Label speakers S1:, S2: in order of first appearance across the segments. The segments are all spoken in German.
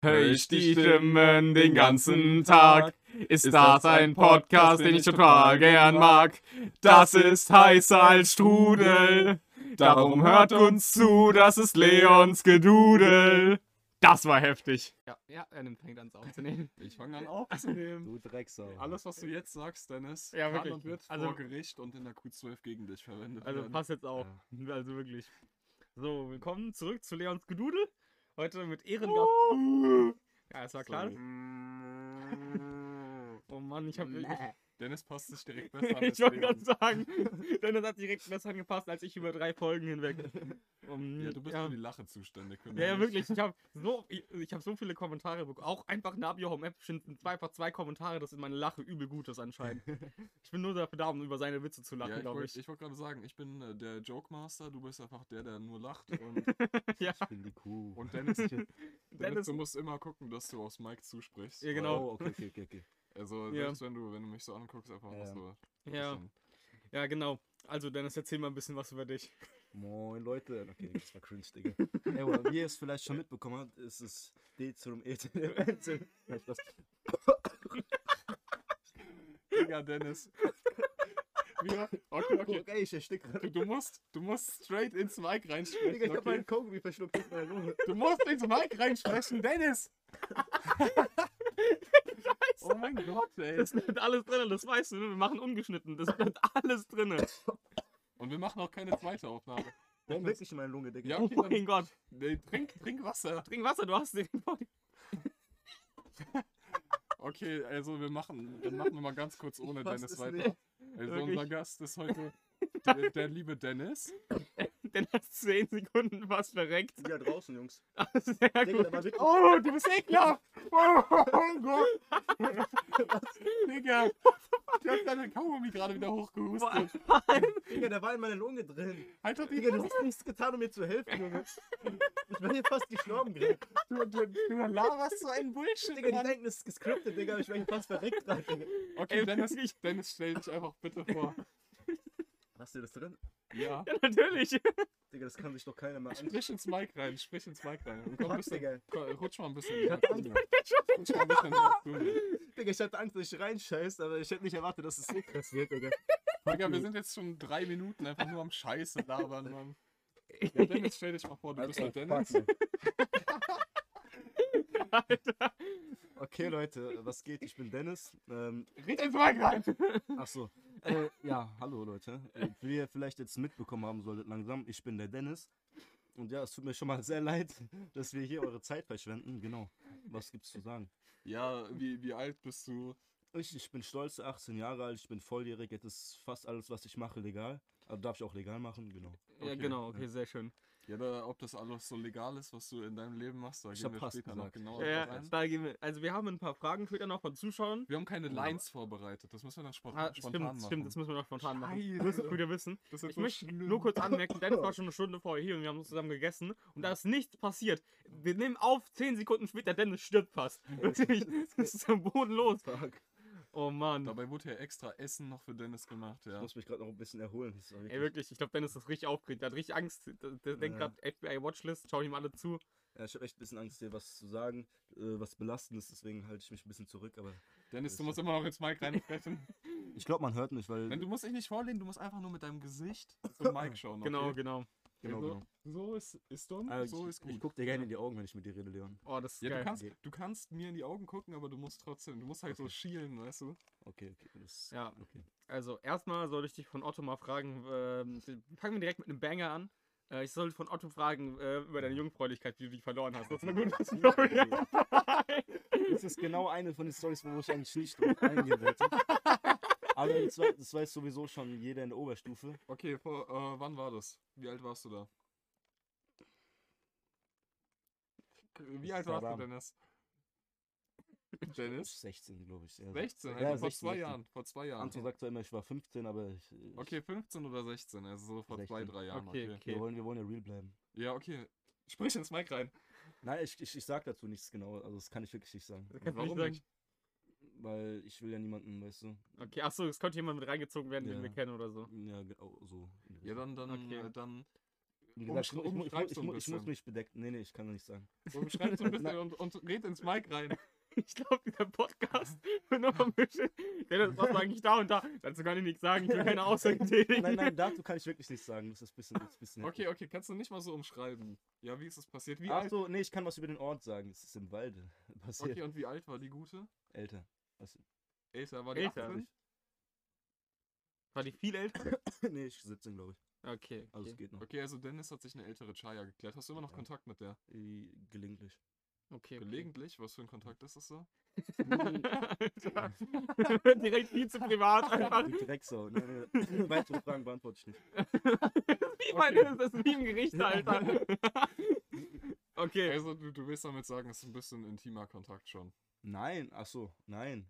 S1: Hör ich die Stimmen den ganzen Tag. Ist das ein Podcast, den ich total gern mag? Das ist heißer als Strudel. Darum hört uns zu, das ist Leons Gedudel. Das war heftig. Ja, ja er nimmt, fängt an aufzunehmen.
S2: Ich fange an aufzunehmen.
S3: Du Drecksau.
S2: Äh, Alles, was du jetzt sagst, Dennis,
S1: Ja,
S2: kann
S1: wirklich.
S2: und wird
S1: Also-
S2: vor Gericht und in der Q12 gegen dich verwendet
S1: Also
S2: werden.
S1: passt jetzt auch. Also wirklich. So, willkommen zurück zu Leons Gedudel. Heute mit Ehrengast. Ja, es war klar. Oh Mann, ich habe
S2: Dennis passt sich direkt besser an als
S1: Ich wollte
S2: Leon.
S1: gerade sagen, Dennis hat direkt besser angepasst als ich über drei Folgen hinweg. Um,
S2: Ja, du bist
S1: ja.
S2: für die Lache zuständig.
S1: Ja, ja, wirklich. Ich habe so, ich, ich hab so viele Kommentare bekommen. Auch einfach Nabio Home App sind zwei- einfach zwei Kommentare. Das ist meine Lache übel gut ist anscheinend. Ich bin nur dafür da, um über seine Witze zu lachen,
S2: Ja, ich
S1: glaube
S2: wollte
S1: ich.
S2: wollt gerade sagen, ich bin äh, der Joke Master, du bist einfach der, der nur lacht. Und,
S1: ja,
S3: Ich bin die Kuh.
S2: und Dennis, Dennis,
S1: Dennis.
S2: du musst immer gucken, dass du aufs Mike zusprichst.
S1: Ja, genau.
S3: Oh, okay, okay, okay. okay.
S2: weil- Also,
S1: Ja.
S2: selbst wenn du, wenn du mich so anguckst, einfach
S3: Ja.
S2: was so.
S1: Ja,
S2: bisschen-
S1: ja, genau. Also, Dennis, erzähl mal ein bisschen was über dich.
S3: Moin, Leute. Okay, das war cringe, Digga. Ey, aber wie ihr es vielleicht schon mitbekommen habt, ist es D zum E zum M zum... Nein, Spaß.
S2: Digga, Dennis. Wieder? Okay, okay.
S3: Guck, ey, ich erstick gerade.
S2: Du, du musst, du musst straight ins Mic
S3: Digga, ich
S2: reinsprechen.
S3: hab meinen
S2: Okay?
S3: Kaugummi verschluckt. Das ist meine Lunge.
S2: Du musst ins Mic reinsprechen, Dennis! oh mein Gott, ey.
S1: Das bleibt alles drin, das weißt du. ne? Wir machen ungeschnitten. Das bleibt alles drin.
S2: Und wir machen auch keine zweite Aufnahme.
S3: Nein, wirklich in meine Lunge, Digga.
S2: Ja,
S1: Oh
S2: okay,
S1: mein
S2: dann,
S1: Gott.
S2: nee, trink, trink Wasser.
S1: Trink Wasser, du hast den
S2: Okay, also wir machen, dann machen wir mal ganz kurz ohne
S3: fass
S2: Dennis
S3: es
S2: weiter.
S3: nicht.
S2: Also
S1: Wirklich.
S2: unser Gast ist heute der, der liebe Dennis.
S1: Denn hast 10 Sekunden fast verreckt.
S3: Wieder draußen, Jungs.
S1: Sehr
S3: Digga,
S1: gut.
S3: da war wirklich...
S2: Oh, du bist ekelhaft! Oh, mein Gott! Digga, du hast deine Kaugummi gerade wieder hochgehustet.
S3: Digga, da war in meiner Lunge drin.
S2: Halt doch die
S3: Digga, du hast nichts getan, um mir zu helfen, Junge. Ich bin hier fast gestorben gerade.
S2: Du, du, du laberst so einen Bullshit.
S3: Digga, die
S2: Mann.
S3: denken, das ist gescriptet, Digga, aber ich bin fast verreckt gerade, Digga.
S2: Okay,
S1: Ey,
S2: Dennis,
S1: wirklich.
S2: Dennis, stell dich einfach bitte vor.
S3: Hast du das drin?
S2: Ja.
S1: Ja, natürlich.
S3: Digga, das kann sich doch keiner mal an.
S2: Sprich ins Mic rein, sprich ins Mic rein. Und komm, ein
S3: Fuck,
S2: bisschen,
S3: Digga.
S2: komm, rutsch mal ein bisschen.
S3: Ich
S2: näher
S3: hab
S2: zu mir. Rutsch mal ein bisschen näher zu mir.
S3: Digga, ich hatte Angst, dass ich reinscheiß, aber ich hätte nicht erwartet, dass es so krass wird, Digga.
S2: Digga, wir sind jetzt schon drei Minuten einfach nur am Scheiße labern, Mann. Ja, Dennis, stell dich mal vor, du bist der Dennis.
S1: Alter.
S3: Okay, Leute, was geht? Ich bin Dennis. Ähm,
S2: Red ins Mic rein!
S3: ach so. Äh, ja, hallo, Leute. Äh, wie ihr vielleicht jetzt mitbekommen haben solltet, langsam, ich bin der Dennis. Und ja, es tut mir schon mal sehr leid, dass wir hier eure Zeit verschwenden. Genau. Was gibt's zu sagen?
S2: Ja, wie, wie alt bist du?
S3: Ich, ich bin stolze 18 Jahre alt, ich bin volljährig, jetzt ist fast alles, was ich mache, legal. Also darf ich auch legal machen, genau.
S1: Ja,
S2: Okay.
S1: genau, okay, sehr schön.
S2: Ja, da, ob das alles so legal ist, was du in deinem Leben machst, da
S3: Ich
S2: gehen
S3: hab
S2: wir
S3: fast
S2: später noch
S3: gesagt.
S2: genauer
S1: Ja,
S2: drauf
S1: ja,
S2: ein.
S1: da gehen wir. Also wir haben ein paar Fragen später noch von Zuschauern.
S2: Wir haben keine
S3: Ja.
S2: Lines vorbereitet, das müssen wir dann
S1: Ah,
S2: spontan, ne? spontan
S1: stimmt,
S2: machen.
S1: stimmt, das müssen wir noch spontan machen.
S2: Scheiße.
S1: Das müssen wir wissen.
S2: Das ist
S1: Ich
S2: so
S1: möchte
S2: schlimm.
S1: nur kurz anmerken, Dennis war schon eine Stunde vorher hier und wir haben zusammen gegessen und da ist nichts passiert. Wir nehmen auf, 10 Sekunden später, Dennis stirbt fast. Wirklich, das ist am Boden los.
S3: Fuck.
S1: Oh Mann.
S2: Dabei wurde ja extra Essen noch für Dennis gemacht,
S3: Ich
S2: ja.
S3: muss mich gerade noch ein bisschen erholen. Das ist auch
S1: Ey,
S3: wirklich-
S1: wirklich, ich glaube, Dennis ist richtig aufgeregt. Der hat richtig Angst. Der, der denkt
S3: Ja.
S1: gerade, FBI Watchlist, schauen ihm alle zu.
S3: Ja, ich habe echt ein bisschen Angst, dir was zu sagen, äh, was belastendes, deswegen halte ich mich ein bisschen zurück, aber
S2: Dennis, du musst immer noch ins Mic reinsprechen.
S3: ich glaube, man hört nicht, weil
S2: Wenn du musst dich nicht vorlehnen, du musst einfach nur mit deinem Gesicht zum Mic schauen.
S1: Genau,
S2: okay?
S1: genau.
S3: genau,
S2: so,
S3: genau.
S2: So ist, ist dumm,
S3: Also,
S2: so
S3: ich,
S2: ist
S3: ich
S2: gut.
S3: guck dir gerne in die Augen, wenn ich mit dir rede, Leon.
S1: Oh, das ist
S2: Ja, du
S1: geil.
S2: kannst, du kannst mir in die Augen gucken, aber du musst trotzdem, du musst halt so schielen, weißt du?
S3: Okay, okay, das
S1: Ja.
S3: okay.
S1: Also, erstmal sollte ich dich von Otto mal fragen. ähm, fangen wir direkt mit einem Banger an. Äh, ich sollte von Otto fragen äh, über deine Jungfräulichkeit, wie du die verloren hast. Das ist eine gute Story.
S3: Das ist genau eine von den Stories, wo ich eigentlich nicht drauf eingehen wollte. Aber das, wei- das weiß sowieso schon jeder in der Oberstufe.
S2: Okay, vor, äh, wann war das? Wie alt warst du da? Wie alt warst du,
S3: Verdammt.
S2: Dennis? Dennis?
S3: 16, glaube ich. Ja,
S2: 16, also
S3: Ja,
S2: vor
S3: 16,
S2: zwei
S3: 16.
S2: Jahren. Vor zwei Jahren.
S3: Anton sagt zwar immer, ich war 15, aber ich, ich,
S2: Okay, 15 oder 16, also so vor zwei,
S3: 16.
S2: drei Jahren.
S1: Okay, okay.
S3: wir, wollen, wir wollen ja real bleiben.
S2: Ja, okay. Sprich ins Mic rein.
S3: Nein, ich, ich, ich sag dazu nichts genau, also das kann ich wirklich nicht sagen.
S1: Kannst du
S2: Warum
S1: nicht sagen?
S2: nicht?
S3: Weil ich will ja niemanden, weißt du.
S1: Okay, achso, es könnte jemand mit reingezogen werden, den
S3: Ja.
S1: wir kennen oder so.
S3: Ja, genau so. in die
S2: Ja, dann,
S3: Richtung.
S2: dann,
S1: Okay.
S2: äh, dann
S3: Wie gesagt,
S2: Umschre-
S3: ich, mu- ich, mu-
S2: umschreib's
S3: ich,
S2: so
S3: mu-
S2: ein
S3: ich muss
S2: bisschen.
S3: mich bedecken. Nee, nee, ich kann noch nicht sagen.
S2: So, beschreib so ein bisschen und, und red ins Mic rein.
S1: Ich glaube, dieser Podcast wird noch ein bisschen. Dennis, was sage ich da und da? Dazu kann ich nichts sagen, ich will keine Aussagen tätigen.
S3: Nein, nein, dazu kann ich wirklich nichts sagen. Das ist ein bisschen. Das ist ein bisschen
S2: Okay, okay, kannst du nicht mal so umschreiben. Ja, wie ist es passiert? Wie alt?
S3: Achso, nee, ich kann was über den Ort sagen. Es ist im Walde passiert.
S2: Okay, und wie alt war die gute?
S3: Älter. Was?
S2: Älter, war die
S1: Älter,
S2: 18?
S1: War die viel älter?
S3: nee, ich 17, glaube ich.
S1: Okay.
S3: Also es
S1: Okay.
S3: geht noch.
S2: Okay, also Dennis hat sich eine ältere Chaya geklärt. Hast du immer noch Kontakt mit der?
S3: Äh, Gelegentlich.
S1: okay, okay.
S2: Gelegentlich? Was für ein Kontakt ist das so?
S1: Alter. Direkt viel zu privat einfach.
S3: Die Drecksau. Ne, ne. Weitere Fragen beantworte ich nicht.
S1: Wie meine ist das wie im Gericht, Alter? Okay.
S2: Also, du, du willst damit sagen, es ist ein bisschen intimer Kontakt schon.
S3: Nein, achso, nein.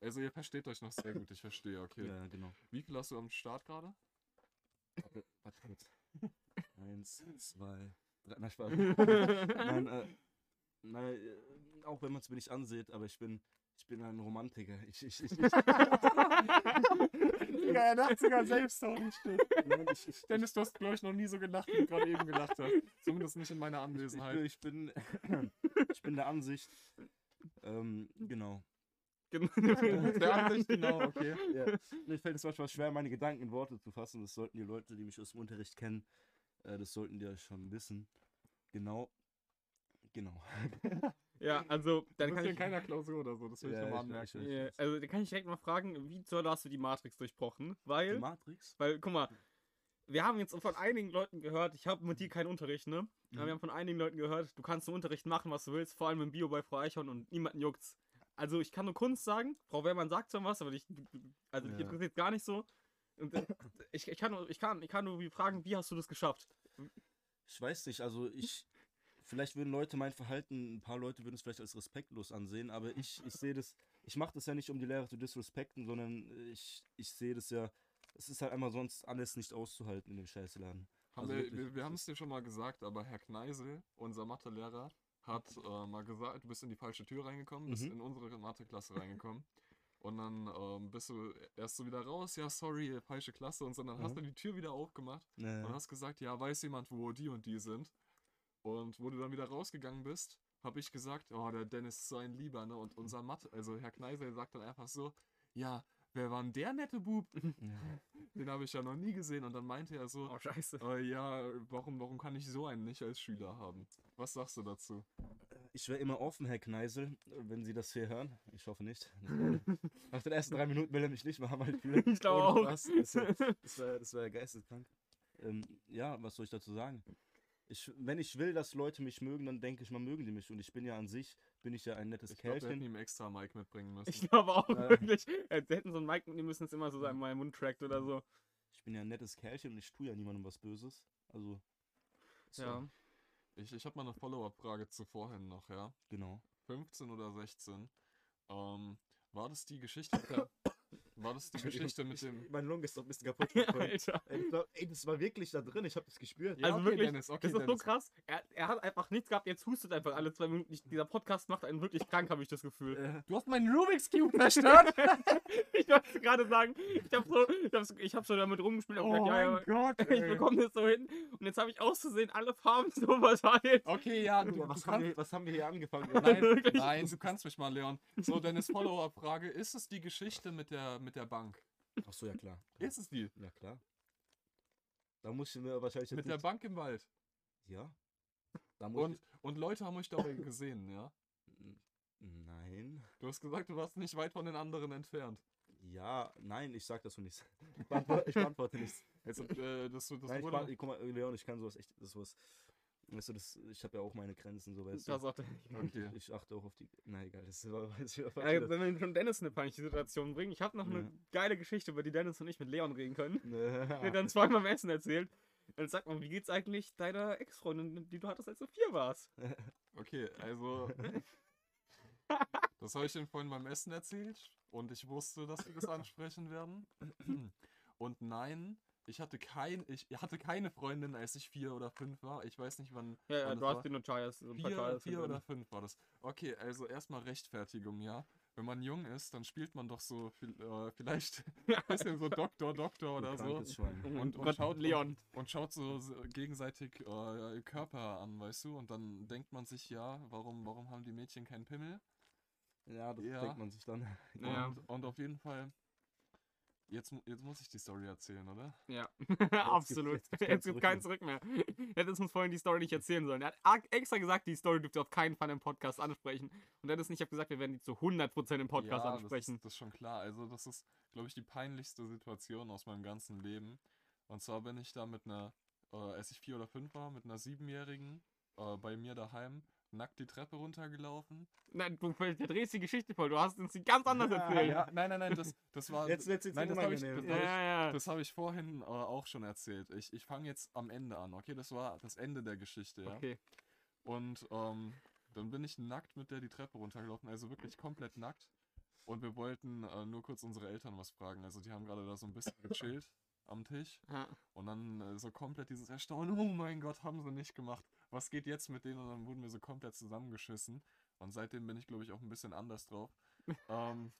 S2: Also, ihr versteht euch noch sehr gut, ich verstehe, okay.
S3: Ja, genau.
S2: Wie viel hast du am Start gerade?
S1: Äh,
S3: Warte, warte kurz. Eins, zwei, drei. Na, Spaß. nein, äh, nein, äh, auch wenn man es mir nicht ansieht, aber ich bin, ich bin ein Romantiker. Ich, ich, ich, ich,
S2: Digga, er lacht sogar selbst auch nicht.
S3: nein, ich, ich,
S2: Dennis, du hast, glaube ich, noch nie so gelacht, wie du gerade eben gelacht hast. Zumindest nicht in meiner Anwesenheit.
S3: ich, bin, ich bin, ich bin der Ansicht. Ähm, genau.
S2: Der Ansicht, genau, okay.
S3: Ja. Mir fällt es manchmal schwer, meine Gedanken in Worte zu fassen. Das sollten die Leute, die mich aus dem Unterricht kennen, äh, das sollten die ja schon wissen. Genau. Genau.
S1: Ja, also dann
S2: Dann das
S1: kann
S2: ist in
S1: ich.
S2: keiner Klausur oder so, das will ich
S3: Ja,
S2: nochmal
S3: ich weiß,
S2: anmerken.
S3: ich weiß.
S1: Ja, Also dann kann ich direkt mal fragen, wie zur Hölle hast du die Matrix durchbrochen? Weil.
S3: Die Matrix?
S1: Weil, guck mal, wir haben jetzt von einigen Leuten gehört, ich habe mit dir keinen Unterricht, ne?
S3: Mhm.
S1: Aber wir haben von einigen Leuten gehört, du kannst im Unterricht machen, was du willst, vor allem im Bio bei Frau Eichhorn und niemanden juckt's. Also ich kann nur Kunst sagen, Frau Wehrmann sagt schon was, aber ich, also dich
S3: Ja.
S1: interessiert gar nicht so. Und äh, ich, ich, kann, nur- ich, kann, ich kann nur fragen, wie hast du das geschafft?
S3: Ich weiß nicht, also ich. Vielleicht würden Leute mein Verhalten, ein paar Leute würden es vielleicht als respektlos ansehen, aber ich, ich sehe das, ich mache das ja nicht, um die Lehrer zu disrespekten, sondern ich, ich sehe das ja, es ist halt einmal sonst alles nicht auszuhalten in dem Scheißladen.
S2: Haben
S3: Also
S2: wir
S3: wirklich,
S2: wir, wir
S3: das
S2: haben es dir schon mal gesagt, aber Herr Kneisel, unser Mathelehrer, hat äh, mal gesagt, du bist in die falsche Tür reingekommen, bist
S3: Mhm.
S2: in unsere Matheklasse reingekommen. Und dann ähm, bist du erst so wieder raus, ja, sorry, falsche Klasse. Und so, dann hast
S3: Mhm.
S2: du die Tür wieder aufgemacht
S3: Äh,
S2: und hast gesagt, ja, weiß jemand, wo die und die sind. Und wo du dann wieder rausgegangen bist, habe ich gesagt, oh, der Dennis ist so ein Lieber, ne? Und unser Mathe, also Herr Kneisel sagt dann einfach so, ja, wer war denn der nette Bub?
S3: ja.
S2: Den habe ich ja noch nie gesehen. Und dann meinte er so,
S1: Oh, scheiße.
S2: äh, ja, warum, warum kann ich so einen nicht als Schüler haben? Was sagst du dazu?
S3: Ich wäre immer offen, Herr Kneisel, wenn Sie das hier hören. Ich hoffe nicht. Nach den ersten drei Minuten will er mich nicht mehr haben, weil ich fühle.
S1: Ich glaube auch.
S3: Ohne Spaß. Das wär- das wäre das wär geisteskrank. Ähm, ja, was soll ich dazu sagen? Ich, wenn ich will, dass Leute mich mögen, dann denke ich mal, mögen die mich. Und ich bin ja an sich, bin ich ja ein nettes
S2: Ich glaube, wir hätten
S3: Kerlchen.
S2: ihm extra Mike mitbringen müssen.
S1: Ich glaube auch
S3: Äh.
S1: wirklich. äh, Sie hätten so ein Mic mitnehmen müssen, es immer so sein, mein Mund trackt oder so.
S3: Ich bin ja ein nettes Kerlchen und ich tue ja niemandem was Böses. Also, so,
S1: Ja.
S2: Ich, ich habe mal eine Follow-up-Frage zu vorhin noch, ja?
S3: genau.
S2: 15 oder 16. Ähm, war das die Geschichte mit der, War das die Geschichte mit dem.
S3: mein Lung ist doch ein bisschen kaputt.
S1: Alter.
S3: ey, das war wirklich da drin. Ich habe das gespürt.
S2: Ja,
S1: also
S2: okay,
S1: wirklich,
S2: Dennis, okay,
S1: das ist so
S2: Dennis.
S1: krass. Er, er hat einfach nichts gehabt, jetzt hustet einfach alle zwei Minuten. Ich, dieser Podcast macht einen wirklich krank, habe ich das Gefühl.
S3: Äh,
S2: Du hast meinen Rubik's Cube zerstört!
S1: ich wollte gerade sagen, ich habe so, ich hab's- ich hab schon damit rumgespielt. hab
S2: oh
S1: gedacht, ja,
S2: mein
S1: ja,
S2: Gott!
S1: ich
S2: ey.
S1: bekomme das so hin. Und jetzt habe ich auszusehen alle Farben so verteilt.
S2: Okay, ja, Oh, du, du
S3: was, haben
S2: kannst.
S3: wir, was haben wir hier angefangen?
S2: Nein, nein, du kannst mich mal, Leon. So, Dennis, Follow-up-Frage. Ist es die Geschichte mit der, mit der Bank?
S3: Ach so, ja klar.
S2: Ist es die?
S3: Ja klar. Da muss ich mir wahrscheinlich jetzt
S2: Mit der
S3: nicht-
S2: Bank im Wald.
S3: Ja. Da muss
S2: Und, und Leute haben euch dabei gesehen, ja?
S3: ich... N- Nein.
S2: Du hast gesagt, du warst nicht weit von den anderen entfernt.
S3: Ja, nein, ich sag das nichts. Ich beantworte, ich beantworte nichts.
S2: Also, äh, das, das
S3: nein, ich
S2: wurde.
S3: beant- guck mal, äh, Leon, ich kann sowas echt, das ist sowas. Weißt du, das, ich habe ja auch meine Grenzen, so weißt
S1: Das
S3: du.
S1: sagt er.
S2: Okay.
S3: Ich achte auch auf die. Na egal, das war weiß ich war
S1: Ja, jetzt,
S3: falsch.
S1: wenn wir schon Dennis in eine peinliche Situation bringen, ich habe noch eine
S3: Ja.
S1: geile Geschichte, über die Dennis und ich mit Leon reden können.
S2: Ah.
S1: Der hat
S3: Ne.
S1: dann zweimal im Essen erzählt. Dann sagt man, wie geht's eigentlich deiner Ex-Freundin, die du hattest, als du vier warst?
S2: Okay, also. das habe ich Ihnen vorhin beim Essen erzählt und ich wusste, dass wir das ansprechen werden. Und nein, Ich hatte, kein, ich hatte keine Freundin, als ich vier oder fünf war. Ich weiß nicht, wann.
S1: Ja, ja, du
S2: wann das
S1: hast
S2: war.
S1: dir nur Chayas, so ein paar
S2: Vier,
S1: Chayas
S2: vier
S1: gegönnt.
S2: oder fünf war das. Okay, also erstmal Rechtfertigung, ja. Wenn man jung ist, dann spielt man doch so viel- äh, vielleicht ein bisschen so Doktor, Doktor oder so.
S3: Krankes Schwein.
S1: Und, und,
S2: und
S1: schaut
S2: schaut-
S1: Leon.
S2: Und schaut so so gegenseitig äh, Körper an, weißt du? Und dann denkt man sich, ja, warum, warum haben die Mädchen keinen Pimmel?
S3: Ja, das
S2: Ja.
S3: denkt man sich dann.
S1: Ja.
S2: Und, und auf jeden Fall. Jetzt, mu- jetzt muss ich die Story erzählen, oder?
S1: Ja, absolut.
S3: jetzt gibt's kein
S1: Jetzt gibt kein Zurück mehr. Hättest uns vorhin die Story nicht erzählen sollen. Er hat arg- extra gesagt, die Story dürft ihr auf keinen Fall im Podcast ansprechen. Und dann ist nicht, ich habe gesagt, wir werden die zu 100% im Podcast
S2: ja,
S1: ansprechen.
S2: Das ist, das ist schon klar. Also, das ist, glaube ich, die peinlichste Situation aus meinem ganzen Leben. Und zwar bin ich da mit einer, äh, als ich vier oder fünf war, mit einer Siebenjährigen äh, bei mir daheim nackt die Treppe runtergelaufen.
S1: Nein, du verdrehst die Geschichte voll. Du hast uns die ganz anders erzählt. Ah, Ja,
S2: nein, nein, nein, das, das war.
S3: Jetzt wird's jetzt
S2: nein, das habe ich, das
S3: unangenehm.
S2: hab ich
S1: ja, ja.
S2: Das habe ich vorhin äh, auch schon erzählt. Ich, ich fange jetzt am Ende an, okay? Das war das Ende der Geschichte, ja?
S1: Okay.
S2: Und ähm, dann bin ich nackt mit der die Treppe runtergelaufen, also wirklich komplett nackt. Und wir wollten äh, nur kurz unsere Eltern was fragen. Also die haben gerade da so ein bisschen gechillt am Tisch.
S1: Ja.
S2: Und dann äh, so komplett dieses Erstaunen, oh mein Gott, haben sie nicht gemacht. Was geht jetzt mit denen? Und dann wurden wir so komplett zusammengeschissen. Und seitdem bin ich, glaube ich, auch ein bisschen anders drauf. ähm,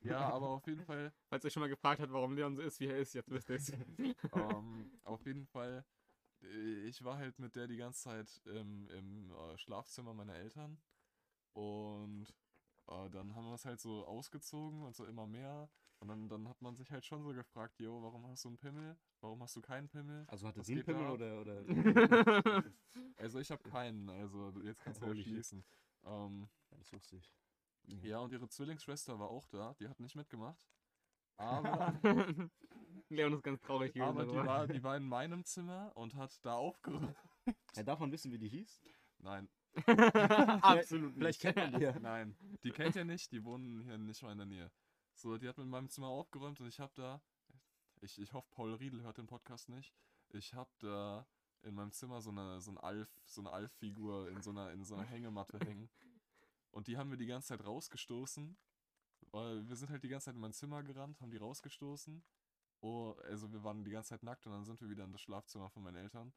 S2: ja, aber auf jeden Fall
S1: Falls ihr schon mal gefragt habt, warum Leon so ist, wie er ist, jetzt wisst ihr es.
S2: ähm, auf jeden Fall, äh, ich war halt mit der die ganze Zeit im, im äh, Schlafzimmer meiner Eltern. Und äh, dann haben wir es halt so ausgezogen und so immer mehr. Und dann, dann hat man sich halt schon so gefragt, jo, warum hast du einen Pimmel? Warum hast du keinen Pimmel?
S3: Also hatte
S2: Das
S3: sie einen
S2: geht da
S3: Pimmel
S2: ab.
S3: oder, oder
S2: Also ich habe keinen, also jetzt kannst du ja
S3: Holy shit.
S2: schließen. Ähm,
S3: das wusste ich.
S2: ja, und ihre Zwillingsschwester war auch da, die hat nicht mitgemacht. Aber
S1: Leon ist ganz traurig gewesen.
S2: Aber die
S1: darüber.
S2: war, die war in meinem Zimmer und hat da aufgeräumt.
S3: Ja, darf man wissen, wie die hieß?
S2: Nein,
S1: Absolut.
S3: Vielleicht kennt man die ja.
S2: nein. Die kennt ihr nicht, die wohnen hier nicht mal in der Nähe. So, die hat in meinem Zimmer aufgeräumt und ich habe da. Ich, ich hoffe, Paul Riedel hört den Podcast nicht. Ich habe da in meinem Zimmer so eine, so ein Alf, so eine Alf-Figur in so einer, in so einer Hängematte hängen. Und die haben wir die ganze Zeit rausgestoßen. Weil wir sind halt die ganze Zeit in mein Zimmer gerannt, haben die rausgestoßen. Oh, also wir waren die ganze Zeit nackt und dann sind wir wieder in das Schlafzimmer von meinen Eltern.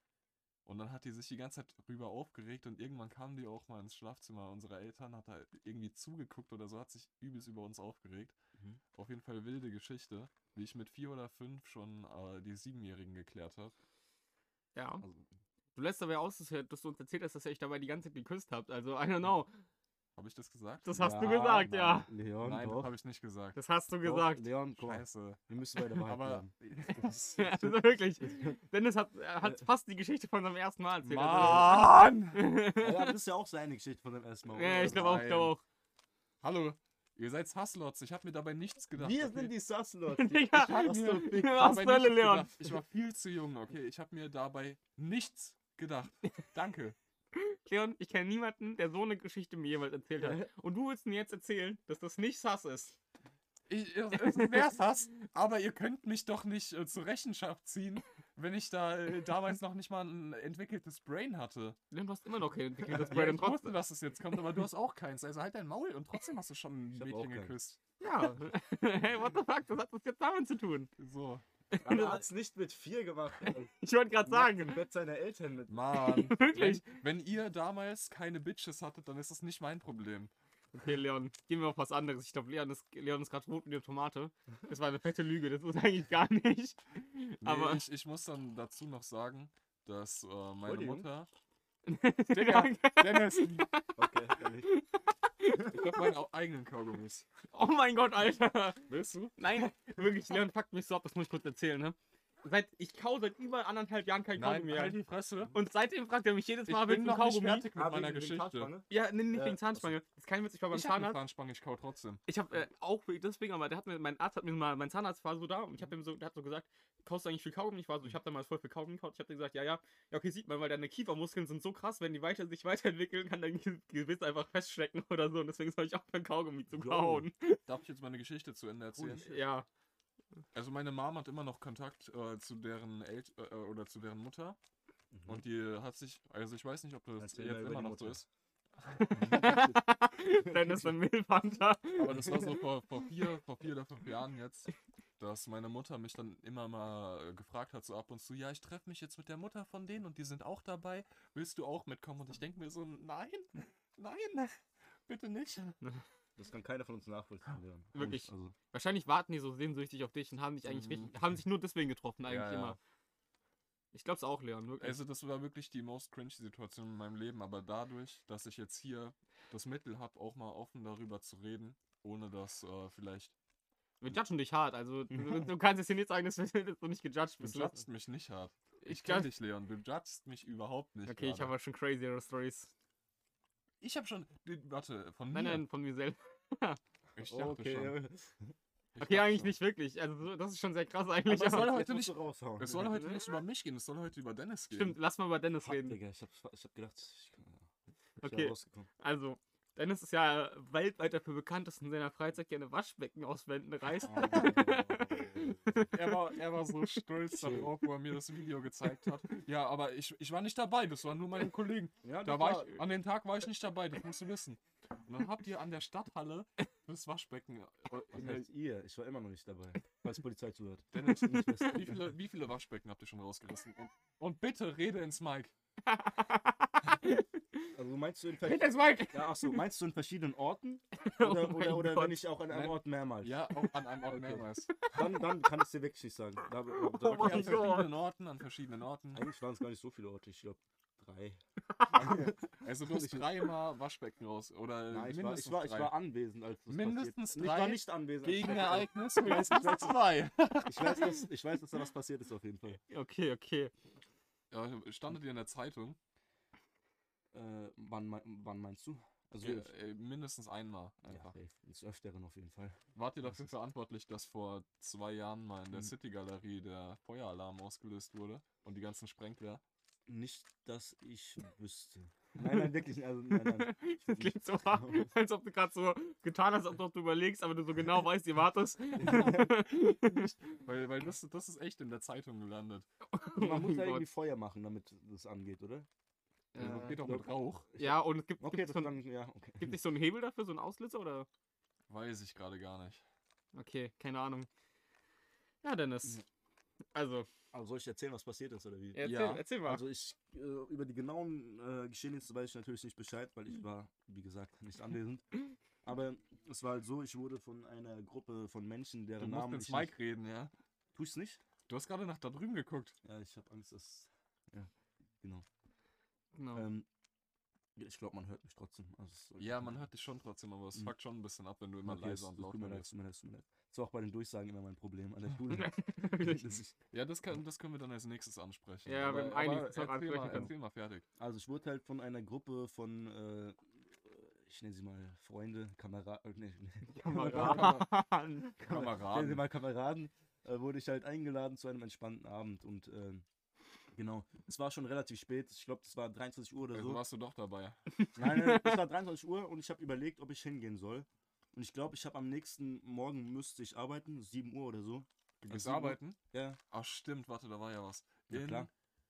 S2: Und dann hat die sich die ganze Zeit rüber aufgeregt und irgendwann kam die auch mal ins Schlafzimmer unserer Eltern, hat da irgendwie zugeguckt oder so, hat sich übelst über uns aufgeregt.
S3: Mhm.
S2: Auf jeden Fall wilde Geschichte, wie ich mit vier oder fünf schon äh, die Siebenjährigen geklärt habe.
S1: Ja.
S2: Also,
S1: Du lässt dabei aus, dass du dass du uns erzählt hast, dass ihr euch dabei die ganze Zeit geküsst habt. Also, I don't know.
S2: habe ich das gesagt?
S1: Das hast du
S3: Ja,
S1: gesagt, ja.
S3: Leon,
S2: Nein, das
S3: doch.
S2: habe ich nicht gesagt.
S1: Das hast du
S3: Doch,
S1: gesagt.
S3: Leon, komm. mal,
S2: Scheiße.
S3: Wir müssen bei der Wahrheit
S2: Aber
S3: bleiben.
S1: Ja, das ist Also wirklich. Dennis hat, er hat fast die Geschichte von seinem ersten Mal erzählt.
S2: äh, Mann! Oh
S3: Ja, aber das ist ja auch seine Geschichte von dem ersten Mal.
S1: Also, ja, ich glaube auch, ich glaube auch.
S2: Hallo, ihr seid Hasslots, ich habe mir dabei nichts gedacht.
S3: Wir
S2: okay?
S3: sind die Sasslots.
S1: Digga,
S3: hast du
S1: was
S3: Fick.
S1: was
S2: dabei
S1: zur Hölle,
S2: nichts
S1: Leon?
S2: Gedacht. Ich war viel zu jung, okay? Ich habe mir dabei nichts gedacht. Danke.
S1: Leon, ich kenne niemanden, der so eine Geschichte mir jemals erzählt hat. Und du willst mir jetzt erzählen, dass das nicht Sass ist.
S2: Ich, es es wär's das, aber ihr könnt mich doch nicht äh, zur Rechenschaft ziehen, wenn ich da äh, damals noch nicht mal ein entwickeltes Brain hatte.
S1: Leon, du hast immer noch kein entwickeltes
S2: Ja,
S1: Brain
S2: ich wusste,
S1: trotzdem.
S2: dass es jetzt kommt, aber du hast auch keins. Also halt dein Maul und trotzdem hast du schon ein
S3: Ich hab auch
S2: Mädchen
S3: keins.
S2: geküsst.
S1: Ja. hey, what the fuck? Das hat was jetzt damit zu tun?
S2: So.
S3: Aber hat's nicht mit vier gemacht.
S1: Ich wollte gerade sagen.
S3: Im Bett seiner Eltern mit.
S2: Mann.
S1: Wirklich?
S2: Wenn, wenn ihr damals keine Bitches hattet, dann ist das nicht mein Problem.
S1: Okay, Leon, gehen wir auf was anderes. Ich glaube, Leon ist, Leon ist gerade rot wie eine Tomate. Das war eine fette Lüge, das ist eigentlich gar nicht.
S2: Nee,
S1: Aber.
S2: ich, ich muss dann dazu noch sagen, dass äh, meine
S3: Entschuldigung.
S2: Mutter. Digga, Dennis, ich
S3: Okay, dann nicht.
S2: hab meinen au- eigenen Kaugummis.
S1: Oh mein Gott, Alter.
S2: Willst du?
S1: Nein, wirklich, Leon fuckt mich so ab, das muss ich kurz erzählen, ne? Seit, ich kau seit über anderthalb Jahren kein
S2: Nein,
S1: Kaugummi mehr.
S2: halt die Fresse.
S1: Und seitdem fragt er mich jedes
S2: Ich
S1: Mal,
S2: bin
S1: willst du
S2: noch nicht
S1: Kaugummi?
S2: fertig mit
S3: Ah,
S2: meiner
S3: wegen- wegen
S2: Geschichte.
S3: Karlsbange?
S1: Ja, nee, nicht
S3: Ja.
S1: wegen Zahnspange. Das ist kein Witz, ich war beim
S2: Ich habe eine
S1: Zahnarzt.
S2: Zahnspange, ich kau trotzdem.
S1: Ich habe äh, auch wegen- deswegen, aber der hat mir, mein Arzt hat mir mal, mein Zahnarzt war so da und ich habe ihm so, der hat so gesagt, kaust du eigentlich viel Kaugummi? Ich war so, ich habe damals voll viel Kaugummi gekaut. Ich habe gesagt, ja, ja, ja, okay, sieht man, weil deine Kiefermuskeln sind so krass, wenn die weiter, sich weiterentwickeln, kann dein Ge- Gebiss einfach feststecken oder so und deswegen soll ich auch kein Kaugummi zu
S3: Jo.
S1: kauen.
S2: Darf ich jetzt meine Geschichte zu Ende erzählen?
S1: Ja,
S2: Also meine Mom hat immer noch Kontakt äh, zu deren Eltern äh, oder zu deren Mutter. Und die hat sich, also ich weiß nicht, ob das
S3: Mhm. Erzähl mal
S2: jetzt
S3: über
S2: immer
S3: die
S2: noch so
S3: Mutter.
S2: ist.
S1: dann ist ein Müllpanther.
S2: Aber das war so vor, vor, vier, vor vier oder fünf Jahren jetzt. dass meine Mutter mich dann immer mal äh, gefragt hat, so ab und zu, ja, ich treffe mich jetzt mit der Mutter von denen und die sind auch dabei. Willst du auch mitkommen? Und ich denke mir so, nein, nein, bitte nicht.
S3: Das kann keiner von uns nachvollziehen. Leon. Uns,
S1: Wirklich.
S3: Also,
S1: Wahrscheinlich warten die so sehnsüchtig auf dich und haben dich eigentlich
S2: Mhm.
S1: richtig, haben sich nur deswegen getroffen eigentlich
S2: Ja, ja.
S1: immer. Ich glaub's auch, Leon. Wirklich.
S2: Also das war wirklich die most cringe Situation in meinem Leben, aber dadurch, dass ich jetzt hier das Mittel habe, auch mal offen darüber zu reden, ohne dass äh, vielleicht
S1: wir judgen dich hart. Also du, du kannst jetzt hier nicht sagen, dass wir- dass du nicht gejudged
S2: du
S1: bist.
S2: judgst mich nicht hart. Ich
S1: Ich
S2: kenn
S1: judge.
S2: dich, Leon, du judgst mich überhaupt nicht.
S1: Okay, ich
S2: gerade.
S1: habe schon craziere Stories.
S2: ich habe schon du- warte, von
S1: Nein,
S2: mir.
S1: nein, von mir selbst.
S2: Ich dachte schon.
S3: okay.
S2: Ich
S1: Okay,
S2: dachte
S1: eigentlich
S2: schon.
S1: nicht wirklich. Also so- das ist schon sehr krass eigentlich.
S2: Aber es soll
S1: aber-
S2: heute
S3: Jetzt musst
S2: nicht-
S3: du raushauen.
S2: Es soll heute nicht über mich gehen, es soll heute über Dennis gehen.
S1: Stimmt, lass mal über Dennis
S3: Fuck,
S1: reden.
S3: Digga, ich hab, ich hab gedacht, ich, ich wär
S1: Okay.
S3: rausgekommen.
S1: Also, Dennis ist ja weltweit dafür bekannt, dass er in seiner Freizeit gerne Waschbecken aus Wänden
S3: Ah,
S1: reißt.
S3: Oh.
S2: Er war, er war so stolz darauf, wo er mir das Video gezeigt hat. Ja, aber ich, ich war nicht dabei, das waren nur meine Kollegen.
S3: ja,
S2: Da war ich, äh, an dem Tag war ich nicht dabei, das musst du wissen. Und dann habt ihr an der Stadthalle das Waschbecken. äh,
S3: Was
S2: in der-
S3: heißt ihr? Ich war immer noch nicht dabei, falls Polizei zuhört.
S2: Dennis,
S3: Nicht wissen.
S2: wie viele, wie viele Waschbecken habt ihr schon rausgerissen? Und, und bitte rede ins Mike.
S3: Also meinst du in
S1: Hit
S3: verschiedenen...
S1: das Mike!
S3: Ja, ach so, meinst du in verschiedenen Orten?
S1: Oh
S3: Oder,
S1: mein
S3: oder, oder
S1: Gott.
S3: wenn ich auch an einem
S2: Nein.
S3: Ort mehrmals?
S2: Ja, auch an einem Ort mehrmals.
S3: Dann, dann kann ich dir wirklich nicht sagen. Da, da, da,
S1: Oh mein
S2: an
S3: eigentlich
S1: Gott.
S2: verschiedenen Orten, an verschiedenen Orten.
S3: waren es gar nicht so viele Orte, ich glaube drei.
S2: Also du hast dreimal Waschbecken raus. Oder
S3: Nein, ich war,
S2: mindestens
S3: ich war, ich
S2: drei.
S3: war anwesend, als das
S2: Mindestens
S3: passiert. Ich war
S2: drei
S3: nicht anwesend. als das passiert
S2: Gegenereignis, mindestens zwei.
S3: ist. Ich weiß, dass, ich weiß, dass da was passiert ist auf jeden Fall.
S1: Okay, okay.
S2: Ja, standet ihr in der Zeitung?
S3: Äh, wann, mei- wann meinst du? Also,
S2: Ja,
S3: ich-
S2: äh, mindestens einmal.
S3: ja,
S2: Einfach.
S3: ey, des Öfteren auf jeden Fall.
S2: Wart ihr dafür verantwortlich, dass vor zwei Jahren mal in der
S3: Hm.
S2: City-Galerie der Feueralarm ausgelöst wurde und die ganzen Sprengler?
S3: Nicht, dass ich wüsste. Nein, nein, wirklich nicht. Also, nein, nein. Ich
S1: Das
S3: würd
S1: klingt
S3: nicht-
S1: so, als ob du gerade so getan hast, als ob du überlegst, aber du so genau weißt, ihr wart es.
S2: Weil, weil das, das ist echt in der Zeitung gelandet.
S1: Oh
S3: Man muss
S1: mein
S3: ja
S1: Gott.
S3: irgendwie Feuer machen, damit das angeht, oder?
S2: Also,
S1: Äh,
S2: geht doch mit Rauch.
S1: Ja, und es gibt,
S3: Okay,
S1: gibt's
S3: das
S1: so,
S3: dann, ja, okay.
S1: gibt nicht so einen Hebel dafür, so einen Auslöser oder?
S2: Weiß ich gerade gar nicht.
S1: Okay, keine Ahnung. Ja, Dennis. Also,
S3: Also soll ich erzählen, was passiert ist, oder wie?
S1: erzähl,
S2: Ja,
S1: erzähl mal.
S3: Also ich, äh, über die genauen äh, Geschehnisse weiß ich natürlich nicht Bescheid, weil
S2: Mhm.
S3: ich war, wie gesagt, nicht anwesend. Aber es war halt so, ich wurde von einer Gruppe von Menschen,
S2: Du
S3: deren
S2: musst
S3: Namen
S2: ins
S3: ich
S2: Mike reden, ja?
S3: nicht... Tu ich's nicht?
S2: Du hast gerade nach da drüben geguckt.
S3: Ja, ich habe Angst, dass... Ja, genau.
S1: genau.
S3: Ähm, ich glaube, man hört mich trotzdem. Also, es soll-
S2: Ja, man hört dich schon trotzdem, aber es
S3: Hm.
S2: fuckt schon ein bisschen ab, wenn du immer
S3: Okay, es-
S2: leiser und
S3: es Tut mir
S2: lauter
S3: leid, es
S2: wirst.
S3: tut mir leid, es tut mir leid. Das war auch bei den Durchsagen immer mein Problem an der Schule. Dass ich-
S2: Ja, das, kann, das können wir dann als nächstes ansprechen.
S1: Ja, wir haben einiges, was wir
S2: erzähl, mal,
S1: ansprechen können.
S2: erzähl mal fertig.
S3: Also ich wurde halt von einer Gruppe von, äh, ich nenne sie mal Freunde, Kamera äh, nee, nee,
S1: Kameraden.
S3: Ich nenne sie
S2: Kameraden.
S3: mal Kameraden, äh, wurde ich halt eingeladen zu einem entspannten Abend und ähm, genau, es war schon relativ spät, ich glaube, es war 23 Uhr oder
S2: Also
S3: so.
S2: warst du doch dabei.
S3: Nein, nein, es war 23 Uhr und ich habe überlegt, ob ich hingehen soll. Und ich glaube, ich habe am nächsten Morgen müsste ich arbeiten, 7 Uhr oder so.
S2: Du
S3: Bis
S2: gehst
S3: 7 Uhr?
S2: arbeiten?
S3: Ja,
S2: Ach stimmt, warte, da war ja was.
S3: Ja, klar.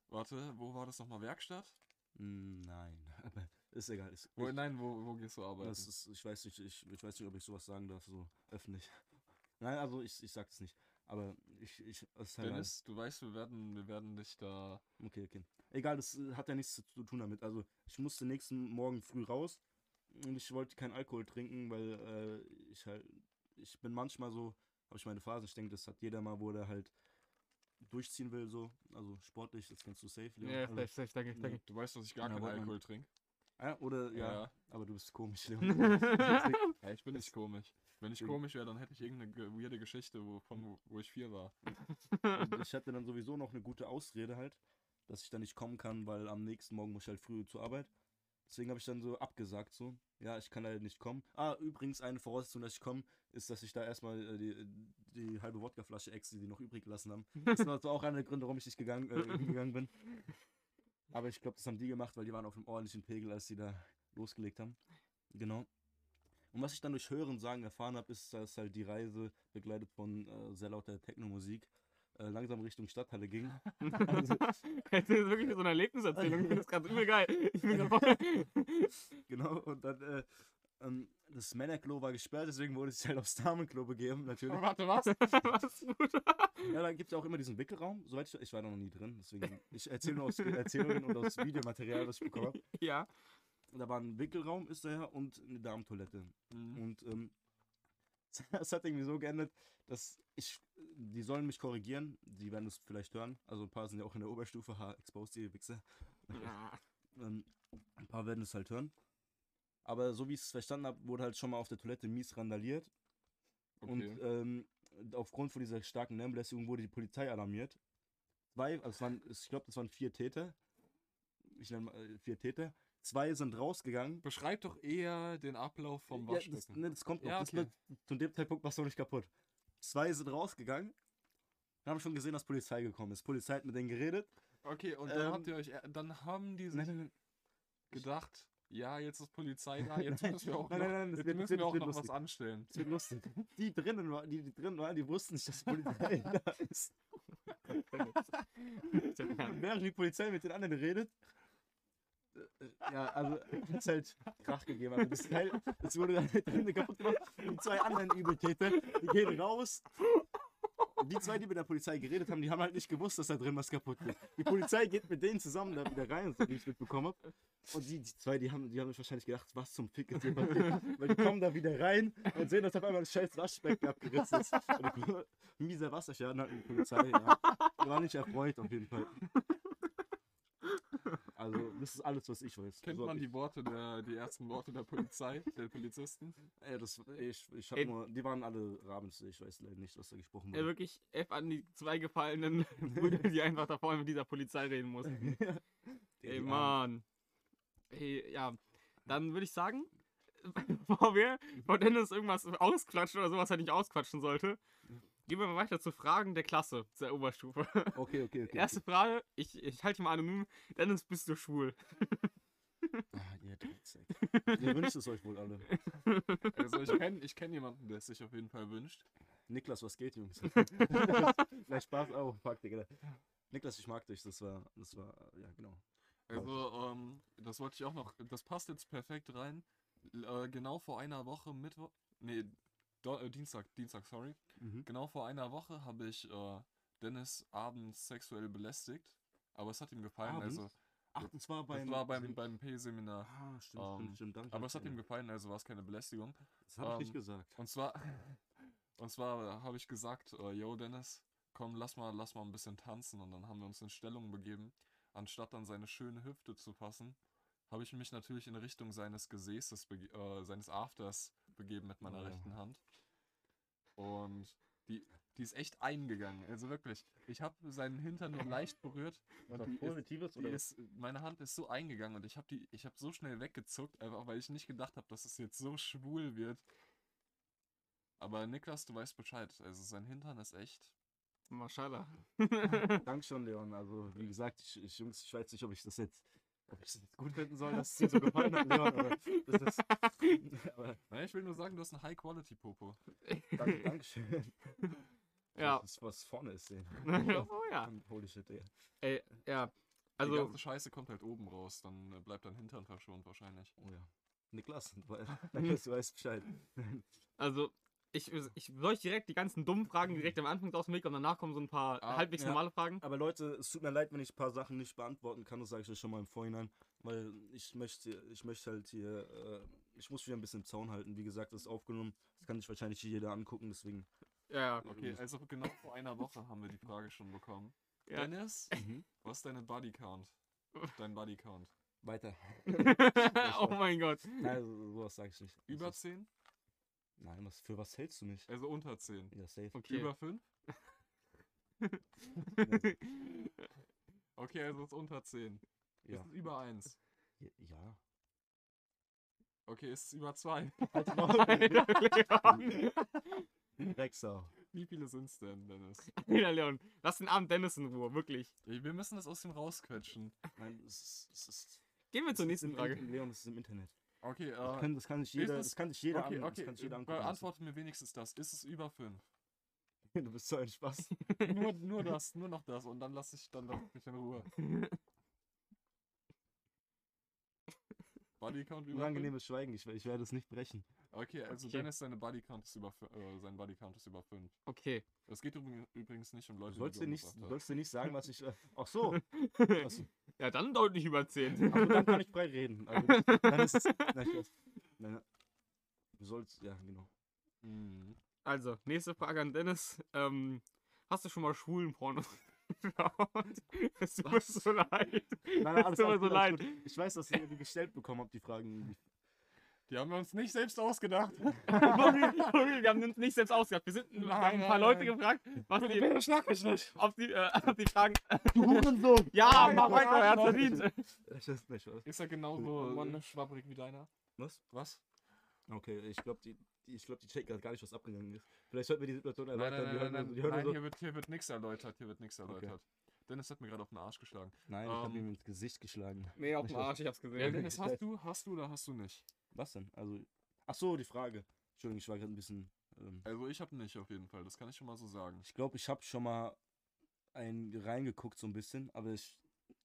S2: Warte, wo war das nochmal? Werkstatt?
S3: Mm, nein, aber ist egal. Ist,
S2: Wo, nein, wo, wo gehst du arbeiten?
S3: Das ist, ich weiß nicht, ich, ich weiß nicht, ob ich sowas sagen darf, so öffentlich. Nein, also ich, ich sag das nicht. Aber ich, ich, es ist halt
S2: Dennis, du weißt, wir werden, wir werden dich da.
S3: Okay, okay. Egal, das äh, hat ja nichts zu tun damit. Also ich musste nächsten Morgen früh raus und ich wollte keinen Alkohol trinken, weil äh, ich halt, ich bin manchmal so, habe ich meine Phase, ich denke, das hat jeder mal, wo der halt durchziehen will, so. Also sportlich, das kennst du safe, Leon.
S1: Ja,
S3: also,
S1: safe, safe, danke, danke.
S2: Du weißt, dass ich gar
S3: Ja,
S2: keinen
S3: wollte man-
S2: Alkohol trinke.
S3: ja, oder ja,
S2: Ja.
S3: aber du bist komisch, Leon.
S2: Ja, ich bin nicht komisch. Wenn ich
S3: Deswegen.
S2: komisch wäre, dann hätte ich irgendeine ge- weirde Geschichte, wo, von, wo- wo ich vier war.
S3: Und ich hatte dann sowieso noch eine gute Ausrede halt, dass ich da nicht kommen kann, weil am nächsten Morgen muss ich halt früh zur Arbeit. Deswegen habe ich dann so abgesagt, so, ja, ich kann leider nicht kommen. Ah, übrigens, eine Voraussetzung, dass ich komme, ist, dass ich da erstmal äh, die, die halbe Wodkaflasche Exe, die noch übrig gelassen haben. Das war so auch einer der Gründe, warum ich nicht gegangen, äh, hingegangen bin. Aber ich glaube, das haben die gemacht, weil die waren auf einem ordentlichen Pegel, als die da losgelegt haben. Genau. Und was ich dann durch Hören sagen erfahren habe, ist, dass halt die Reise begleitet von äh, sehr lauter Techno-Musik äh, langsam Richtung Stadthalle ging. Also,
S1: Das ist wirklich so eine Erlebniserzählung. Ich finde das gerade übel geil. Ich bin grad voll-
S3: genau, und dann äh, Ähm, das Männerklo war gesperrt, deswegen wurde es halt aufs Damenklo begeben, natürlich.
S2: Warte, was?
S1: Was, Bruder?
S3: Ja, da gibt es ja auch immer diesen Wickelraum. Soweit ich, ich war da noch nie drin, deswegen. Ich erzähle nur aus Erzählungen und aus Videomaterial, was ich bekommen habe.
S1: Ja.
S3: Da war ein Wickelraum, ist daher, und eine Damentoilette.
S2: Hm,
S3: Und ähm, es hat irgendwie so geändert, dass ich. Die sollen mich korrigieren, die werden es vielleicht hören. Also ein paar sind ja auch in der Oberstufe, ha, exposed, ihr Wichser.
S2: Ja.
S3: Ähm, ein paar werden es halt hören. Aber so wie ich es verstanden habe, wurde halt schon mal auf der Toilette mies randaliert.
S2: Okay.
S3: Und ähm, aufgrund von dieser starken Lärmbelästigung wurde die Polizei alarmiert. Zwei, also es waren, ich glaube, das waren vier Täter. Ich nenne mal äh, vier Täter. Zwei sind rausgegangen.
S2: Beschreib doch eher den Ablauf vom
S3: ja, das,
S2: Waschbecken.
S3: ne, das kommt noch.
S2: Ja,
S3: Das ist nur, zu dem Zeitpunkt warst du noch nicht kaputt. Zwei sind rausgegangen. Wir haben schon gesehen, dass Polizei gekommen ist. Polizei hat mit denen geredet.
S2: okay, und dann
S3: ähm,
S2: habt ihr euch, äh, dann haben die sich
S3: Nein, nein, nein.
S2: gedacht, ja, jetzt ist Polizei da, jetzt
S3: Nein,
S2: müssen wir auch
S3: nein,
S2: noch,
S3: nein, nein, das
S2: jetzt
S3: wird-
S2: müssen
S3: wird-
S2: wir auch
S3: wird
S2: noch was
S3: lustig.
S2: anstellen.
S3: Das wird lustig. Die drinnen, waren, die, die drinnen waren, die wussten nicht, dass Polizei da ist. Und während die Polizei mit den anderen redet, äh, ja, also hat es halt Krach gegeben. Also das Teil, das wurde dann drinnen kaputt gemacht. Die zwei anderen Übeltäter, die gehen raus. Und die zwei, die mit der Polizei geredet haben, die haben halt nicht gewusst, dass da drin was kaputt ist. Die Polizei geht mit denen zusammen da wieder rein, so wie ich mitbekommen habe. Und die, die zwei, die haben, die haben sich wahrscheinlich gedacht, was zum Fick ist hier passiert. Weil die kommen da wieder rein und sehen, dass auf einmal das scheiß Waschbecken abgerissen ist. Und die, mieser Wasserschaden hat die Polizei. Ja. Die war nicht erfreut auf jeden Fall. Also, das ist alles, was ich weiß.
S2: Kennt
S3: So hab
S2: man
S3: Also ich-
S2: die Worte, der, die ersten Worte der Polizei, der Polizisten?
S3: Ja, das, ich, ich hab
S1: Ey.
S3: nur, die waren alle Rabens, ich weiß leider nicht, was da gesprochen
S1: Ja,
S3: wurde.
S1: Äh, wirklich F an die zwei gefallenen Brüder, die einfach da vorne mit dieser Polizei reden mussten.
S3: Ja,
S1: Ey,
S3: die Armen.
S1: Mann. Ey, ja. Dann würde ich sagen, bevor wir vor Dennis irgendwas ausklatschen oder sowas er nicht ausquatschen sollte, gehen wir mal weiter zu Fragen der Klasse, zur Oberstufe.
S3: Okay, okay, okay.
S1: Erste Frage, ich, ich halte mal anonym. Dennis, bist du schwul?
S3: okay. Ah, ihr Drecksack. Ihr wünscht es euch wohl alle.
S2: Also ich kenne ich kenn jemanden, der es sich auf jeden Fall wünscht.
S3: Niklas, was geht, Jungs? Nein, Spaß. Oh, fuck, Digga. Niklas, ich mag dich. Das war, das war, ja, genau.
S2: Also, ähm, das wollte ich auch noch, das passt jetzt perfekt rein. L- Äh, genau vor einer Woche, Mittwoch, nee, Do äh, Dienstag, Dienstag, sorry. Genau vor einer Woche habe ich äh, Dennis abends sexuell belästigt, aber es hat ihm gefallen.
S3: Abends?
S2: Also,
S3: Ach, das war beim...
S2: das war beim, beim P-Seminar.
S3: ah, stimmt,
S2: ähm,
S3: stimmt, stimmt, danke.
S2: Aber es hat ihm
S3: Alter.
S2: gefallen, also war es keine Belästigung.
S3: Das hab ich
S2: ähm,
S3: nicht gesagt.
S2: Und zwar, und zwar habe ich gesagt, äh, yo Dennis, komm, lass mal, lass mal ein bisschen tanzen. Und dann haben wir uns in Stellung begeben. Anstatt an seine schöne Hüfte zu fassen, habe ich mich natürlich in Richtung seines Gesäßes, bege- äh, seines Afters begeben mit meiner
S3: Oh ja.
S2: rechten Hand. Und die, die ist echt eingegangen. Also wirklich, ich habe seinen Hintern nur leicht berührt. die ist-
S3: Positives
S2: Die ist, meine Hand ist so eingegangen und ich habe die, ich habe so schnell weggezuckt, einfach weil ich nicht gedacht habe, dass es jetzt so schwul wird. Aber Niklas, du weißt Bescheid. Also sein Hintern ist echt.
S1: Maschallah.
S3: Dank schon, Leon. Also, wie gesagt, ich, ich, Jungs, ich weiß nicht, ob ich das jetzt, ob ich das jetzt gut finden soll, dass es dir so gefallen hat, Leon. Aber, das ist, aber
S2: Nein, ich will nur sagen, du hast einen High-Quality-Popo.
S3: danke, Dankeschön.
S1: Ja.
S3: Das ist, was vorne ist, ey.
S1: oh ja.
S3: Holy shit, ey.
S1: Ey, ja.
S2: die
S1: Also,
S2: ganze Scheiße kommt halt oben raus, dann äh, bleibt dein Hintern verschont wahrscheinlich.
S3: Oh ja. Niklas, du we- Niklas, du weißt Bescheid.
S1: also ich, ich soll ich direkt die ganzen dummen Fragen direkt am Anfang aus dem Weg und danach kommen so ein paar
S2: Ah,
S1: halbwegs
S3: ja.
S1: normale Fragen.
S3: Aber Leute, es tut mir leid, wenn ich ein paar Sachen nicht beantworten kann, das sage ich euch schon mal im Vorhinein, weil ich möchte, ich möchte halt hier, äh, ich muss wieder ein bisschen im Zaun halten. Wie gesagt, das ist aufgenommen, das kann sich wahrscheinlich jeder angucken, deswegen.
S1: Ja,
S2: Okay, also genau vor einer Woche haben wir die Frage schon bekommen.
S1: Ja.
S2: Dennis, was ist deine Body-Count? Dein Body-Count?
S3: Weiter.
S1: ja. oh mein Gott.
S3: Nein, so- sowas sage ich nicht. Das
S2: Über
S3: ist-
S2: 10?
S3: Nein, was, für was hältst du mich?
S2: Also unter 10.
S3: Ja, safe.
S1: Okay.
S2: Über 5? Okay, also ist unter 10.
S3: Ja.
S2: Ist es über 1?
S3: Ja. ja.
S2: Okay, ist es über 2?
S3: Halt die Maul,
S1: Alter, Leon.
S3: Drecksau.
S2: Wie viele sind es denn, Dennis?
S1: Alter, Leon. Lass den armen Dennis in Ruhe, wirklich.
S2: Ey, Wir müssen das aus dem rausquetschen.
S3: Nein, es ist, es ist,
S1: Gehen wir
S3: es
S1: zur
S3: ist
S1: nächsten
S3: im
S1: Frage.
S3: Internet, Leon, es ist im Internet.
S2: Okay,
S3: Das
S2: äh,
S3: kann, das kann sich jeder,
S2: es-
S3: das kann sich jeder
S2: okay,
S3: an- das
S2: okay.
S3: kann sich jeder angucken.
S2: Beantworte mir wenigstens das. Ist es über 5?
S3: Du bist so ein Spaß.
S2: Nur, nur das, nur noch das und dann lasse ich dann lass ich mich in Ruhe. Bodycount über.
S3: Unangenehmes Schweigen, ich, ich werde es nicht brechen.
S2: Okay, also
S1: Okay.
S2: Dennis, seine Bodycount ist über, fü- äh, sein Bodycount ist über 5.
S1: Okay.
S2: Es geht übrig- übrigens nicht um Leute,
S3: Du sollst
S2: du
S3: dir nicht,
S2: umgebracht
S3: du
S2: hast.
S3: sollst dir nicht sagen, was ich. äh, Ach so. Was,
S1: ja, dann deutlich über 10.
S3: also dann kann ich frei reden. Also, dann ist es, nein, ich weiß. nein, du sollst. Ja, genau.
S2: Mhm.
S1: Also, nächste Frage an Dennis. Ähm, hast du schon mal schwulen Pornos geschaut? Es tut mir so leid. Es tut
S3: Nein, nein,
S1: mir
S3: alles
S1: so
S3: gut, alles
S1: leid.
S3: gut. Ich weiß, dass ihr die gestellt bekommen habt, die Fragen.
S2: Die haben wir uns nicht selbst ausgedacht.
S1: Sorry, wir haben uns nicht selbst ausgedacht. Wir, sind, wir haben ein paar
S2: Nein.
S1: Leute gefragt, was die,
S2: schlag mich nicht.
S1: ob, die, äh, ob die Fragen.
S3: Du Hurensohn!
S1: Ja,
S2: Nein,
S1: mach
S2: nein,
S1: weiter, er hat's
S2: nein.
S1: verdient.
S3: Ich weiß nicht, was.
S2: Ist ja genauso äh, schwabbrig wie deiner.
S3: Was?
S2: Was?
S3: Okay, ich glaube, die, die, ich glaub, die checken gerade gar nicht, was abgegangen ist. Vielleicht sollten wir die Situation
S2: Nein,
S3: erläutern.
S2: nein,
S3: die
S2: nein,
S3: hören,
S2: nein,
S3: die hören
S2: nein
S3: so.
S2: hier wird, hier wird nichts erläutert, hier wird nichts erläutert. Dennis hat mir gerade auf den Arsch geschlagen.
S3: nein ich habe
S2: Ähm,
S3: ihm ins Gesicht geschlagen.
S1: Nee, auf
S3: den
S1: den
S3: Arsch,
S1: Arsch, ich hab's
S2: Ja,
S1: gesehen.
S2: Dennis, hast du, hast du oder hast du nicht?
S3: Was denn? Also, ach so, die Frage. Entschuldigung, ich war gerade ein bisschen. Ähm,
S2: Also ich habe nicht auf jeden Fall, das kann ich schon mal so sagen.
S3: ich glaube, ich habe schon mal einen reingeguckt, so ein bisschen, aber ich.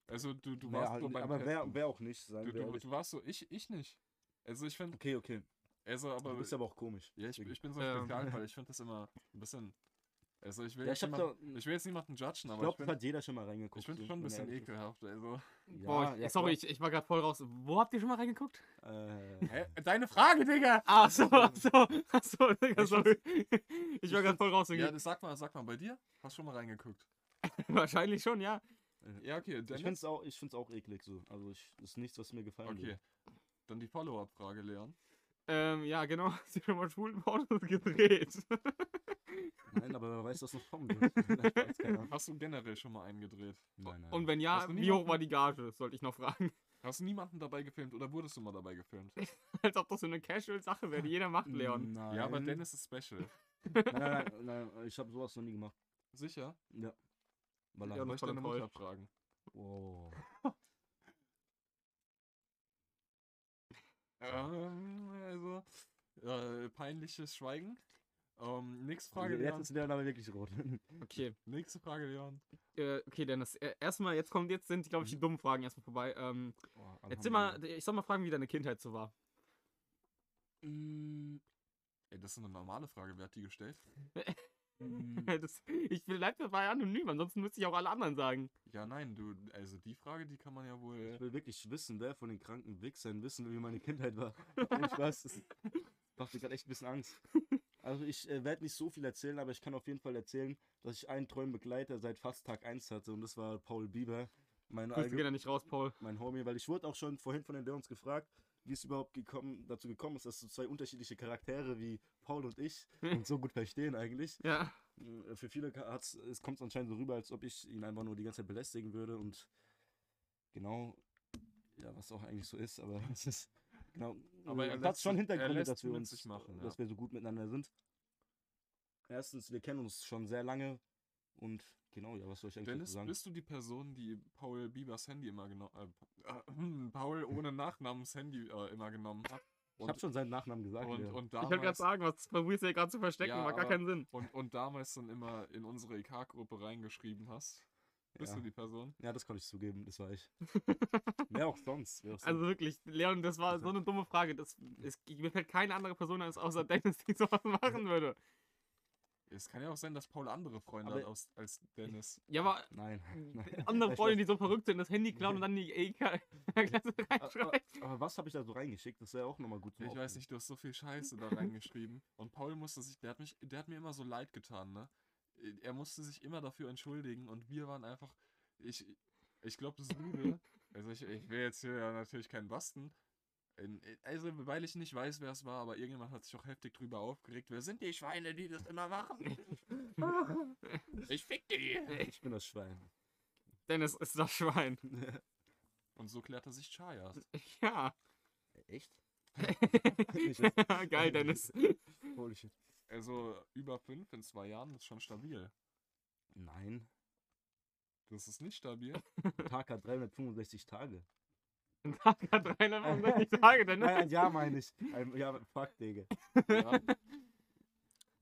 S2: Also du, du
S3: wär
S2: warst
S3: halt,
S2: so beim
S3: aber wer,
S2: Testen.
S3: wer auch nicht, sein
S2: du, du, du warst so, ich, ich nicht. Also ich finde,
S3: Okay, okay.
S2: also aber,
S3: Du bist aber auch komisch.
S2: ja, ich,
S3: deswegen.
S2: ich bin so
S1: Ähm.
S2: spezial, weil ich finde das immer ein bisschen, also ich will,
S3: Ja,
S2: jetzt
S3: ich hab
S2: niemanden-
S3: da-
S2: ich will jetzt niemanden judgen,
S3: ich
S2: aber
S3: glaube,
S2: ich
S3: das
S2: bin,
S3: hat jeder schon mal reingeguckt.
S2: ich find
S3: so,
S2: schon ein
S3: wenn er
S2: bisschen
S3: ehrlich ist.
S2: ekelhaft, also.
S3: Ja,
S1: Boah, ich,
S3: ja,
S1: sorry,
S3: klar.
S1: ich, ich war gerade voll raus. Wo habt ihr schon mal reingeguckt?
S3: Äh,
S2: Hä? Deine Frage, Digga!
S1: Ah, so, ach so, ach so, Digga,
S2: Ähm. Ich
S1: sorry. Ich war
S2: ich
S1: gerade voll raus.
S2: Ja, das sag mal, sag mal, bei dir? Hast schon mal reingeguckt?
S1: Wahrscheinlich schon, ja.
S2: Ja, okay,
S3: ich
S2: Dennis.
S3: find's auch, ich find's auch eklig so. Also ich, ist nichts, was mir gefallen
S2: Okay.
S3: würde.
S2: Dann die Follow-up-Frage, Leon.
S1: Ähm, ja, genau, hast du schon mal schwulen Pornos gedreht?
S3: Nein, aber wer weiß, dass noch kommen wird. Nein, Spaß, keine Ahnung.
S2: Hast du generell schon mal einen gedreht?
S3: Nein, nein.
S1: Und wenn ja,
S2: Hast du
S1: wie
S2: niemanden?
S1: hoch war die Gage? Sollte ich noch fragen.
S2: Hast du niemanden dabei gefilmt oder wurdest du mal dabei gefilmt?
S1: Als ob das so eine Casual-Sache wäre, die jeder macht, Leon.
S3: Nein.
S2: Ja, aber Dennis ist special.
S3: Nein, nein, nein, nein, ich habe sowas noch nie gemacht.
S2: Sicher?
S3: Ja. Ballern.
S1: Ja,
S2: Soll ich
S1: voll
S2: deine
S1: voll.
S2: Mutter fragen?
S3: Wow.
S2: Ähm, also, äh, peinliches Schweigen. Ähm, nächste Frage,
S3: Jetzt
S2: Leon.
S3: ist der aber wirklich rot.
S1: Okay,
S2: Nächste Frage, Leon.
S1: äh, okay, Dennis. äh, Erstmal, jetzt kommt, jetzt sind, glaube ich, die dummen Fragen erstmal vorbei. Ähm,
S3: Boah,
S1: jetzt mal, ich soll mal fragen, wie deine Kindheit so war.
S3: Mm,
S2: Ey, das ist eine normale Frage. Wer hat die gestellt?
S3: mm,
S2: Mhm.
S1: Das, ich bleib dabei anonym, ansonsten müsste ich auch alle anderen sagen.
S2: Ja, nein, du, also die Frage, die kann man ja wohl.
S3: Ich will wirklich wissen, wer von den kranken Wichsern wissen will, wie meine Kindheit war. Nein, Spaß. Das macht mir gerade echt ein bisschen Angst. Also ich äh, werde nicht so viel erzählen, aber ich kann auf jeden Fall erzählen, dass ich einen treuen Begleiter seit fast Tag 1 hatte und das war Paul Bieber. Mein,
S1: Grüße
S2: also
S3: Allge-
S1: gehen da nicht raus, Paul.
S3: mein Homie, weil ich wurde auch schon vorhin von den Leons gefragt, wie es überhaupt gekommen, dazu gekommen ist, dass so zwei unterschiedliche Charaktere wie Paul und ich uns so gut verstehen eigentlich.
S1: Ja.
S3: Äh, Für viele ka- hat's, es kommt anscheinend so rüber, als ob ich ihn einfach nur die ganze Zeit belästigen würde und genau, ja, was auch eigentlich so ist, aber es ist genau.
S2: Aber er
S3: es hat
S2: lässt
S3: schon
S2: sich- er
S3: Hintergründe,
S2: lässt
S3: dass wir
S2: mit
S3: uns,
S2: sich machen, ja.
S3: dass wir so gut miteinander sind. Erstens, wir kennen uns schon sehr lange und genau, ja, was soll ich eigentlich
S2: Dennis,
S3: dazu sagen?
S2: bist du die Person, die Paul Biebers Handy immer genommen äh, Paul ohne Nachnamens Handy äh, immer genommen hat?
S3: Ich habe schon seinen Nachnamen gesagt.
S2: und,
S3: ja.
S2: und,
S1: Ich wollte gerade
S2: damals,
S1: sagen, was probierst du hier gerade zu verstecken,
S2: Ja,
S1: macht gar
S2: aber-
S1: keinen Sinn.
S2: und, und damals dann immer in unsere EK-Gruppe reingeschrieben hast? Bist
S3: ja.
S2: du die Person?
S3: Ja, das kann ich zugeben, das war ich. Wer auch sonst. Wer auch
S1: Also
S3: sonst.
S1: wirklich, Leon, das war so eine dumme Frage. Das, es, mir fällt keine andere Person als außer Dennis, die sowas machen würde.
S2: Es kann ja auch sein, dass Paul andere Freunde
S3: Aber-
S2: hat aus, als Dennis.
S1: Ja, aber
S3: Nein. nein.
S1: andere
S3: Ich
S1: Freunde, die so verrückt sind, das Handy klauen und dann die EK-Klasse
S3: weiß- aber,
S1: reinschreiben.
S3: aber- aber was habe ich da so reingeschickt? Das wäre auch nochmal gut zum
S2: Ich weiß
S3: Aufnehmen.
S2: nicht, du hast so viel Scheiße da reingeschrieben. Und Paul musste sich, der hat mich, der hat mir immer so leid getan, ne? Er musste sich immer dafür entschuldigen und wir waren einfach, ich, ich glaube, Sude, also ich, ich will jetzt hier ja natürlich keinen Basten. In- Also, weil ich nicht weiß, wer es war, aber irgendjemand hat sich auch heftig drüber aufgeregt. Wer sind die Schweine, die das immer machen? Ich fick die!
S3: Ich bin das Schwein.
S1: Dennis ist das Schwein.
S2: Und so klärte sich Chaya.
S1: Ja,
S3: Echt?
S1: geil, Dennis.
S3: Holy shit.
S2: Also, über fünf in zwei Jahren ist schon stabil.
S3: Nein.
S2: Das ist nicht stabil.
S3: Ein Tag hat 365 Tage.
S1: Ein Tag hat um 365 Tage, Dennis.
S3: Nein, ein Jahr meine ich. Ein Jahr, fuck, Digga.
S2: Ja.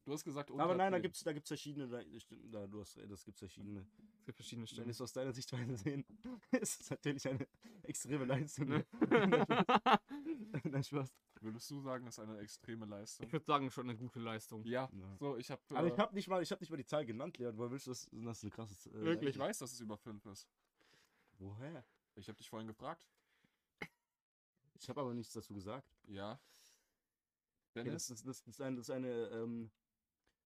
S2: Du hast gesagt,
S3: Aber nein, da
S2: Unterthemen.
S3: gibt es da gibt's verschiedene. Da, stimmt, da, du hast recht, es gibt verschiedene.
S2: Es gibt verschiedene
S3: Wenn
S2: Stimmen.
S3: wir es aus deiner Sichtweise sehen, ist es natürlich eine extreme Leistung.
S1: Ne?
S3: Nein, Spaß.
S2: Würdest du sagen, das ist eine extreme Leistung?
S1: Ich würde sagen, schon eine gute Leistung.
S2: Ja.
S3: Ja.
S2: So, ich äh, habe.
S3: Aber ich habe nicht, mal- ich hab nicht mal die Zahl genannt, Leon. Woher willst du das? Das ist eine krasse Z- äh,
S1: Wirklich?
S2: ich
S3: Leistung.
S2: weiß, dass es über 5 ist.
S3: Woher?
S2: Ich habe dich vorhin gefragt.
S3: Ich habe aber nichts dazu gesagt.
S2: Ja.
S3: Okay,
S2: Dennis?
S3: das, ist, das ist eine, das ist eine ähm,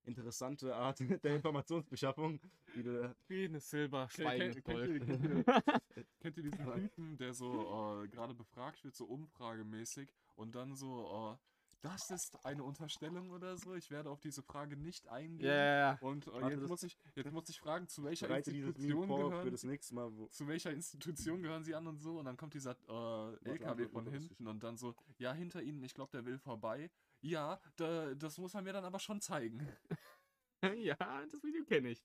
S3: interessante Art der Informationsbeschaffung. Die du, äh,
S1: Reden ist Silber,
S2: Ken-
S1: Schweigen ist
S2: kennt, ihr,
S1: Gold.
S2: kennt, ihr, kennt ihr diesen Typen, der so äh, gerade befragt wird, so umfragemäßig und dann so, äh, das ist eine Unterstellung oder so, ich werde auf diese Frage nicht eingehen.
S1: Ja,
S2: Und äh,
S3: Warte,
S2: jetzt,
S3: das-
S2: muss ich, jetzt muss ich fragen, zu welcher
S3: bereite dieses Meme
S2: Institution
S3: vor für
S2: gehören,
S3: das nächste Mal. Wo,
S2: zu welcher Institution gehören sie an und so. Und dann kommt dieser äh, LKW
S3: Antwort,
S2: von
S3: Antwort ist
S2: hinten und dann so, ja, hinter ihnen, ich glaube, der will vorbei. Ja, da, das muss er mir dann aber schon zeigen.
S1: ja. ja, das Video kenne ich.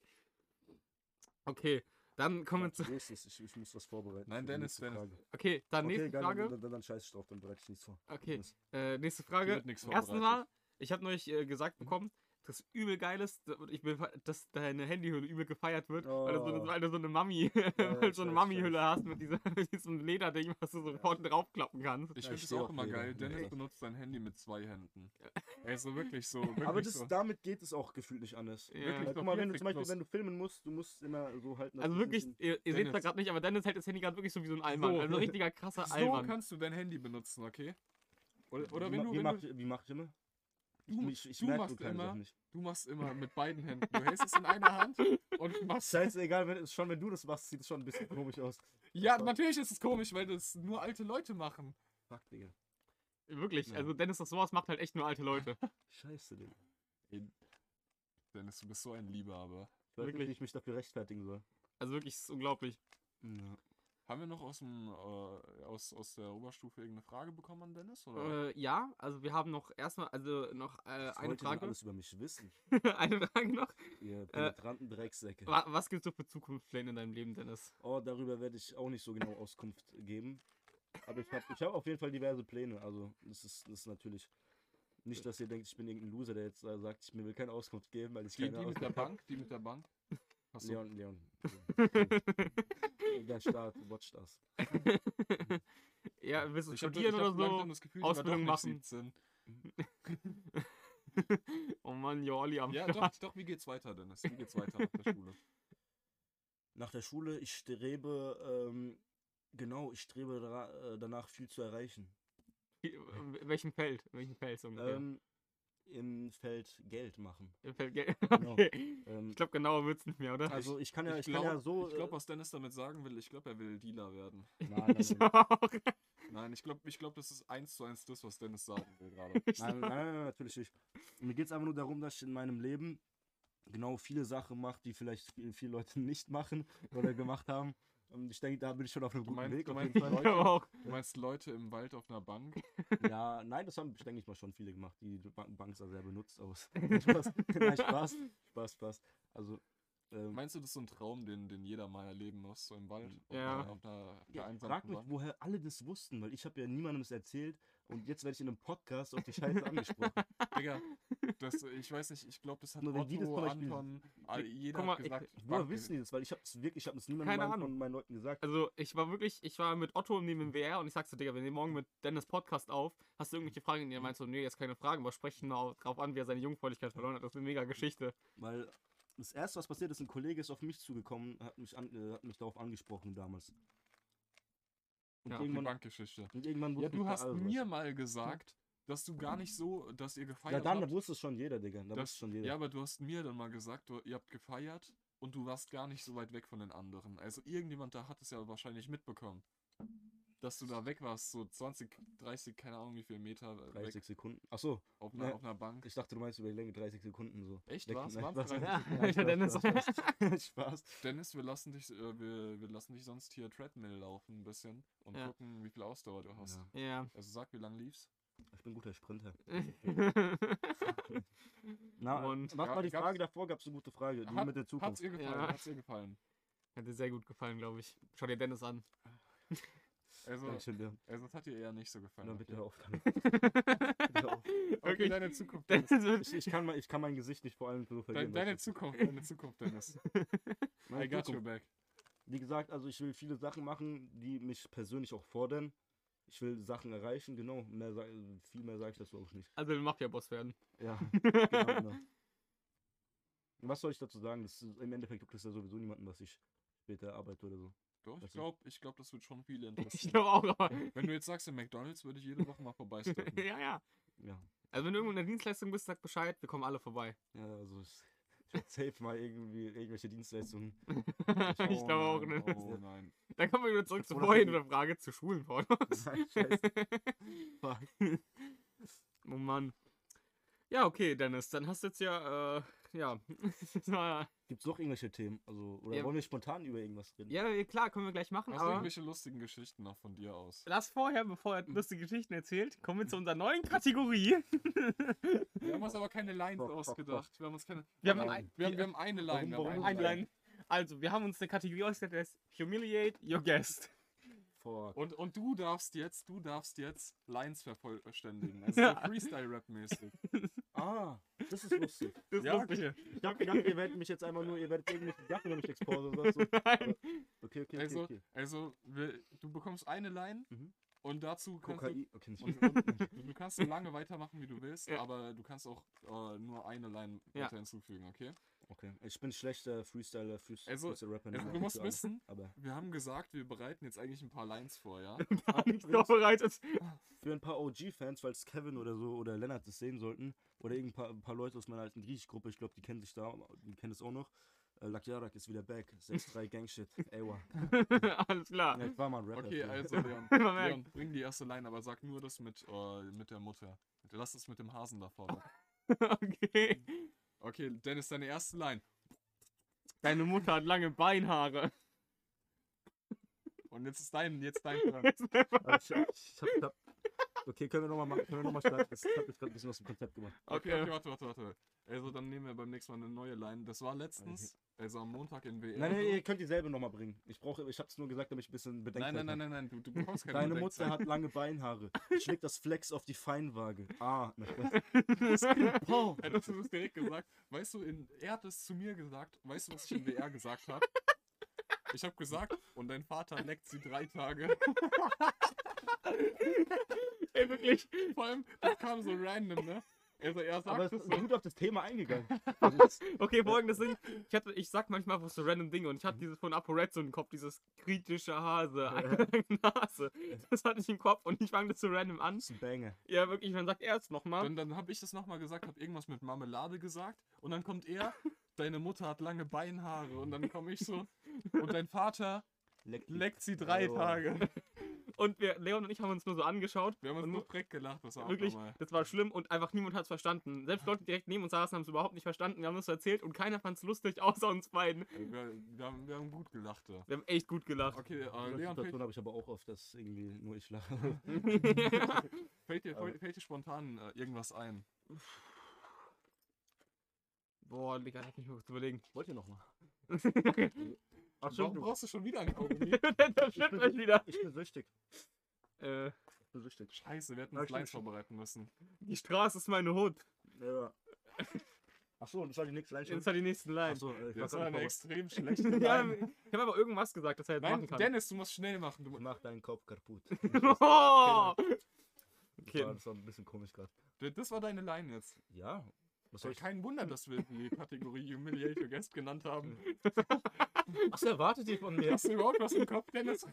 S1: Okay, dann kommen wir zu.
S3: Warte, nächstes, ich, ich muss was vorbereiten.
S2: Nein,
S3: für die
S2: Dennis,
S3: nächste
S2: Dennis.
S3: Frage.
S1: Okay, dann
S3: Okay,
S1: nächste
S3: geil,
S1: Frage.
S3: dann, dann, dann, dann scheiß ich drauf, dann bereite ich nichts vor.
S1: Okay,
S3: Dennis.
S1: äh, nächste
S2: Hier
S1: Frage.
S2: wird nichts
S1: Erstens
S2: vorbereitet.
S1: mal, ich habe neulich äh, gesagt bekommen, das ist übel geiles, ich will, dass deine Handyhülle übel gefeiert wird, weil du so eine,
S3: Oh.
S1: weil du so eine Mami, weil du so eine
S3: scheiß,
S1: Mami-Hülle hast mit, dieser, mit diesem Lederding, was du sofort draufklappen kannst.
S2: Ich
S3: Ja,
S2: finde
S3: ich
S2: es
S3: steh
S2: auch
S3: auf
S2: immer
S3: Leder.
S2: geil.
S3: Nee.
S2: Dennis benutzt sein Handy mit zwei Händen. Er ist so wirklich so. Wirklich
S3: Aber das,
S2: so.
S3: damit geht es auch gefühlt nicht anders.
S1: Ja. Also
S3: Weil,
S1: Wirklich
S3: guck
S2: noch
S3: mal, wenn du
S2: 40
S3: zum Beispiel,
S2: plus.
S3: wenn du filmen musst, du musst immer so halten. dass
S1: also
S3: es
S1: wirklich,
S3: nicht-
S1: ihr, ihr seht es da
S2: Dennis.
S1: gerade nicht, aber Dennis hält das Handy gerade wirklich so wie so ein Alman.
S2: So.
S1: Also ein richtiger krasser
S2: So
S1: Alman.
S2: kannst du dein Handy benutzen, okay? Oder, oder
S3: wie,
S2: wenn
S3: ma-
S2: du,
S3: wie,
S2: wenn
S3: mach,
S2: du,
S3: wie mach ich immer?
S2: du,
S3: ich ich
S2: du
S3: merke so
S2: machst
S3: keine
S2: immer,
S3: Sachen nicht.
S2: du machst immer mit beiden Händen. Du hältst es in einer Hand und machst.
S3: Scheißegal, wenn, schon wenn du das machst, sieht es schon ein bisschen komisch aus.
S2: Ja, natürlich ist es komisch, weil das nur alte Leute machen.
S3: Fuck, Digga.
S1: Wirklich,
S3: Ja.
S1: also Dennis, das sowas macht halt echt nur alte Leute.
S3: Scheiße, Digga. Ich
S2: Dennis, du bist so ein Liebhaber.
S3: weiß nicht,
S1: Wirklich.
S3: wie ich mich dafür rechtfertigen soll.
S1: Also wirklich, es ist unglaublich.
S2: Haben wir noch aus, dem, äh, aus, aus der Oberstufe irgendeine Frage bekommen an Dennis? Oder?
S1: Äh, ja, also wir haben noch erstmal, also noch äh, eine
S3: Was wollt ihr denn
S1: Frage.
S3: alles über mich wissen,
S1: eine Frage noch.
S3: ihr penetranten Drecksäcke.
S1: Wa- Was gibt es für Zukunftspläne in deinem Leben, Dennis?
S3: Oh, darüber werde ich auch nicht so genau Auskunft geben. Aber ich habe ich hab auf jeden Fall diverse Pläne. Also, das ist, das ist natürlich nicht, dass ihr denkt, ich bin irgendein Loser, der jetzt äh, sagt, ich mir will keine Auskunft geben, weil ich
S2: die,
S3: keine
S2: die mit
S3: Auskunft
S2: der
S3: hab.
S2: Bank? Die mit der Bank? Hast du
S3: Leon, Leon. der Staat, watch das.
S1: ja, willst du
S2: Ich hab-
S1: studieren
S2: ich
S1: oder
S2: hab langsam
S1: so?
S2: Das Gefühl, die war doch
S1: Ausbildung
S2: nicht
S1: machen.
S2: 17.
S1: oh Mann, Jolli am
S2: Ja,
S1: Start.
S2: doch, doch, wie geht's weiter, Dennis? Wie geht's weiter nach der Schule?
S3: Nach der Schule, ich strebe, ähm, genau, ich strebe dara- äh, danach viel zu erreichen.
S1: In Welchem Feld? In Welchem Feld so ungefähr?
S3: Ähm, Im Feld Geld machen.
S1: Im Feld Geld.
S3: genau.
S1: Okay.
S3: Ähm,
S1: Ich glaube, genauer wird's nicht mehr, oder?
S3: also ich kann ja, ich,
S2: ich glaub,
S3: kann ja so.
S2: ich glaube, was Dennis damit sagen will, ich glaube, er will Dealer werden.
S3: äh, nein, nein,
S1: Ich
S3: nein,
S1: auch.
S2: Nein, ich glaube, ich glaub, das ist eins zu eins das, was Dennis sagen will gerade.
S3: nein, nein, nein, nein, natürlich nicht. Mir geht es einfach nur darum, dass ich in meinem Leben genau viele Sachen mache, die vielleicht viel- viele Leute nicht machen oder gemacht haben. Und ich denke, da bin ich schon auf einem
S2: Du
S3: guten
S2: meinst-
S3: Weg.
S2: du
S3: auf
S2: meinst
S3: jeden Fall.
S1: Ich glaub auch.
S2: Du meinst Leute im Wald auf einer Bank?
S3: Ja, nein, das haben, denke ich mal, schon viele gemacht, die die Bank, Bank sah sehr benutzt aus. Nein, Spaß, nein, Spaß, Spaß, Spaß. Also, ähm,
S2: Meinst du, das ist so ein Traum, den, den jeder mal erleben muss, so im Wald? Auf
S1: Ja.
S2: einer- Auf einer, auf einer
S3: ja,
S2: einsamen
S3: frag mich,
S2: Bank?
S3: woher alle das wussten, weil ich habe ja niemandem es erzählt und jetzt werde ich in einem Podcast auf die Scheiße angesprochen.
S2: Digga, das, ich weiß nicht, ich glaube, das hat
S3: Nur wenn
S2: Otto,
S3: die das zum Beispiel-
S2: Anton, all- jeder
S1: Guck mal,
S2: hat gesagt.
S3: Woher
S2: Bank-
S3: wissen die das? Weil ich habe es wirklich, ich habe es niemandem
S1: Keine
S3: meinen-
S1: Ahnung.
S3: von meinen Leuten gesagt.
S1: Also ich war wirklich, ich war mit Otto neben dem WR und ich sagte, Digga, wir nehmen morgen mit Dennis Podcast auf. Hast du irgendwelche Fragen? Und er meinte so, nee, jetzt keine Fragen, aber sprechen genau drauf an, wie er seine Jungfräulichkeit verloren hat. Das ist eine mega Geschichte.
S3: Weil das erste, was passiert ist, ein Kollege ist auf mich zugekommen, hat mich, an, äh, hat mich darauf angesprochen damals. Und,
S1: Ja, auf die
S2: Die
S3: irgendwann,
S2: Bankgeschichte.
S3: und irgendwann
S2: Ja,
S3: wussten
S2: du
S3: es
S2: hast
S3: alle also was.
S2: mir mal gesagt, dass du gar nicht so, dass ihr gefeiert
S3: Ja, dann
S2: habt.
S3: wusste es schon jeder, Digga. Da wusste
S2: Das,
S3: es schon jeder.
S2: Ja, aber du hast mir dann mal gesagt, du, ihr habt gefeiert und du warst gar nicht so weit weg von den anderen. Also irgendjemand da hat es ja wahrscheinlich mitbekommen, dass du da weg warst, so 20, 30, keine Ahnung wie viel Meter äh,
S3: 30
S2: weg
S3: Sekunden. Achso,
S2: auf, einer,
S3: Ne.
S2: auf einer Bank.
S3: ich dachte, du meinst über die Länge 30 Sekunden so.
S2: Echt,
S3: Weg-
S2: war's?
S3: Nein,
S2: Waren's
S3: Spaß.
S2: 30
S1: Ja,
S3: Nein,
S1: Alter, Dennis.
S3: Spaß, Spaß, Spaß. Spaß.
S2: Dennis, wir lassen dich, äh, wir, wir lassen dich sonst hier Treadmill laufen ein bisschen und
S1: Ja.
S2: gucken, wie viel Ausdauer du hast.
S3: Ja.
S1: Ja.
S2: Also sag, wie lange lief's?
S3: Ich bin ein guter Sprinter.
S1: Na,
S3: Na,
S1: Und-
S3: und was
S2: Ja,
S3: war die
S2: gab's-
S3: Frage davor? Gab es eine gute Frage? Die
S2: Hat-
S3: mit der
S2: Hat's
S3: Zukunft.
S2: ihr gefallen?
S1: Ja.
S2: Hat's ihr gefallen?
S1: Hat dir sehr gut gefallen, glaube ich. Schau dir Dennis an.
S2: Also,
S3: Dankeschön, Leon.
S2: also das hat dir eher nicht so
S3: Na,
S2: gefallen.
S3: bitte
S2: okay.
S3: hör auf damit.
S1: Wirklich,
S2: Okay, Wirklich deine Zukunft, Dennis.
S3: Ich, ich, kann, mein- ich kann mein Gesicht nicht vor allem so
S2: Deine,
S3: verlieren.
S2: deine
S3: weißt du.
S2: Zukunft, deine Zukunft, Dennis.
S3: Meine
S2: I got your
S3: Zukunft.
S2: back.
S3: Wie gesagt, also ich will viele Sachen machen, die mich persönlich auch fordern. Ich will Sachen erreichen, genau. Mehr, sa- viel mehr sage ich dazu auch nicht.
S1: Also will Mafia-Boss werden.
S3: Ja, genau, genau. Was soll ich dazu sagen? Das ist, Im Endeffekt gibt es ja sowieso niemanden, was ich später arbeite oder so.
S2: Doch, ich
S3: Also-
S2: glaube, ich glaub, das wird schon viele
S1: Ich
S2: interessieren.
S1: glaube auch, aber.
S2: Wenn du jetzt sagst, in McDonalds würde ich jede Woche mal vorbeistecken.
S1: ja, ja.
S3: Ja,
S1: Also wenn du irgendwo in der Dienstleistung bist, sag Bescheid, wir kommen alle vorbei.
S3: ja also ich, ich werd safe mal irgendwie irgendwelche Dienstleistungen.
S1: ich glaube auch,
S2: nein,
S1: ne?
S2: Oh nein.
S1: Da kommen wir wieder zurück zu
S3: Oder-
S1: vorhin der Frage zu schwulen Pornos.
S3: Scheiße. Fuck.
S1: oh Mann. Ja, okay, Dennis, dann hast du jetzt ja, äh, ja. Das war-
S3: Gibt's noch irgendwelche Themen? Also, oder
S1: Ja.
S3: wollen wir spontan über irgendwas reden?
S1: ja, klar, können wir gleich machen,
S2: Hast du
S1: aber
S2: irgendwelche lustigen Geschichten noch von dir aus?
S1: lass vorher, bevor er lustige Geschichten erzählt, kommen wir zu unserer neuen Kategorie.
S2: Wir haben uns aber keine Lines
S3: Fuck, fuck, fuck.
S2: ausgedacht. Wir haben uns keine.
S1: Wir haben
S2: Nein,
S1: ein-
S2: wir haben, wir haben eine Line.
S3: Warum-
S2: wir haben
S3: warum
S2: eine Line.
S1: Einleiten. Also, wir haben uns eine Kategorie ausgedacht, die heißt Humiliate Your Guest.
S3: Fuck.
S2: Und, und du darfst jetzt, du darfst jetzt Lines vervollständigen. Also
S1: Ja.
S2: so Freestyle-Rap-mäßig.
S3: Ah, das ist lustig.
S1: Das ist
S2: Ja,
S1: lustig.
S3: Ich hab gedacht, ihr werdet mich jetzt einmal nur, ihr werdet irgendwelche Sachen nämlich exposen. oder so.
S1: Nein.
S3: Okay, okay, okay.
S2: Also,
S3: okay.
S2: also wir, du bekommst eine Line
S3: Mhm.
S2: und dazu kannst du,
S3: Kokain. Okay, nicht.
S2: und, und, du, du kannst so lange weitermachen, wie du willst,
S1: Ja.
S2: aber du kannst auch äh, nur eine Line
S1: Ja.
S2: weiter hinzufügen, okay?
S3: okay. Ich bin schlechter Freestyler, Freest
S2: Also,
S3: Freestyle-Rapper.
S2: also
S3: ne?
S2: du musst
S3: Keine Ahnung.
S2: wissen-
S3: Aber
S2: Wir haben gesagt, wir bereiten jetzt eigentlich ein paar Lines vor, ja?
S1: Gar nicht vorbereitet.
S3: für ein paar OG-Fans, falls Kevin oder so oder Lennart das sehen sollten, oder irgend ein paar, ein paar Leute aus meiner alten Griechisch-Gruppe, ich glaube, die kennen sich da, die kennen es auch noch. Äh, Lakjarak ist wieder back. 6-3 Gangshit. Ey, wow.
S1: Alles klar.
S3: Ja, ich war mal ein Rapper.
S2: Okay,
S3: früher.
S2: also Leon,
S1: Man merkt.
S2: Leon, bring die erste Line, aber sag nur das mit, äh, mit der Mutter. Lass es mit dem Hasen da vorne.
S1: Okay.
S2: Okay, Dennis, deine erste Line.
S1: Deine Mutter hat lange Beinhaare.
S2: Und jetzt ist dein, jetzt dein Plan.
S3: Also ich, ich hab, ich hab, okay, können wir nochmal machen, können wir nochmal starten. Das hat mich gerade ein bisschen aus dem Konzept gemacht.
S2: Okay, okay,
S1: Okay.
S2: warte, warte, warte. Also, dann nehmen wir beim nächsten Mal eine neue Line. Das war letztens, also am Montag in WR.
S3: Äh, Nein, nein,
S2: so.
S3: ihr könnt dieselbe nochmal bringen. Ich brauche, ich hab's nur gesagt, damit ich ein bisschen bedenkt
S2: Also- nein, nein, nein, nein, nein, du, du bekommst keine
S3: halt Deine
S2: Bedenkzeit.
S3: Mutter hat lange Beinhaare. Ich leg das Flex auf die Feinwaage. Ah, na, was-
S2: Ey, das hast du direkt gesagt. Weißt du, in, er hat es zu mir gesagt. Weißt du, was ich in WR gesagt habe? Ich habe gesagt, und dein Vater leckt sie drei Tage.
S1: Ey, wirklich.
S2: Vor allem, das kam so random, ne? Also, er sagt
S3: aber es
S2: es
S3: ist
S2: so.
S3: gut auf das Thema eingegangen. Also das-
S1: Okay, folgendes Ding. Ich, hatte, ich sag manchmal was so random Dinge und ich hatte dieses von ApoRed so im Kopf, dieses kritische Hase, eine lange Nase. Das hatte ich im Kopf und ich fang das so random an.
S3: Das ist ein Banger.
S1: Ja, wirklich, man sagt erst nochmal.
S2: Dann, dann habe ich das nochmal gesagt, habe irgendwas mit Marmelade gesagt. Und dann kommt er, deine Mutter hat lange Beinhaare. Und dann komme ich so, und dein Vater
S3: Leck die-
S2: leckt sie drei
S3: Oh.
S2: Tage.
S1: Und wir, Leon und ich haben uns nur so angeschaut.
S2: Wir haben uns
S1: Und
S2: nur Dreck gelacht, das war auch
S1: Wirklich,
S2: normal.
S1: das war schlimm und einfach niemand hat es verstanden. Selbst Leute, die direkt neben uns saßen, haben es überhaupt nicht verstanden. Wir haben das so erzählt und keiner fand es lustig, außer uns beiden.
S2: Ey, Wir, wir, haben, wir haben gut gelacht da.
S1: Wir haben echt gut gelacht.
S2: Okay, äh,
S3: Solche
S2: Leon,
S3: Situationen
S2: fällt,
S3: habe ich aber auch oft, dass irgendwie nur ich lache.
S2: fällt, dir,
S3: Aber-
S2: fällt dir spontan äh, irgendwas ein?
S1: Boah, Digga, lass mich mal kurz überlegen.
S3: Wollt ihr nochmal?
S1: Ach,
S2: Warum
S1: stimmt.
S2: brauchst du schon wieder einen Kaugummi?
S1: das stimmt euch wieder.
S3: Ich bin süchtig.
S1: Äh,
S3: Ich bin süchtig.
S2: Scheiße, wir hätten
S3: Ja,
S2: uns
S3: stimmt,
S2: Lines
S3: stimmt.
S2: vorbereiten müssen.
S1: die Straße ist meine Hut.
S3: Ja. Achso, und das war die nächste Line
S1: Jetzt war die nächsten Line.
S3: Achso, äh, ich
S2: Das war
S3: war
S2: eine
S3: nicht
S2: extrem schlechte
S1: ja,
S2: Line.
S1: ich habe aber irgendwas gesagt, das er jetzt
S2: Nein,
S1: machen kann.
S2: Dennis, du musst schnell machen. Du,
S3: Ich mach deinen Kopf kaputt.
S1: oh!
S2: Genau.
S3: Das war, das war ein bisschen komisch gerade.
S2: du- das war deine Line jetzt.
S3: Ja. Was soll ich?
S2: Kein Wunder, dass wir die Kategorie Humiliate Your Guest genannt haben.
S3: Was erwartet ihr von mir?
S2: Hast du überhaupt was im Kopf, Dennis?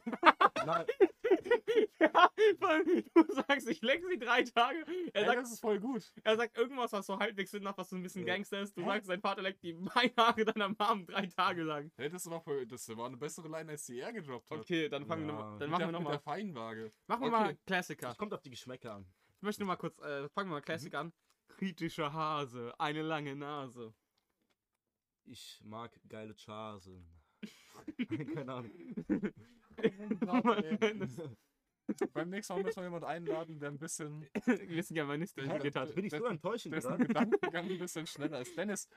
S3: Nein,
S1: Ja, weil du sagst, ich lenke sie drei Tage. Er
S2: Ey,
S1: sagt,
S2: das ist voll gut.
S1: er sagt irgendwas, was so halbwegs Sinn macht, was so ein bisschen
S3: Ja.
S1: Gangster ist. Du
S2: Hä?
S1: sagst, sein Vater leckt die Beinhaare deiner Mom drei Tage lang.
S2: Ey, das, war voll, das war eine bessere Line, als die er gedroppt hat.
S1: Okay, dann fangen wir
S3: Ja.
S1: noch, dann
S2: Mit
S1: machen wir
S2: der- mit
S1: nochmal.
S2: der Feinwaage.
S1: Machen wir
S2: Okay.
S1: mal Klassiker.
S3: das kommt auf die Geschmäcker an.
S1: Ich möchte noch mal kurz, äh, fangen wir mal
S2: Mhm.
S1: Klassiker an. Kritischer Hase, eine lange Nase.
S3: Ich mag geile Chasen. Keine Ahnung.
S1: Wir
S2: Beim nächsten Mal müssen wir jemanden einladen, der ein bisschen,
S1: sind ja mal nicht
S2: Hä?
S1: studiert hat.
S3: halt- Bin ich so enttäuschend
S2: dessen
S3: gerade?
S2: Gedankengang ein bisschen schneller ist. Dennis,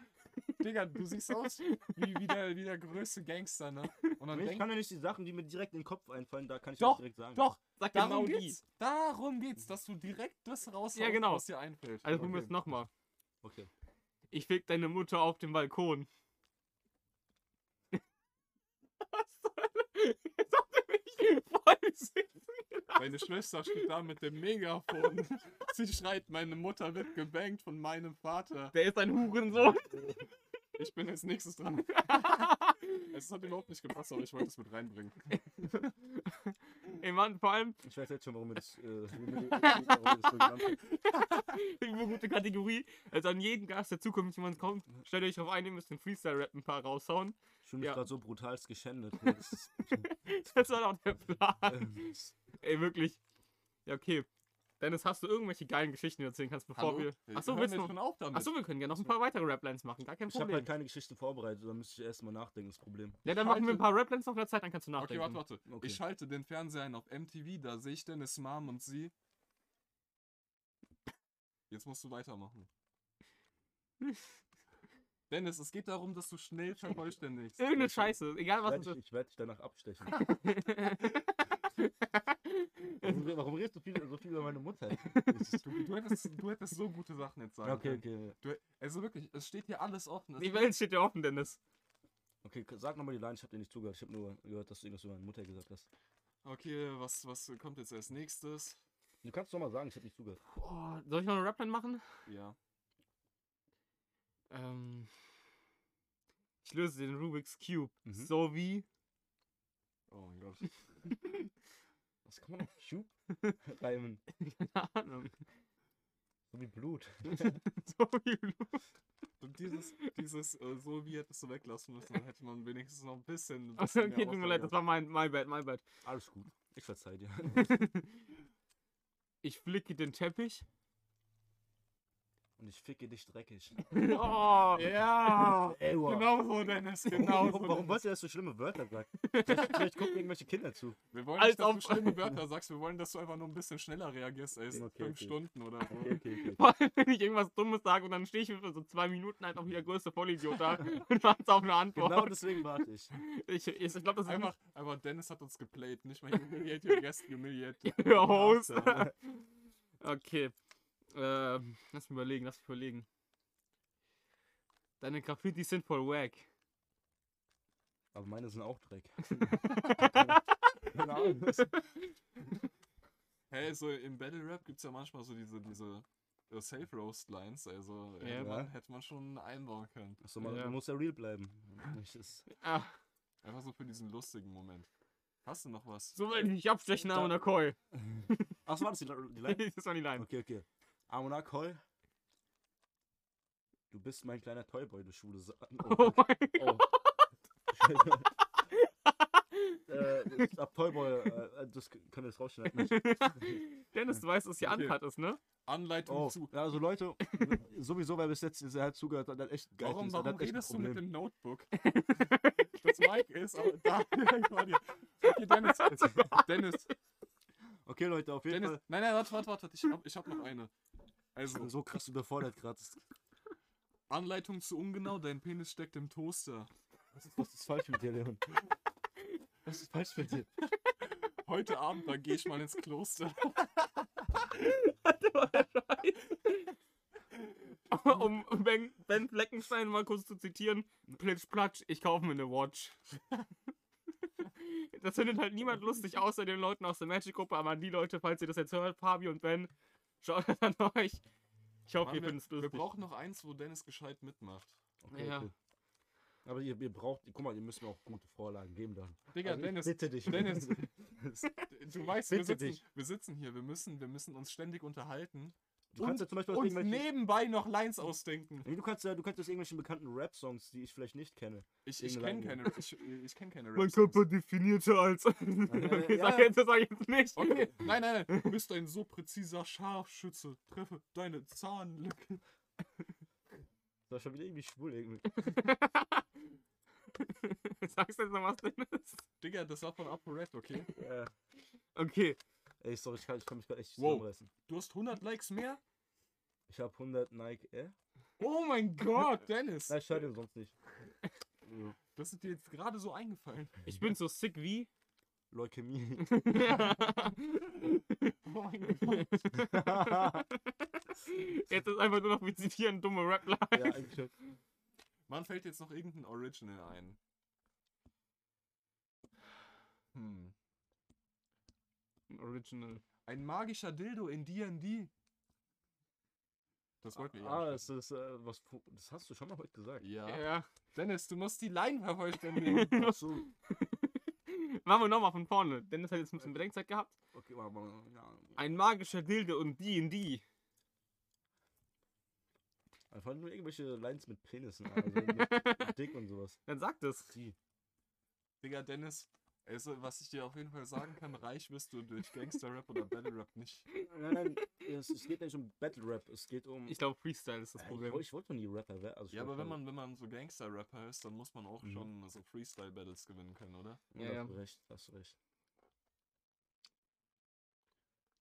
S2: Digga, du siehst aus wie, wie, der, wie der größte Gangster, ne? Und dann
S3: Ich
S2: denk,
S3: kann mir nicht die Sachen, die mir direkt in den Kopf einfallen, da kann ich
S2: Doch,
S3: das direkt sagen.
S2: doch,
S1: Sag
S2: darum
S1: genau die.
S2: geht's. Darum geht's, dass du direkt das raushaust,
S1: Ja, genau.
S2: was dir einfällt.
S1: Also probieren
S3: Okay.
S1: wir es nochmal.
S3: Okay.
S1: Ich fick deine Mutter auf dem Balkon. Was soll? Jetzt hat er mich voll sitzen gelassen.
S2: Meine Schwester steht da mit dem Megafon. Sie schreit, meine Mutter wird gebankt von meinem Vater.
S1: Der ist ein Hurensohn.
S2: Ich bin als nächstes dran. Es hat überhaupt nicht gepasst, aber ich wollte es mit reinbringen.
S1: Ey Mann, vor allem,
S3: Ich weiß jetzt schon, warum wir das, äh, warum wir das Programm
S1: eine gute Kategorie. Also an jeden Gast, der zukünftig jemand kommt, stellt euch auf ein, ihr müsst den Freestyle-Rap ein paar raushauen.
S3: Ich fühle mich
S1: Ja.
S3: gerade so brutalst geschändet. Das ist,
S1: Das war doch der Plan.
S3: ähm,
S1: Ey, wirklich. Ja, okay. Dennis, hast du irgendwelche geilen Geschichten, die du erzählen kannst, bevor wir. Achso, willst du.
S2: schon auf damit?
S1: Achso, wir können ja noch ein paar weitere Raplines machen, gar kein
S3: ich habe
S1: Problem.
S3: halt keine Geschichte vorbereitet, da müsste ich erstmal nachdenken, das Problem.
S1: Ja, dann
S2: Ich
S1: machen wir ein
S2: halte-
S1: paar Raplines noch in der Zeit, dann kannst du
S2: okay,
S1: nachdenken.
S2: warte, warte.
S3: Okay.
S2: Ich schalte den Fernseher ein auf MTV, da sehe ich Dennis Mom und sie. Jetzt musst du weitermachen. Dennis, es geht darum, dass du schnell vervollständigst.
S1: Irgendeine Scheiße, egal was
S3: Werd
S1: es
S3: ich
S1: ist.
S3: ich werde dich danach abstechen. warum, re- warum redest du viel, so viel über meine Mutter? Das ist-
S2: Du, du, hättest, du hättest so gute Sachen jetzt sagen
S3: okay,
S2: können.
S3: okay.
S2: Du, also wirklich, es steht hier alles offen. Es
S1: Die Welt steht ja offen, Dennis.
S3: Okay, k- sag nochmal die Line, ich habe dir nicht zugehört. Ich habe nur gehört, dass du irgendwas über meine Mutter gesagt hast.
S2: Okay, was, was kommt jetzt als nächstes?
S3: Du kannst nochmal sagen, ich habe nicht zugehört.
S1: Boah, soll ich noch eine Rapline machen?
S2: Ja.
S1: Ähm, ich löse den Rubik's Cube.
S3: Mhm.
S1: So wie.
S2: Oh mein Gott.
S3: Was kann man auf Cube reimen?
S1: Keine Ahnung.
S3: So wie Blut.
S1: So wie. Lu-
S2: Und dieses, dieses äh, so wie hättest du weglassen müssen, dann hätte man wenigstens noch ein bisschen. ein
S1: Achso,
S2: bisschen mehr
S1: okay, tut mir
S2: Auswahl
S1: leid, das
S2: gehabt.
S1: war mein my bad, my bad.
S3: Alles gut. Ich verzeih dir.
S1: Ich flicke den Teppich.
S3: Und ich ficke dich dreckig.
S1: Oh,
S2: Ja!
S3: Ewa.
S2: genau so, Dennis, genau so.
S3: Warum, warum wollt ihr, dass du schlimme Wörter sagst? Vielleicht, vielleicht gucken irgendwelche Kinder zu.
S2: Wir wollen
S1: Als
S2: nicht, dass du
S1: ob-
S2: schlimme Wörter sagst, wir wollen, dass du einfach nur ein bisschen schneller reagierst, ey. Es sind
S3: Okay,
S2: fünf
S3: okay.
S2: Stunden oder so.
S3: okay,
S1: Vor allem, wenn ich irgendwas Dummes sage und dann stehe ich für so zwei Minuten halt auch wie der größte Vollidiot da und warte auf eine Antwort.
S3: Genau deswegen warte ich.
S1: Ich, ich, ich glaube, das ist
S2: Einfach,
S1: einfach
S2: aber Dennis hat uns geplayt, nicht mal humiliate your guest, humiliate
S1: Ihr Host.
S2: Master.
S1: okay. Ähm, lass mich überlegen, lass mich überlegen. Deine Graffitis sind voll wack.
S3: Aber meine sind auch Dreck. Keine Ahnung.
S2: Hey, so im Battle Rap gibt's ja manchmal so diese, diese äh, Safe Roast Lines, also
S1: Ja.
S2: hätte, man, hätte man schon einbauen können.
S3: Achso, man
S1: Ja.
S3: man muss ja real bleiben. Ich, ist,
S1: Ah,
S2: Einfach so für diesen lustigen Moment. Hast du noch was?
S1: so will ich nicht abstechen, Arm und der Koi.
S3: achso, war das die, Li- die Line?
S1: das war die Line.
S3: Okay, okay. Amona Koi. Du bist mein kleiner Toyboy, du schwule Sa
S1: Oh mein
S3: Oh. äh, das- ab Toyboy, äh, das können wir jetzt rausschneiden.
S1: Gott. Dennis, du weißt, dass hier
S2: Okay.
S1: Uncut ist, ne?
S2: Anleitung
S3: Oh,
S2: zu.
S3: also Leute, sowieso, wer bis jetzt er hat zugehört, hat, hat echt geil.
S2: Warum,
S3: hat
S2: warum
S3: echt ein
S2: redest du mit
S3: Problem.
S2: dem Notebook? das Mic ist, aber da. okay, Dennis. Dennis,
S3: Okay, Leute, auf jeden
S2: Dennis.
S3: Fall.
S2: Nein, nein, warte, warte, warte. Ich hab, ich hab noch eine.
S3: Ich bin
S2: Also,
S3: so krass überfordert gerade. Das-
S2: Anleitung zu ungenau, dein Penis steckt im Toaster.
S3: Was ist, was ist falsch mit dir, Leon? Was ist falsch mit dir?
S2: Heute Abend, da gehe ich mal ins Kloster.
S1: um um ben, ben Fleckenstein mal kurz zu zitieren. Plitsch, platsch, ich kaufe mir eine Watch. das findet halt niemand lustig, außer den Leuten aus der Magic-Gruppe. Aber an die Leute, falls ihr das jetzt hört, Fabi und Ben, schaut das an euch. Ich hoffe,
S2: Mann,
S1: ihr findet es
S2: wir, wir
S1: lustig.
S2: brauchen noch eins, wo Dennis gescheit mitmacht.
S3: Okay,
S1: Ja.
S3: okay. Aber ihr, ihr braucht, guck mal, ihr müsst mir auch gute Vorlagen geben dann.
S2: Digga,
S3: Also ich
S2: Dennis,
S3: Bitte dich.
S2: Dennis. du weißt, wir
S3: bitte
S2: sitzen,
S3: dich.
S2: wir sitzen hier, wir müssen, wir müssen uns ständig unterhalten.
S3: Du kannst ja zum Beispiel aus
S2: Und
S3: irgendwelchen.
S2: nebenbei noch Lines ausdenken.
S3: Nee, du kannst ja, du kannst aus irgendwelchen bekannten Rap-Songs, die ich vielleicht nicht kenne.
S2: Ich, ich kenne
S3: Irgendeine
S2: keine, ich, ich kenn keine
S1: mein
S2: Rap-Songs.
S1: Körper definiert er als. okay,
S3: Äh, ja,
S1: sag
S3: ja.
S1: jetzt, das sag ich jetzt nicht.
S2: Okay, nein, nein, nein. Du bist ein so präziser Scharfschütze. Treffe deine Zahnlücke.
S3: Das war schon wieder irgendwie schwul irgendwie.
S1: Sagst du jetzt noch was, Dennis?
S2: Digga, das war von ApoRed, okay?
S3: Äh,
S1: Okay.
S3: ey, sorry, ich kann, ich kann mich gerade echt
S2: Wow.
S3: zusammenreißen.
S2: Du hast 100 Likes mehr?
S3: Ich habe 100 Nike Air.
S2: Oh mein Gott, Dennis.
S3: Nein, ich höre den sonst nicht. Ja.
S2: Das ist dir jetzt gerade so eingefallen.
S1: Ich bin so sick wie.
S3: Leukämie.
S2: Oh mein Gott.
S1: Jetzt ist einfach nur noch, wir zitieren dumme
S3: ja,
S1: Rap-Lines.
S3: eigentlich schon.
S2: Wann fällt jetzt noch irgendein Original ein? Hm.
S1: Original.
S2: Ein magischer Dildo in D&D. Das wollten wir ja
S3: Ah,
S2: ansprechen.
S3: es ist, äh, was, fu- das hast du schon mal heute gesagt.
S2: Ja.
S1: Ja.
S2: Dennis, du musst die Line vervollständigen.
S3: Ach so.
S1: Machen wir nochmal von vorne. Dennis hat jetzt ein bisschen Bedenkzeit gehabt.
S3: Okay, warte mal. Ja.
S1: Ein magischer Dilde und die in die.
S3: Einfach nur irgendwelche Lines mit Penissen, also mit Dick und sowas.
S1: Dann sagt es.
S3: Die.
S2: Digga, Dennis, also, was ich dir auf jeden Fall sagen kann, reich wirst du durch Gangster-Rap oder Battle-Rap nicht.
S3: Nein, nein, es, es geht nicht um Battle Rap, es geht um.
S1: Ich glaube, Freestyle ist das
S3: Äh,
S1: Problem.
S3: woll- ich wollte noch nie Rapper werden. Also ich
S2: Ja, aber
S3: wollte
S2: wenn
S3: mal-
S2: man, wenn man so Gangster-Rapper ist, dann muss man auch
S3: Mhm.
S2: schon so Freestyle-Battles gewinnen können, oder?
S1: Ja,
S3: Ja,
S1: ja.
S3: hast du recht, hast du recht.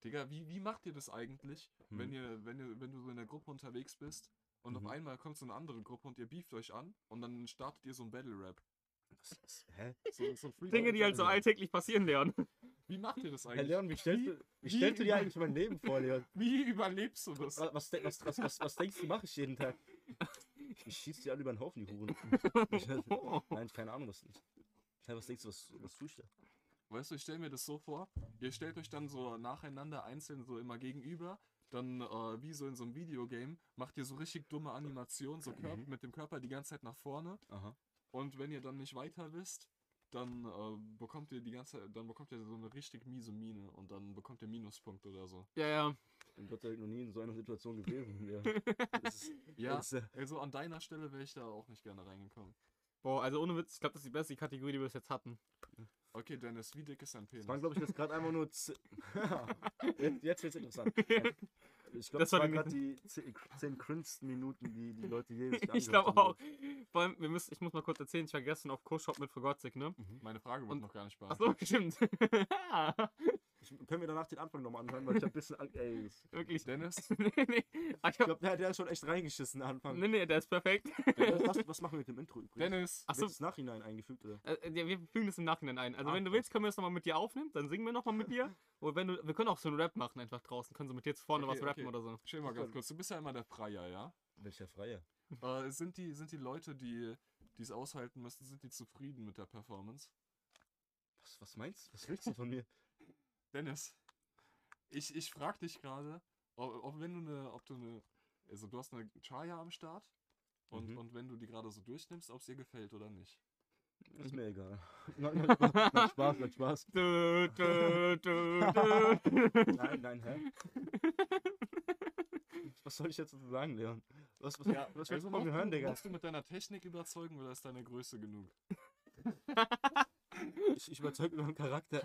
S2: Digga, wie, wie macht ihr das eigentlich, wenn
S3: Mhm.
S2: ihr, wenn ihr, wenn du so in der Gruppe unterwegs bist und
S3: Mhm.
S2: auf einmal kommt so eine andere Gruppe und ihr beeft euch an und dann startet ihr so ein Battle-Rap?
S3: Was ist, hä?
S2: So, so ein
S1: Dinge, die halt so
S2: Freestyle-Battle-Rap.
S1: alltäglich passieren, Leon.
S2: Wie macht ihr das
S3: Herr
S2: eigentlich?
S3: Leon, wie stellst du, wie
S2: wie
S3: stellst du dir
S2: über-
S3: eigentlich mein Leben vor, Leon?
S2: Wie überlebst du das?
S3: Wa- Was, de- was, was, was, was denkst du, mache ich jeden Tag? Ich schieß die alle über den Haufen, die Huren. Nein, keine Ahnung, was nicht. Hä, was denkst du, was, was tue ich da?
S2: Weißt du, ich stelle mir das so vor, ihr stellt euch dann so nacheinander einzeln so immer gegenüber, dann äh, wie so in so einem Videogame, macht ihr so richtig dumme Animationen, so Körp mit dem Körper die ganze Zeit nach vorne
S3: Aha.
S2: und wenn ihr dann nicht weiter wisst, dann äh, bekommt ihr die ganze Zeit, dann bekommt ihr so eine richtig miese Miene und dann bekommt ihr Minuspunkte oder so.
S1: Ja, ja.
S3: Ich Gott sei Dank noch nie in so einer Situation gewesen. Ja. Das ist,
S2: Ja,
S3: das ist, äh,
S2: also an deiner Stelle wäre ich da auch nicht gerne reingekommen.
S1: Boah, also ohne Witz, ich glaube, das ist die beste Kategorie, die wir bis jetzt hatten.
S2: Okay, Dennis, wie dick ist dein Penis?
S3: das waren, glaube ich, jetzt gerade einfach nur. Z jetzt jetzt wird es interessant. Ich glaube,
S1: Das
S3: das
S1: war
S3: waren
S1: die-
S3: gerade die ze- zehn crinsten Minuten, die die Leute je sich
S1: Ich
S3: angehört
S1: glaube
S3: haben.
S1: auch. Vor allem, wir müssen, ich muss mal kurz erzählen, ich war gestern auf Co-Shop mit Frogotzik, ne?
S2: Meine Frage wurde
S1: Und-
S2: noch gar nicht beantwortet.
S1: Achso, stimmt.
S3: Ich, können wir danach den Anfang nochmal anhören, weil ich hab ein bisschen. Ang ey, ich
S1: Wirklich.
S2: Dennis,
S1: nee, nee. Ah, Ich hab,
S3: glaube, der, der hat schon echt reingeschissen am Anfang.
S1: nee, nee, der ist perfekt.
S3: Äh, Was, was machen wir mit dem Intro übrigens?
S2: Dennis,
S1: Ach so.
S3: Achso. Wird es nachhinein eingefügt, oder?
S1: Äh, äh, ja, wir fügen das im Nachhinein ein. Also,
S3: Ah,
S1: wenn du
S3: krass.
S1: willst, können wir das nochmal mit dir aufnehmen, dann singen wir nochmal mit dir. Oder wenn du, wir können auch so einen Rap machen, einfach draußen. Können so mit dir jetzt vorne
S2: Okay,
S1: was rappen
S2: okay.
S1: oder so.
S2: chill mal ganz kurz, du bist ja immer der Freier, ja?
S3: Welcher Freier?
S2: Äh, sind, die, sind die Leute, die es aushalten müssen, sind die zufrieden mit der Performance?
S3: Was, was meinst du? Was willst du von mir?
S2: Dennis, ich, ich frag dich gerade, ob, ob wenn du eine, ob du eine, also du hast eine Chaya am Start und,
S3: Mhm.
S2: und wenn du die gerade so durchnimmst, ob es ihr gefällt oder nicht.
S3: Ist mir egal. Nein, nein, Spaß, nein, Spaß, nein, Spaß.
S1: Du, du, du, du.
S3: Nein, nein, hä? Was soll ich jetzt dazu sagen, Leon? Was, was, was willst du von mir hören, Digga?
S2: Kannst du mit deiner Technik überzeugen oder ist deine Größe genug?
S3: Ich, ich überzeuge über meinen Charakter.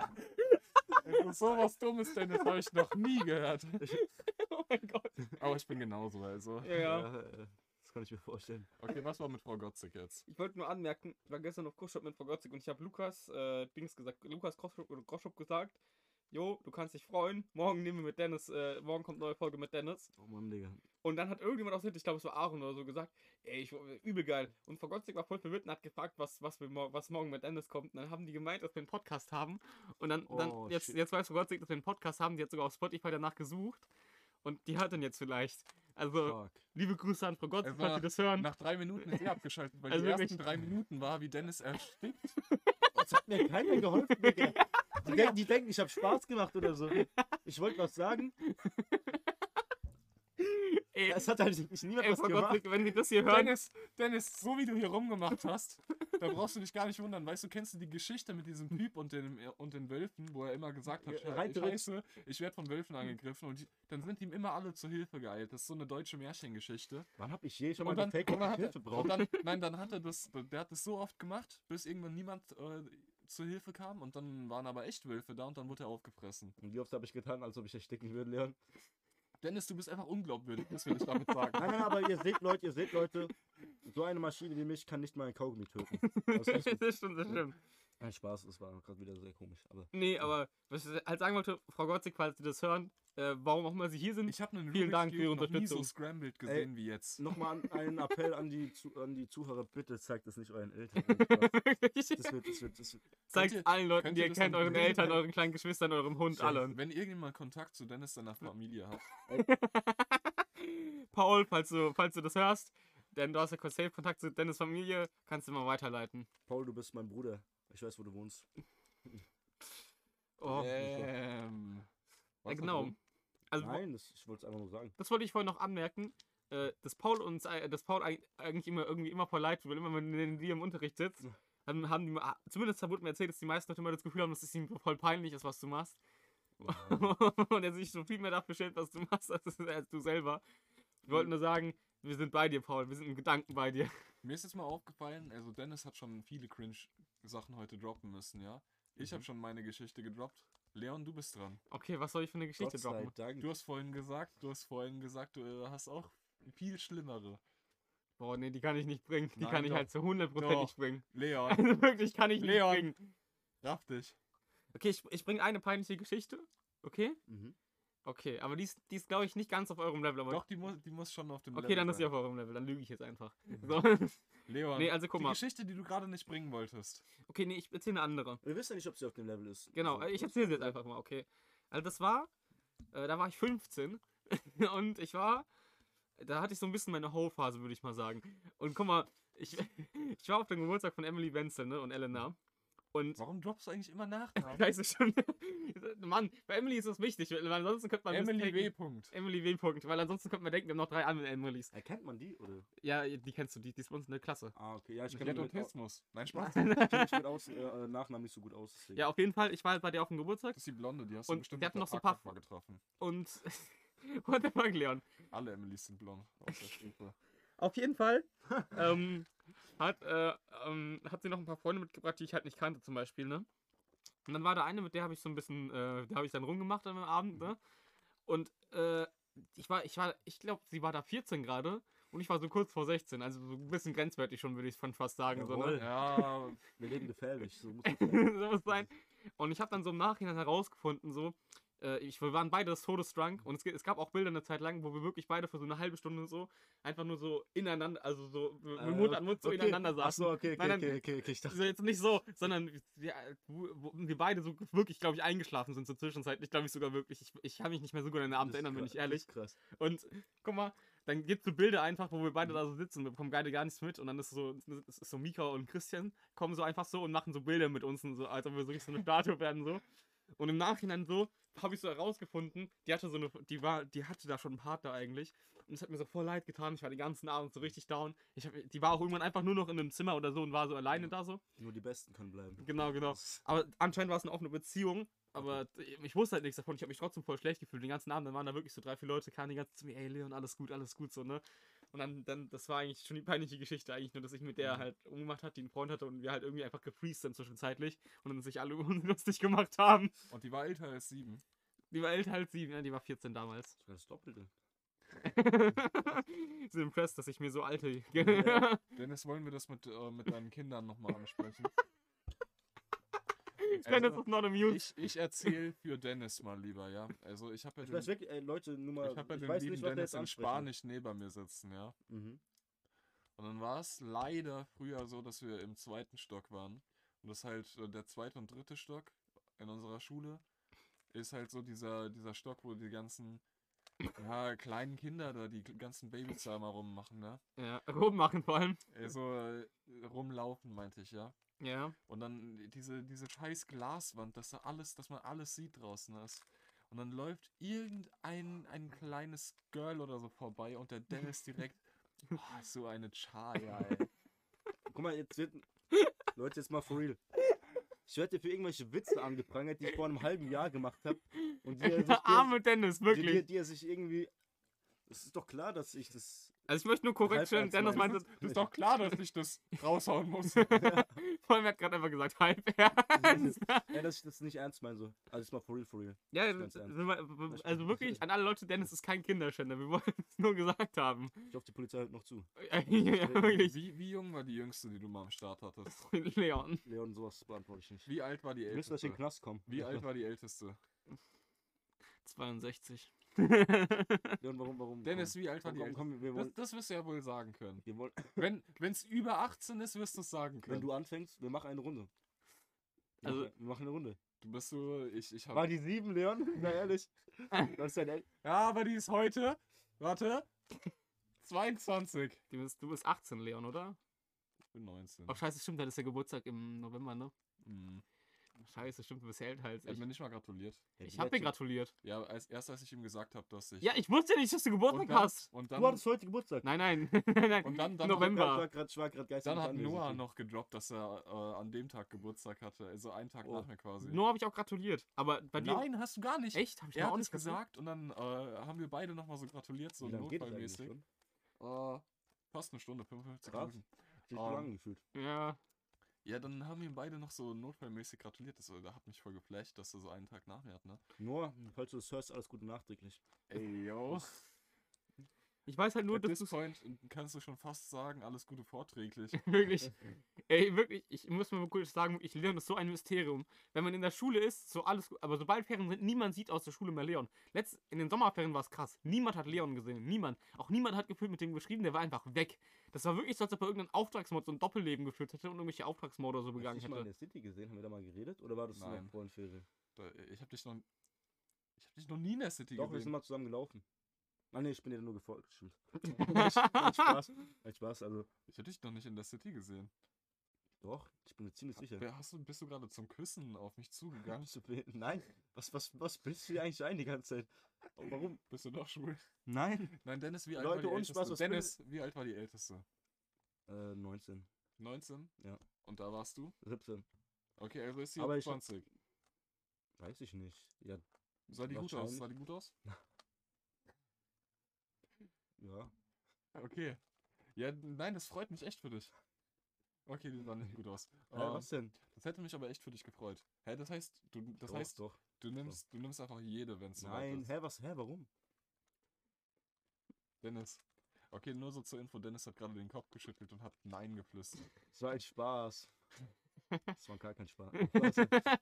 S2: Also sowas Dummes, Dennis, habe ich noch nie gehört.
S1: oh mein Gott.
S2: Aber ich bin genauso, also.
S1: Ja, ja.
S3: äh, das kann ich mir vorstellen.
S2: Okay, was war mit Frau Gotzig jetzt?
S1: Ich wollte nur anmerken, ich war gestern auf Kuschop mit Frau Gotzig und ich habe Lukas äh, Dings gesagt, Lukas Groschop oder Groschop gesagt, Jo, du kannst dich freuen, morgen nehmen wir mit Dennis, äh, morgen kommt neue Folge mit Dennis.
S3: Oh Mann, Digga.
S1: Und dann hat irgendjemand aus Hit, ich glaube es war Aaron oder so, gesagt, ey, ich, übel geil. Und Frau Gotzig war voll verwirrt und hat gefragt, was, was, wir, mor- was morgen mit Dennis kommt. Und dann haben die gemeint, dass wir einen Podcast haben. Und dann,
S3: Oh,
S1: dann jetzt,
S3: shit.
S1: jetzt weiß Frau Gotzig, dass wir einen Podcast haben, die hat sogar auf Spotify danach gesucht. Und die hört dann jetzt vielleicht. Also,
S3: Fuck.
S1: liebe Grüße an Frau Gotzig,
S2: Also,
S1: falls sie das hören.
S2: Nach drei Minuten ist er abgeschaltet, weil
S1: Also
S2: die
S1: wirklich-
S2: ersten drei Minuten war, wie Dennis erstickt.
S3: Das hat mir keiner geholfen, Digga. Die, denken- die denken, ich habe Spaß gemacht oder so. Ich wollte was sagen.
S1: Ey,
S3: Es hat halt wirklich niemand
S1: Ey,
S3: was
S1: Frau
S3: gemacht.
S1: Gottlieb, wenn Sie das hier hören,
S2: Dennis, Dennis, so wie du hier rumgemacht hast, da brauchst du dich gar nicht wundern. Weißt du, kennst du die Geschichte mit diesem Typ und den, und den Wölfen, wo er immer gesagt hat,
S3: Ja,
S2: "Schei-
S3: rein theoretisch-
S2: scheiße, ich werde von Wölfen angegriffen und die, dann sind ihm immer alle zur Hilfe geeilt. Das ist so eine deutsche Märchengeschichte.
S3: Wann hab ich je schon mal
S2: Und dann-
S3: gefaked,
S2: und dann
S3: dass ich
S2: hat er-
S3: Hilfe
S2: Und
S3: brauche?
S2: dann, nein, dann hat er das, der hat das so oft gemacht, bis irgendwann niemand äh, zur Hilfe kam und dann waren aber echt Wölfe da und dann wurde er aufgefressen.
S3: Und wie oft habe ich getan, als ob ich ersticken würde, Leon?
S2: Dennis, du bist einfach unglaubwürdig, das will ich damit sagen.
S3: Nein, nein, aber ihr seht, Leute, ihr seht, Leute, so eine Maschine wie mich kann nicht mal ein Kaugummi töten. Das ist
S1: das stimmt, das stimmt.
S3: Kein Spaß, es war gerade wieder sehr komisch. Aber
S1: Nee, aber was ich halt sagen wollte, Frau Gotzig, falls Sie das hören, äh, warum auch immer Sie hier sind.
S2: Ich habe einen
S1: Vielen
S2: Rubik's
S1: Dank für
S2: Cube
S1: Ihre
S2: noch nie so
S1: Unterstützung.
S2: scrambled gesehen wie jetzt.
S3: nochmal an, einen Appell an die, Zu an die Zuhörer: bitte zeigt es nicht euren Eltern. Das wird, das wird, das wird.
S1: Zeigt
S2: Könnt ihr-
S1: allen Leuten,
S2: könnt
S1: die
S2: ihr
S1: ihr
S2: das
S1: kennt,
S2: an-
S1: euren Eltern, euren kleinen Geschwistern, eurem Hund, allen.
S2: Wenn irgendjemand Kontakt zu Dennis seiner Familie hat,
S1: Paul, falls du, falls du das hörst, denn du hast ja kurz safe Kontakt zu Dennis Familie, kannst du mal weiterleiten.
S3: Paul, du bist mein Bruder. Ich weiß, wo du wohnst.
S1: Oh,
S2: ähm,
S1: ja,
S2: was
S1: genau.
S2: hat
S1: Also,
S3: Nein, das, ich wollte es einfach nur sagen.
S1: das wollte ich vorhin noch anmerken, äh, dass Paul uns, ei- dass Paul eig- eigentlich immer irgendwie immer polite will, immer wenn wenn die im Unterricht sitzt,
S3: Ja.
S1: dann haben die, ma- zumindest wurde mir erzählt, dass die meisten Leute immer das Gefühl haben, dass es ihm voll peinlich ist, was du machst. Und er sich so viel mehr dafür schämt, was du machst, als, als du selber. Wir
S3: Hm.
S1: wollten nur sagen, wir sind bei dir, Paul, wir sind im Gedanken bei dir.
S2: Mir ist jetzt mal aufgefallen, also Dennis hat schon viele Cringe-Sachen heute droppen müssen, ja? Ich
S1: Mhm.
S2: habe schon meine Geschichte gedroppt. Leon, du bist dran.
S1: Okay, was soll ich für eine Geschichte
S3: Gott sei
S1: droppen?
S3: Dank.
S2: Du hast vorhin gesagt, du hast vorhin gesagt, du äh, hast auch viel schlimmere.
S1: Boah, nee, die kann ich nicht bringen. Die
S2: Nein,
S1: kann ich
S2: doch.
S1: halt zu 100%
S2: Doch.
S1: nicht bringen.
S2: Leon,
S1: Also wirklich kann ich
S2: Leon.
S1: nicht bringen.
S2: raff dich.
S1: Okay, ich, ich bringe eine peinliche Geschichte. Okay?
S3: Mhm.
S1: Okay, aber die ist, die ist glaube ich, nicht ganz auf eurem Level. Aber
S2: Doch, die muss, die muss schon auf dem
S1: okay,
S2: Level
S1: dann ist sie
S2: sein.
S1: auf eurem Level. Mhm. Dann lüge ich jetzt einfach. So.
S2: Leon,
S1: Nee, also guck
S2: die
S1: mal.
S2: Geschichte, die du gerade nicht bringen wolltest.
S1: Okay, nee, ich erzähle eine andere.
S3: Wir wissen ja nicht, ob sie auf dem Level ist.
S1: Genau,
S3: Also,
S1: ich erzähle sie jetzt einfach mal, okay. Also das war, äh, da war ich 15 und ich war, da hatte ich so ein bisschen meine Ho-Phase, würde ich mal sagen. Und guck mal, ich, ich war auf dem Geburtstag von Emily Wenzel ne, und Elena und
S2: Warum droppst du eigentlich immer Nachnamen?
S1: Scheiße schon. Mann, bei Emily ist das wichtig, weil ansonsten könnte man.
S2: Emily W.
S1: mistaken-
S2: Punkt.
S1: Emily W. Punkt, weil ansonsten könnte man denken, wir haben noch drei andere Emilys.
S3: Erkennt man die? Oder? Ja,
S1: Ja, die kennst du, die, die ist bei uns in der Klasse.
S3: ah, okay. Ja, ich
S2: Ich
S3: kenne
S2: hätte
S3: mich mit,
S2: Autismus. Nein, Spaß.
S3: ich kenn mich mit aus, äh, äh, Nachnamen nicht so gut aus. deswegen.
S1: Ja, auf jeden Fall, ich war halt bei dir auf dem Geburtstag
S2: Das ist die Blonde, die hast
S1: Und
S2: du bestimmt
S1: wir
S2: auf
S1: hatten
S2: der
S1: noch so ein paar-
S2: Parkbank mal getroffen.
S1: und. What the fuck, Leon?
S2: Alle Emilys sind blond auf der Stufe.
S1: Auf jeden Fall ähm, hat, äh, ähm, hat sie noch ein paar Freunde mitgebracht, die ich halt nicht kannte, zum Beispiel, ne? Und dann war da eine, mit der habe ich so ein bisschen, äh, da habe ich dann rumgemacht am Abend, ne? Und äh, ich war, ich war, ich glaube, sie war da 14 gerade und ich war so kurz vor 16, also so ein bisschen grenzwertig schon, würde ich schon fast sagen. So, ne?
S3: Jawohl.
S2: Ja,
S3: Wir leben gefährlich. So muss man
S1: so
S3: sagen.
S1: muss sein. Und ich habe dann so im Nachhinein herausgefunden, so, äh, ich, wir waren beide todesdrunk und es, ge- es gab auch Bilder eine Zeit lang, wo wir wirklich beide für so eine halbe Stunde so einfach nur so ineinander, also so mit
S3: Äh,
S1: Mund an Mund so
S3: okay.
S1: ineinander
S3: Ach
S1: saßen.
S3: so, okay, okay,
S1: Nein,
S3: okay,
S1: nein.
S3: okay, okay. Ich dachte,
S1: Also jetzt nicht so, sondern wir, wo, wo wir beide so wirklich, glaube ich, eingeschlafen sind zur Zwischenzeit. Ich glaube ich sogar wirklich, ich, ich kann mich nicht mehr so gut an den Abend
S3: das ist
S1: erinnern, bin
S3: kra-
S1: ich ehrlich.
S3: das ist Krass.
S1: Und guck mal, dann gibt es so Bilder einfach, wo wir beide da so sitzen, wir bekommen beide gar nichts mit und dann ist so, es ist so Mika und Christian kommen so einfach so und machen so Bilder mit uns und so, als ob wir so richtig so eine Statue werden so. Und im Nachhinein so habe ich so herausgefunden, die hatte so eine, die war, die hatte da schon einen Partner eigentlich und es hat mir so voll leid getan. Ich war den ganzen Abend so richtig down. Ich hab, die war auch irgendwann einfach nur noch in einem Zimmer oder so und war so alleine da so.
S3: Nur die Besten können bleiben.
S1: Genau, genau. Aber anscheinend war es eine offene Beziehung. Aber ich wusste halt nichts davon. Ich habe mich trotzdem voll schlecht gefühlt. Den ganzen Abend, dann waren da wirklich so drei, vier Leute, kamen die ganze Zeit zu mir, ey Leon, alles gut, alles gut, so, ne? Und dann, dann, das war eigentlich schon die peinliche Geschichte, eigentlich nur, dass ich mit der halt umgemacht hat, die einen Freund hatte und wir halt irgendwie einfach gefreezed sind zwischenzeitlich und dann sich alle lustig gemacht haben.
S2: und die war älter als sieben.
S1: Die war älter als sieben, ja, die war 14 damals.
S3: Sogar das Doppelte.
S1: Sind impressed, dass ich mir so alte.
S2: Dennis, wollen wir das mit, äh, mit deinen Kindern nochmal ansprechen?
S1: Dennis
S2: Also
S1: ist not amused.
S2: Ich, ich erzähle für Dennis mal lieber, ja. Also ich habe ja
S3: Ich weiß
S2: den,
S3: wirklich, ey, Leute, nur mal.
S2: ich hab ja den
S3: weiß
S2: lieben
S3: nicht, was der
S2: Dennis
S3: jetzt
S2: in
S3: ansprechen.
S2: Spanisch neben mir sitzen, ja.
S3: Mhm.
S2: Und dann war es leider früher so, dass wir im zweiten Stock waren. Und das ist halt äh, der zweite und dritte Stock in unserer Schule ist halt so dieser, dieser Stock, wo die ganzen ja, kleinen Kinder da, die ganzen Babys da mal rummachen, ne?
S1: Ja, rummachen vor allem.
S2: Äh, So äh, rumlaufen, meinte ich, ja.
S1: Ja.
S2: Und dann diese, diese scheiß Glaswand, dass da alles, dass man alles sieht draußen ist. Und dann läuft irgendein ein kleines Girl oder so vorbei und der Dennis direkt. Oh, so eine Chaya, ey.
S3: Guck mal, jetzt wird. Leute, jetzt mal for real. Ich werde für irgendwelche Witze angeprangert, die ich vor einem halben Jahr gemacht habe. Und die er sich,
S1: Der arme Dennis,
S3: die, er- die,
S1: wirklich.
S3: die, die er sich irgendwie Es ist doch klar, dass ich das.
S1: Also ich möchte nur korrekt
S3: Halb
S1: stellen,
S3: ernst
S1: Dennis
S3: meinen.
S1: meinte,
S2: Das ist doch klar, dass ich das raushauen muss.
S1: vor allem er hat gerade einfach gesagt, halb ernst.
S3: Ja, dass ich das nicht ernst meine. So. Also ist mal for real, for real.
S1: ja,
S3: ganz
S1: also,
S3: ernst.
S1: wir, also wirklich, an alle Leute, Dennis ist kein Kinderschänder, wir wollen es nur gesagt haben.
S3: Ich hoffe, die Polizei hört noch zu.
S1: ja, wirklich,
S2: Wie, wie jung war die Jüngste, die du mal am Start hattest?
S1: Leon.
S3: Leon, sowas beantworte ich nicht.
S2: Wie alt war die
S3: Wir müssen euch in den
S2: Älteste?
S3: Knast kommen.
S2: Wie alt war die Älteste?
S1: 62.
S3: Leon, warum, warum?
S2: Dennis,
S3: komm,
S2: wie alt war
S3: komm,
S2: die
S3: komm,
S2: Älteste?
S3: komm, wir
S2: Das,
S3: wollen.
S2: das wirst du ja wohl sagen können.
S3: Wir wollen
S2: Wenn es über 18 ist, wirst du es sagen
S3: wenn
S2: können.
S3: du anfängst, wir machen eine Runde. Wir
S1: Also-
S3: machen- wir machen eine Runde.
S2: Du bist so, ich, ich
S3: War
S2: hab.
S3: die sieben, Leon? Na ehrlich. Das ist dein El
S2: Ja, aber die ist heute. Warte. 22.
S1: Du bist, du bist 18, Leon, oder?
S2: Ich bin 19.
S1: Oh, scheiße, stimmt, dann ist der Geburtstag im November, ne?
S2: Mhm.
S1: Scheiße, stimmt, du bist älter als
S2: Er hat
S1: ich.
S2: mir nicht mal gratuliert.
S1: Ich hab dir gratuliert.
S2: Ja, als erst als ich ihm gesagt habe, dass ich.
S1: Ja, ich wusste nicht, dass du Geburtstag
S2: und dann,
S1: hast.
S2: und
S3: Du
S2: dann,
S3: hattest heute Geburtstag.
S1: Nein, nein, nein, nein.
S2: und dann, dann,
S3: Ich
S1: November.
S2: dann,
S1: Emma.
S3: war grad, ich war grad geistig nicht
S2: hat
S3: anwesend.
S2: Noah noch gedroppt, dass er äh, an dem Tag Geburtstag hatte. Also einen Tag
S3: Oh.
S2: nach mir quasi.
S1: Nur habe ich auch gratuliert. Aber bei dir.
S2: Nein, hast du gar nicht.
S1: Echt? Habe ich
S2: Er
S1: dir auch
S2: hat
S1: nicht
S2: es
S1: gesagt?
S2: gesagt und dann äh, haben wir beide nochmal so gratuliert, so
S3: Wie lange geht das eigentlich
S2: notfallmäßig.
S3: schon?
S2: Äh, fast eine Stunde, 55
S3: Krass.
S2: Minuten.
S3: Ich
S2: Ähm,
S3: bin angefühlt.
S1: Ja.
S2: Ja, dann haben wir beide noch so notfallmäßig gratuliert. Das äh, da hat mich voll geflasht, dass er so einen Tag nach mir hat, ne?
S3: Noah, falls du das hörst, alles Gute nachträglich.
S2: Ey, yo.
S1: Ich weiß halt nur,
S2: At
S1: dass
S2: this
S1: du
S2: point äh, kannst du schon fast sagen, alles Gute vorträglich.
S1: wirklich. Ey, wirklich, ich muss mal kurz sagen, ich Leon ist so ein Mysterium. Wenn man in der Schule ist, so alles gut. Aber sobald Ferien sind, niemand sieht aus der Schule mehr Leon. Letzt, in den Sommerferien war es krass. Niemand hat Leon gesehen. Niemand. Auch niemand hat gefühlt mit dem geschrieben, der war einfach weg. Das war wirklich so, als ob er irgendeinen Auftragsmord, so ein Doppelleben geführt hätte und irgendwelche Auftragsmorde oder so
S3: Hast du
S1: begangen
S3: dich mal in
S1: hätte.
S3: der City gesehen? Haben wir da mal geredet? Oder war das in der
S2: Nein.
S3: Freundferie?
S2: Da, äh, ich hab dich noch. Ich hab dich noch nie in der City
S3: Doch, wir sind
S2: gesehen.
S3: mal zusammen gelaufen. Ah ne, ich bin dir nur gefolgt. Stimmt. Hat Spaß. Hat Spaß, also.
S2: Ich hab dich noch nicht in der City gesehen.
S3: Doch, ich bin mir ziemlich sicher.
S2: Wer- Hast du, bist du gerade zum Küssen auf mich zugegangen?
S3: Bist du be- Nein, was, was, was bildest du dir eigentlich ein die ganze Zeit? Oh, warum?
S2: bist du doch schwul?
S3: Nein.
S2: Nein, Dennis, wie alt
S3: Leute,
S2: war die
S3: ohne Spaß,
S2: Älteste?
S3: was bin-
S2: Dennis, wie alt war die Älteste?
S3: Äh, 19,
S2: 19?
S3: Ja.
S2: Und da warst du?
S3: 17.
S2: Okay, also ist sie
S3: Aber
S2: ab
S3: ich hab-
S2: 20.
S3: Weiß ich nicht. Ja,
S2: Sah die gut aus?
S3: wahrscheinlich.
S2: Sah die gut aus?
S3: ja.
S2: Okay. Ja, nein, das freut mich echt für dich. Okay, die sah nicht gut aus.
S3: Hä,
S2: Ähm,
S3: was denn?
S2: Das hätte mich aber echt für dich gefreut. Hä, das heißt, du, das
S3: doch,
S2: heißt,
S3: doch.
S2: du nimmst, du nimmst einfach jede, wenn es
S3: Nein,
S2: soweit ist.
S3: hä, was, hä, warum?
S2: Dennis. Okay, nur so zur Info, Dennis hat gerade den Kopf geschüttelt und hat Nein geflüstert.
S3: Es war ein Spaß. Es war gar kein Spaß.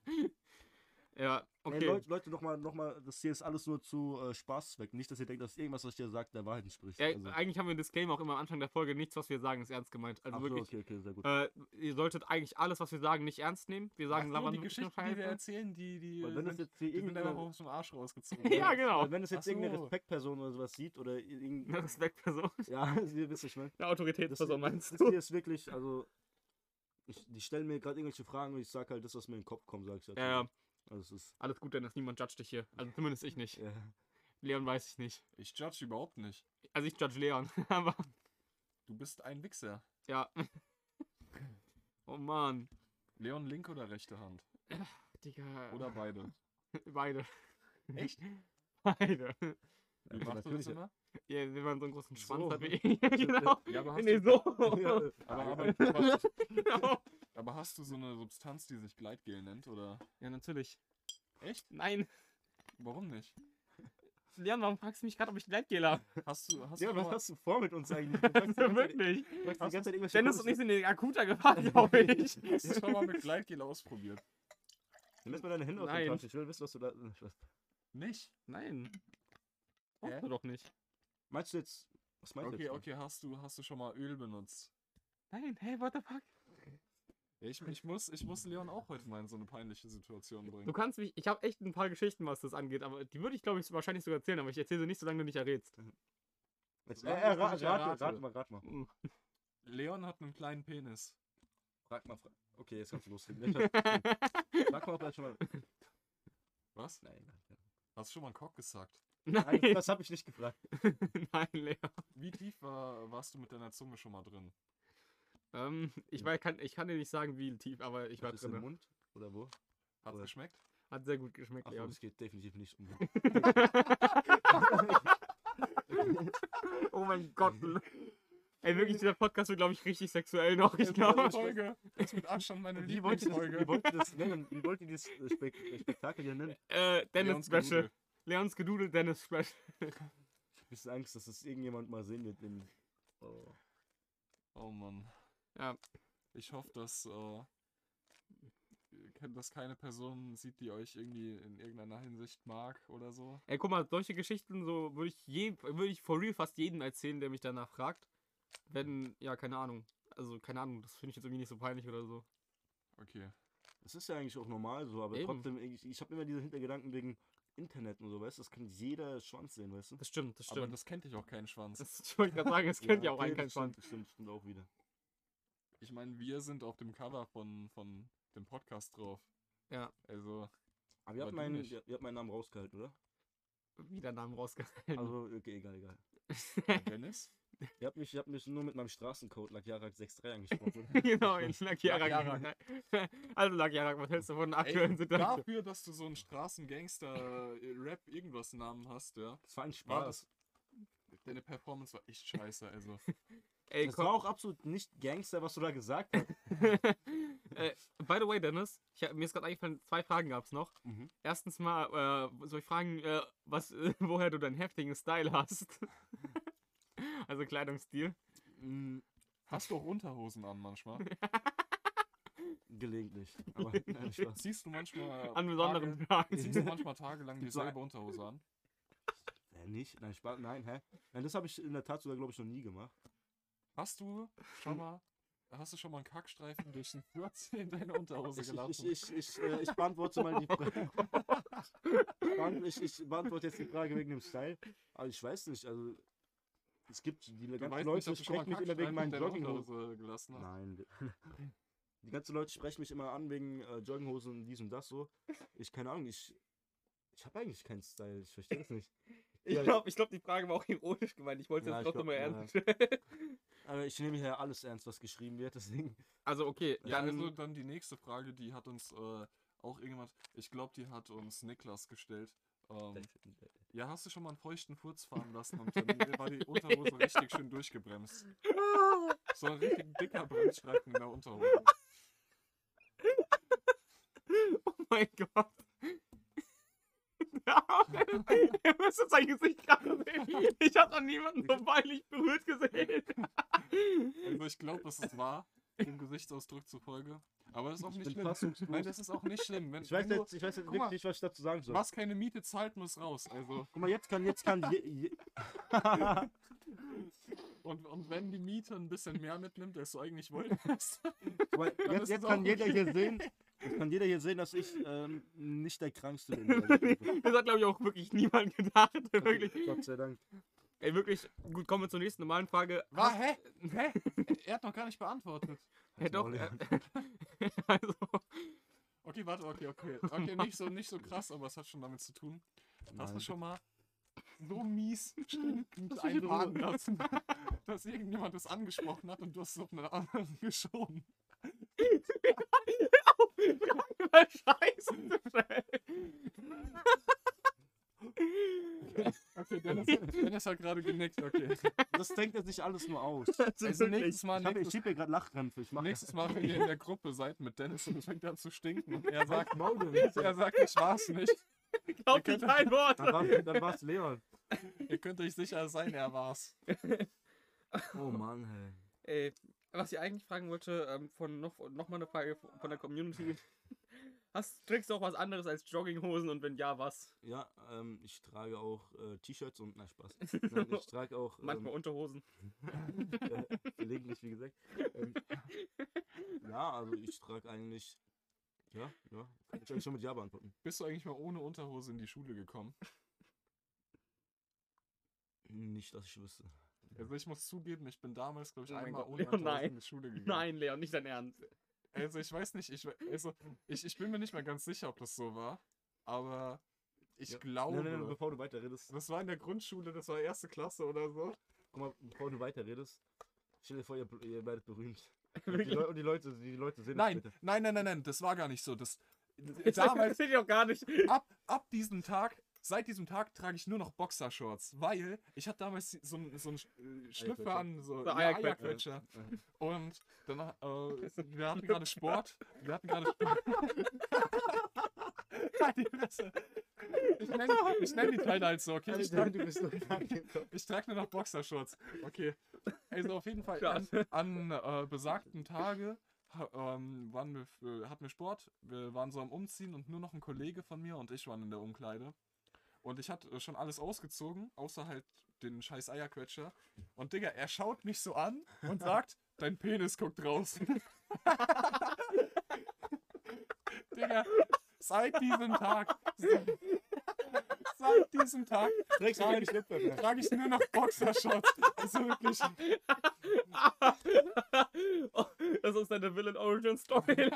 S1: ja,
S3: Ey,
S1: okay.
S3: Leute, Leute nochmal, noch mal, das hier ist alles nur zu äh, Spaßzwecken. Nicht, dass ihr denkt, dass irgendwas, was ich hier sagt, der Wahrheit entspricht.
S1: Ja,
S3: also,
S1: eigentlich haben wir ein Disclaimer auch immer am Anfang der Folge. Nichts, was wir sagen, ist ernst gemeint. Also
S3: ach so,
S1: wirklich,
S3: okay, okay, sehr gut.
S1: Äh, ihr solltet eigentlich alles, was wir sagen, nicht ernst nehmen. Wir sagen,
S2: Ach so,
S1: labern
S2: die
S1: wirklich
S2: Geschichten,
S1: nur
S2: die wir
S1: Scheiße.
S2: erzählen, die, die,
S3: Weil
S2: äh,
S3: wenn das
S2: sind,
S3: jetzt hier
S2: die sind einfach
S3: irgendeine,
S2: aus dem Arschloch gezogen.
S1: Ja, genau.
S3: weil wenn das
S2: Ach
S3: jetzt
S2: so.
S3: irgendeine Respektperson oder sowas sieht oder
S1: Eine
S3: irgendein,
S1: Respektperson.
S3: ja, ihr wisst, was ich meine.
S1: Eine Autoritätsperson meinst
S3: Das
S1: du?
S3: hier ist wirklich, also, ich, die stellen mir gerade irgendwelche Fragen und ich sag halt das, was mir in den Kopf kommt, sag ich jetzt.
S1: Ja, ja.
S3: Also, es ist,
S1: Alles gut, Dennis. Niemand judgt dich hier. Also zumindest ich nicht.
S3: ja.
S1: Leon weiß ich nicht.
S2: Ich judge überhaupt nicht.
S1: Also ich judge Leon. Aber
S2: Du bist ein Wichser.
S1: ja. Oh Mann.
S2: Leon, linke oder rechte Hand?
S1: Digga.
S2: Oder beide?
S1: beide.
S2: Echt?
S1: Beide.
S2: Wie
S3: Ja,
S2: machst du das
S3: natürlich.
S2: immer?
S1: Ja, wenn man so einen großen Schwanz
S3: So.
S1: hat wie ich. genau.
S2: Ja, aber hast,
S1: Nee, so.
S3: Ja,
S2: aber,
S3: aber-
S2: aber, aber,
S1: genau.
S2: aber hast du so eine Substanz, die sich Gleitgel nennt? Oder?
S1: Ja, natürlich.
S2: Echt?
S1: Nein.
S2: Warum nicht?
S1: Leon, warum fragst du mich gerade, ob ich Gleitgel habe?
S2: Hast du, hast
S3: ja,
S2: du
S3: was
S2: schon mal-
S3: hast du vor mit uns eigentlich? Du sagst die ganze Zeit-
S1: Wirklich.
S3: du sagst die ganze Zeit irgendwelche
S1: Dennis und ich
S3: komischen-
S1: sind in akuter Gefahr, glaube ich.
S2: hast du schon mal mit Gleitgel ausprobiert?
S3: Dann Lass mal deine Hände
S1: Nein.
S3: auf den Ich will wissen, was du da. Was,
S2: Nicht?
S1: Nein.
S2: Hä?
S1: Brauchst du doch nicht.
S3: meinst du jetzt. Was meinst du
S2: Okay,
S3: jetzt?
S2: okay, hast du, hast du schon mal Öl benutzt?
S1: Nein, hey, what the fuck?
S2: Ich, ich, muss, ich muss Leon auch heute mal in so eine peinliche Situation
S1: Du
S2: bringen.
S1: kannst mich. Ich habe echt ein paar Geschichten, was das angeht, aber die würde ich, glaube ich, wahrscheinlich sogar erzählen, aber ich erzähle sie nicht, solange du nicht errätst.
S3: Jetzt,
S2: Solange
S3: äh, äh,
S2: ich noch
S3: ra
S2: nicht
S3: rate,
S2: errate.
S3: rate mal, rate mal.
S1: Hm.
S2: Leon hat einen kleinen Penis.
S3: Frag mal. Fra okay, jetzt kannst du loslegen. frag mal, ob er schon mal.
S2: Was?
S3: Nein, nein.
S2: Hast du schon mal einen Cock gesagt?
S1: Nein,
S3: nein das habe ich nicht gefragt.
S1: nein, Leon.
S2: Wie tief war, warst du mit deiner Zunge schon mal drin?
S1: Ähm, ich, weiß, kann, ich kann dir nicht sagen, wie tief, aber ich war
S3: Ist das im
S1: drin.
S3: Mund? Oder wo?
S2: Hat's
S3: Oder-
S2: geschmeckt?
S1: Hat sehr gut geschmeckt,
S3: Ach, so,
S1: Leon.
S3: es geht definitiv nicht um.
S1: Oh mein Gott. Ey, wirklich, dieser Podcast wird, glaube ich, richtig sexuell noch. Ich
S2: Diese
S1: glaube.
S2: Folge ist mit Abstand meine
S3: Genau. Wie wollt, ihr, das-
S2: Lieblingsfolge.
S3: wie wollt ihr das nennen? Wie wollt ihr dieses äh, Spek Spektakel hier nennen?
S1: Äh, Dennis
S2: Leons
S1: Special. Leons Gedudel, Dennis Special.
S3: Ich hab bisschen Angst, dass das irgendjemand mal sehen wird. Im oh.
S2: Oh Mann.
S1: Ja.
S2: Ich hoffe, dass, äh, ke- dass keine Person sieht, die euch irgendwie in irgendeiner Hinsicht mag oder so.
S1: Ey, guck mal, solche Geschichten so würde ich je, würde ich for real fast jedem erzählen, der mich danach fragt. Wenn, ja, keine Ahnung. Also, keine Ahnung, das finde ich jetzt irgendwie nicht so peinlich oder so.
S2: Okay.
S3: Das ist ja eigentlich auch normal so, aber
S1: Eben.
S3: trotzdem, ich, ich habe immer diese Hintergedanken wegen Internet und so, weißt du? Das kann jeder Schwanz sehen, weißt du?
S1: Das stimmt, das
S2: Aber
S1: stimmt.
S2: das kennt ich auch keinen Schwanz.
S1: das ich wollte gerade sagen, das könnte ja auch
S3: okay,
S1: einen
S3: das
S1: keinen Schwanz.
S3: Stimmt, das stimmt, das stimmt auch wieder.
S2: Ich meine, wir sind auf dem Cover von, von dem Podcast drauf.
S1: Ja.
S2: Also,
S3: Aber ihr habt,
S2: du
S3: meinen,
S2: nicht.
S3: ihr, ihr habt meinen Namen rausgehalten, oder?
S1: Wieder Namen rausgehalten.
S3: Also, okay, egal, egal.
S2: Dennis?
S3: Ihr habt mich, ihr habt mich nur mit meinem Straßencode Lakjarak 63 angesprochen.
S1: genau, in
S2: Jarak.
S1: Lakiarak. also, Lakiarak, was hältst du von der aktuellen
S2: Ey,
S1: Situation?
S2: dafür, dass du so einen Straßengangster-Rap-Irgendwas-Namen hast, ja.
S3: Das war ein
S2: War
S3: Spaß.
S2: das. Deine Performance war echt scheiße, also.
S1: Ey,
S3: das
S1: komm.
S3: war auch absolut nicht Gangster, was du da gesagt hast.
S1: äh, by the way, Dennis, ich, hab- mir ist gerade eingefallen, zwei Fragen gab es noch.
S3: Mhm.
S1: Erstens mal, äh, soll ich fragen, äh, was, äh, woher du deinen heftigen Style hast? also Kleidungsstil.
S3: Mm,
S2: Hast du auch Unterhosen an manchmal?
S3: Gelegentlich. Aber nein, Spaß.
S2: Ziehst du manchmal.
S1: An besonderen
S2: Tage,
S1: Fragen.
S2: ziehst du manchmal tagelang
S3: Gibt's so
S2: dieselbe Unterhose an?
S3: Äh, nicht? Nein, Spaß. Nein, hä? Nein, das habe ich in der Tat sogar, glaube ich, noch nie gemacht.
S2: Hast du schon mal. Hast du schon mal einen Kackstreifen durch den Furz in deine Unterhose
S3: Ich, ich,
S2: gelassen?
S3: ich, ich, ich, äh, ich beantworte mal die Frage. ich, ich beantworte jetzt die Frage wegen dem Style. Aber ich weiß nicht, also. Es gibt die ganzen Leute,
S2: ob du schon mal
S3: sprechen
S2: einen
S3: mich immer
S2: Kackstreifen
S3: wegen meinen
S2: in deine
S3: Jogginghosen.
S2: Unterhose gelassen hast.
S3: Nein. wir- Die ganzen Leute sprechen mich immer an wegen äh, Jogginghosen und dies und das so. Ich keine Ahnung, ich. Ich habe eigentlich keinen Style, ich verstehe es nicht.
S1: Ich glaube, ich glaub, die Frage war auch ironisch gemeint. Ich wollte es
S3: Ja,
S1: jetzt
S3: ich
S1: trotzdem mal
S3: glaub,
S1: ernst
S3: Aber ich nehme hier alles ernst, was geschrieben wird, deswegen.
S1: Also okay,
S2: Ja,
S1: dann,
S2: also dann die nächste Frage, die hat uns äh, auch irgendwas, ich glaube, die hat uns Niklas gestellt. Ähm, ja, hast du schon mal einen feuchten Furz fahren lassen und dann war die Unterhose richtig schön durchgebremst. So ein richtig dicker Bremsstreifen in der Unterhose.
S1: oh mein Gott. Ihr müsst jetzt sein Gesicht gerade sehen. Ich habe noch niemanden so peinlich berührt gesehen.
S2: Also ich glaube, das ist wahr, dem Gesichtsausdruck zufolge. Aber das ist auch nicht
S3: bin
S2: schlimm.
S3: fassungslos.
S2: Nein, das ist auch nicht schlimm. Wenn,
S3: Ich weiß
S2: wenn
S3: jetzt, ich weiß jetzt
S2: guck mal.
S3: wirklich nicht, was ich dazu sagen
S2: du,
S3: soll.
S2: was keine Miete zahlt, muss raus. Also,
S3: Guck mal, jetzt kann, jetzt kann je, je,
S2: und, und wenn die Miete ein bisschen mehr mitnimmt, als du eigentlich wolltest.
S3: guck mal,
S2: Dann ist
S3: jetzt, jetzt
S2: es
S3: kann
S2: auch
S3: jeder
S2: okay.
S3: hier sehen, jetzt kann jeder hier sehen, dass ich ähm, nicht der Krankste bin. ehrlich gesagt.
S1: Das hat, glaube ich, auch wirklich niemand gedacht. Wirklich.
S3: Gott sei Dank.
S1: Ey, wirklich. Gut, kommen wir zur nächsten normalen Frage.
S2: Was? Hä? Hä? Er hat noch gar nicht beantwortet.
S1: Ja,
S3: Halt's
S1: doch.
S3: Maul,
S1: Äh,
S3: Leon.
S1: also,
S2: Okay, warte, okay, okay. Okay, nicht so, nicht so krass, aber es hat schon damit zu tun. Hast du
S3: Nein.
S2: schon mal so mies stinkend
S1: mich in Ruhe.
S2: einfahren lassen, dass irgendjemand das angesprochen hat und du hast es auf einen anderen geschoben?
S1: Scheiße.
S2: Okay, Dennis, Dennis hat gerade genickt, okay.
S3: Das denkt er sich alles nur aus.
S2: Also nächstes Mal,
S3: Ich, hab- ich
S2: nächstes,
S3: schieb hier gerade Lachkrämpfe. Ich mach
S2: nächstes Mal, wenn ihr in der Gruppe seid mit Dennis und es fängt an zu stinken und er sagt,
S3: Maul, Leon.
S2: er sagt, ich war's nicht.
S1: Glaubt nicht ein Wort.
S3: Dann war's, dann war's Leon.
S2: Ihr könnt euch sicher sein, er war's.
S3: Oh Mann, hey.
S1: Ey, Äh, was ich eigentlich fragen wollte, ähm, von noch, noch mal eine Frage von der Community. Hast, trägst du auch was anderes als Jogginghosen und wenn ja, was?
S3: Ja, ähm, ich trage auch äh, T-Shirts und, na Spaß. Nein, ich trage auch
S2: Ähm,
S1: Manchmal Unterhosen.
S3: ähm, äh, gelegentlich, wie gesagt. Ähm, ja, also ich trage eigentlich, ja, ja, kann ich eigentlich schon mit Ja beantworten.
S2: Bist du eigentlich mal ohne Unterhose in die Schule gekommen?
S3: Nicht, dass ich wüsste.
S2: Also ich muss zugeben, ich bin damals, glaube ich,
S1: Oh mein
S2: einmal
S1: Gott,
S2: ohne
S1: Leon,
S2: Unterhose
S1: nein.
S2: in die Schule gegangen.
S1: Nein, Leon, nicht dein Ernst.
S2: Also ich weiß nicht, ich, we- also, ich, ich bin mir nicht mehr ganz sicher, ob das so war, aber ich
S3: Ja.
S2: glaube,
S3: Nein, nein, nein, bevor du weiterredest,
S2: das war in der Grundschule, das war erste Klasse oder so.
S3: guck mal, bevor du weiterredest, stell dir vor, ihr, ihr werdet berühmt. Und die,
S1: Wirklich?
S3: Leu und die Leute, die Leute sehen
S2: Nein,
S3: das
S2: nein, nein, nein, nein, das war gar nicht so. Das,
S1: Ich sag,
S2: damals,
S1: das sehe ich auch gar nicht.
S2: ab, ab diesem Tag Seit diesem Tag trage ich nur noch Boxershorts, weil ich hatte damals so, einen- so einen Sch- äh, Schlüpfer an, so
S1: So
S2: ja,
S1: Eierquetscher.
S2: Eierquetscher. Und dann, äh, wir hatten gerade Sport. Wir hatten gerade Sport. Halt die Fresse. Ich nenne ich nenn die Teile halt so, okay? Ich trage
S3: du bist so krank.
S2: ich trag nur noch Boxershorts. Okay. Also auf jeden Fall, an,
S1: Schade.
S2: an äh, besagten Tage ha- ähm, waren wir, f- äh, hatten wir Sport, wir waren so am Umziehen und nur noch ein Kollege von mir und ich waren in der Umkleide. Und ich hatte äh, schon alles ausgezogen, außer halt den scheiß Eierquetscher. Und Digga, er schaut mich so an und sagt, dein Penis guckt raus. Digga, seit diesem Tag. Seit diesem Tag
S3: Trägst du keine Schlüpfer mehr?
S2: trage ich nur noch Boxershorts. Also wirklich.
S1: Oh, das ist deine Villain Origin Story, Leon.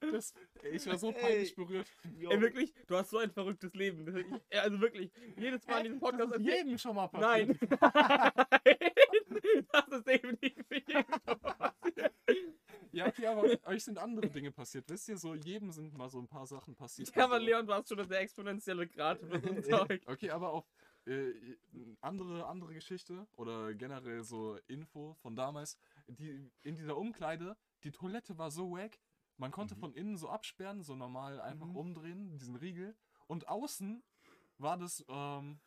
S2: Das, ich war so peinlich
S1: Ey.
S2: berührt.
S1: Ey, wirklich, du hast so ein verrücktes Leben. Das- ich- ey, Also wirklich, jedes Mal in diesem Podcast
S2: das ist
S1: erzähl-
S2: jedem schon mal passiert.
S1: Nein. Nein. das ist eben nicht für jeden.
S2: Ja, okay, aber euch sind andere Dinge passiert. Wisst ihr, so jedem sind mal so ein paar Sachen passiert.
S1: Ja, aber
S2: Also,
S1: Leon, du hast schon das sehr exponentielle Grad für so ein Zeug.
S2: Okay, aber auch äh, andere, andere Geschichte oder generell so Info von damals. Die, in dieser Umkleide, die Toilette war so wack, man konnte von innen so absperren, so normal einfach
S1: Mhm.
S2: umdrehen, diesen Riegel. Und außen war das, ähm,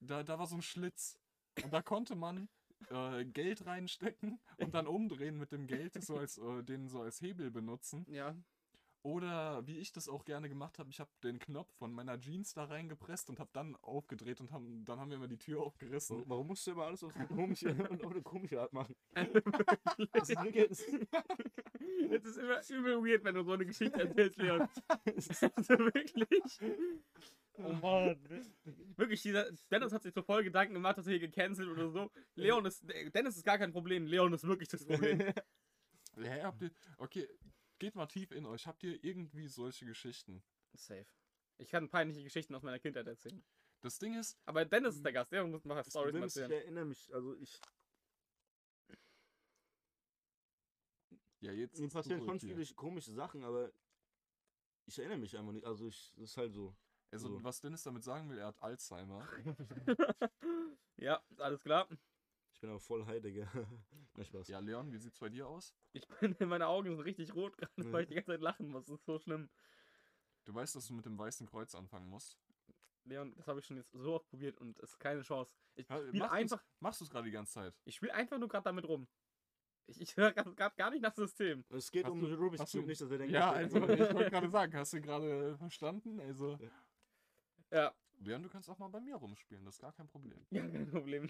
S2: da, da war so ein Schlitz. Und da konnte man äh, Geld reinstecken und dann umdrehen mit dem Geld, so als, äh, den so als Hebel benutzen.
S1: Ja.
S2: Oder wie ich das auch gerne gemacht habe, ich habe den Knopf von meiner Jeans da reingepresst und habe dann aufgedreht und haben, dann haben wir immer die Tür aufgerissen.
S3: Warum musst du immer alles auf eine komische, und auf eine komische Art machen? Das ist
S1: Es
S3: wirklich-
S1: ist immer übel weird, wenn du so eine Geschichte erzählst, Leon. Also wirklich. Oh Mann. Wirklich, dieser Dennis hat sich so voll Gedanken gemacht, dass er hier gecancelt oder so. Leon ist. Dennis ist gar kein Problem. Leon ist wirklich das Problem.
S3: Mhm.
S2: Hä, habt ihr, okay, geht mal tief in euch. Habt ihr irgendwie solche Geschichten?
S1: Safe. Ich kann peinliche Geschichten aus meiner Kindheit erzählen.
S2: Das Ding ist,
S1: Aber Dennis ist der Gast, der muss mal
S3: Das
S1: Stories
S3: Problem ist, ich
S1: erzählen.
S3: erinnere mich, also ich.
S2: ja jetzt.
S3: Mir
S2: ist
S3: passieren
S2: Zurück
S3: schon
S2: hier.
S3: viele komische Sachen, aber ich erinnere mich einfach nicht. Also ich, das ist halt so.
S2: Also
S3: so.
S2: was Dennis damit sagen will, er hat Alzheimer.
S1: Ja, alles klar.
S3: Ich bin aber voll Heidegger. Na Spaß.
S2: Ja, Leon, wie sieht's bei dir aus?
S1: Ich bin, meine Augen sind richtig rot gerade, weil ich die ganze Zeit lachen muss. Das ist so schlimm.
S2: Du weißt, dass du mit dem weißen Kreuz anfangen musst.
S1: Leon, das habe ich schon jetzt so oft probiert und es ist keine Chance. Ich
S2: Ha-
S1: spiele
S2: machst
S1: einfach,
S2: Du's, machst du es gerade die ganze Zeit?
S1: ich spiel einfach nur gerade damit rum. Ich, ich höre gerade gar nicht nach System.
S3: Es geht
S2: Hast
S3: um
S2: du-
S3: den Rubik's
S2: hast du-
S3: Cube, nicht, dass er denkt,
S2: Ja,
S3: ich-
S2: also ich wollte gerade sagen, hast du gerade äh, verstanden? Also
S1: Ja,
S2: Leon, du kannst auch mal bei mir rumspielen, das ist gar kein Problem.
S1: ja kein Problem.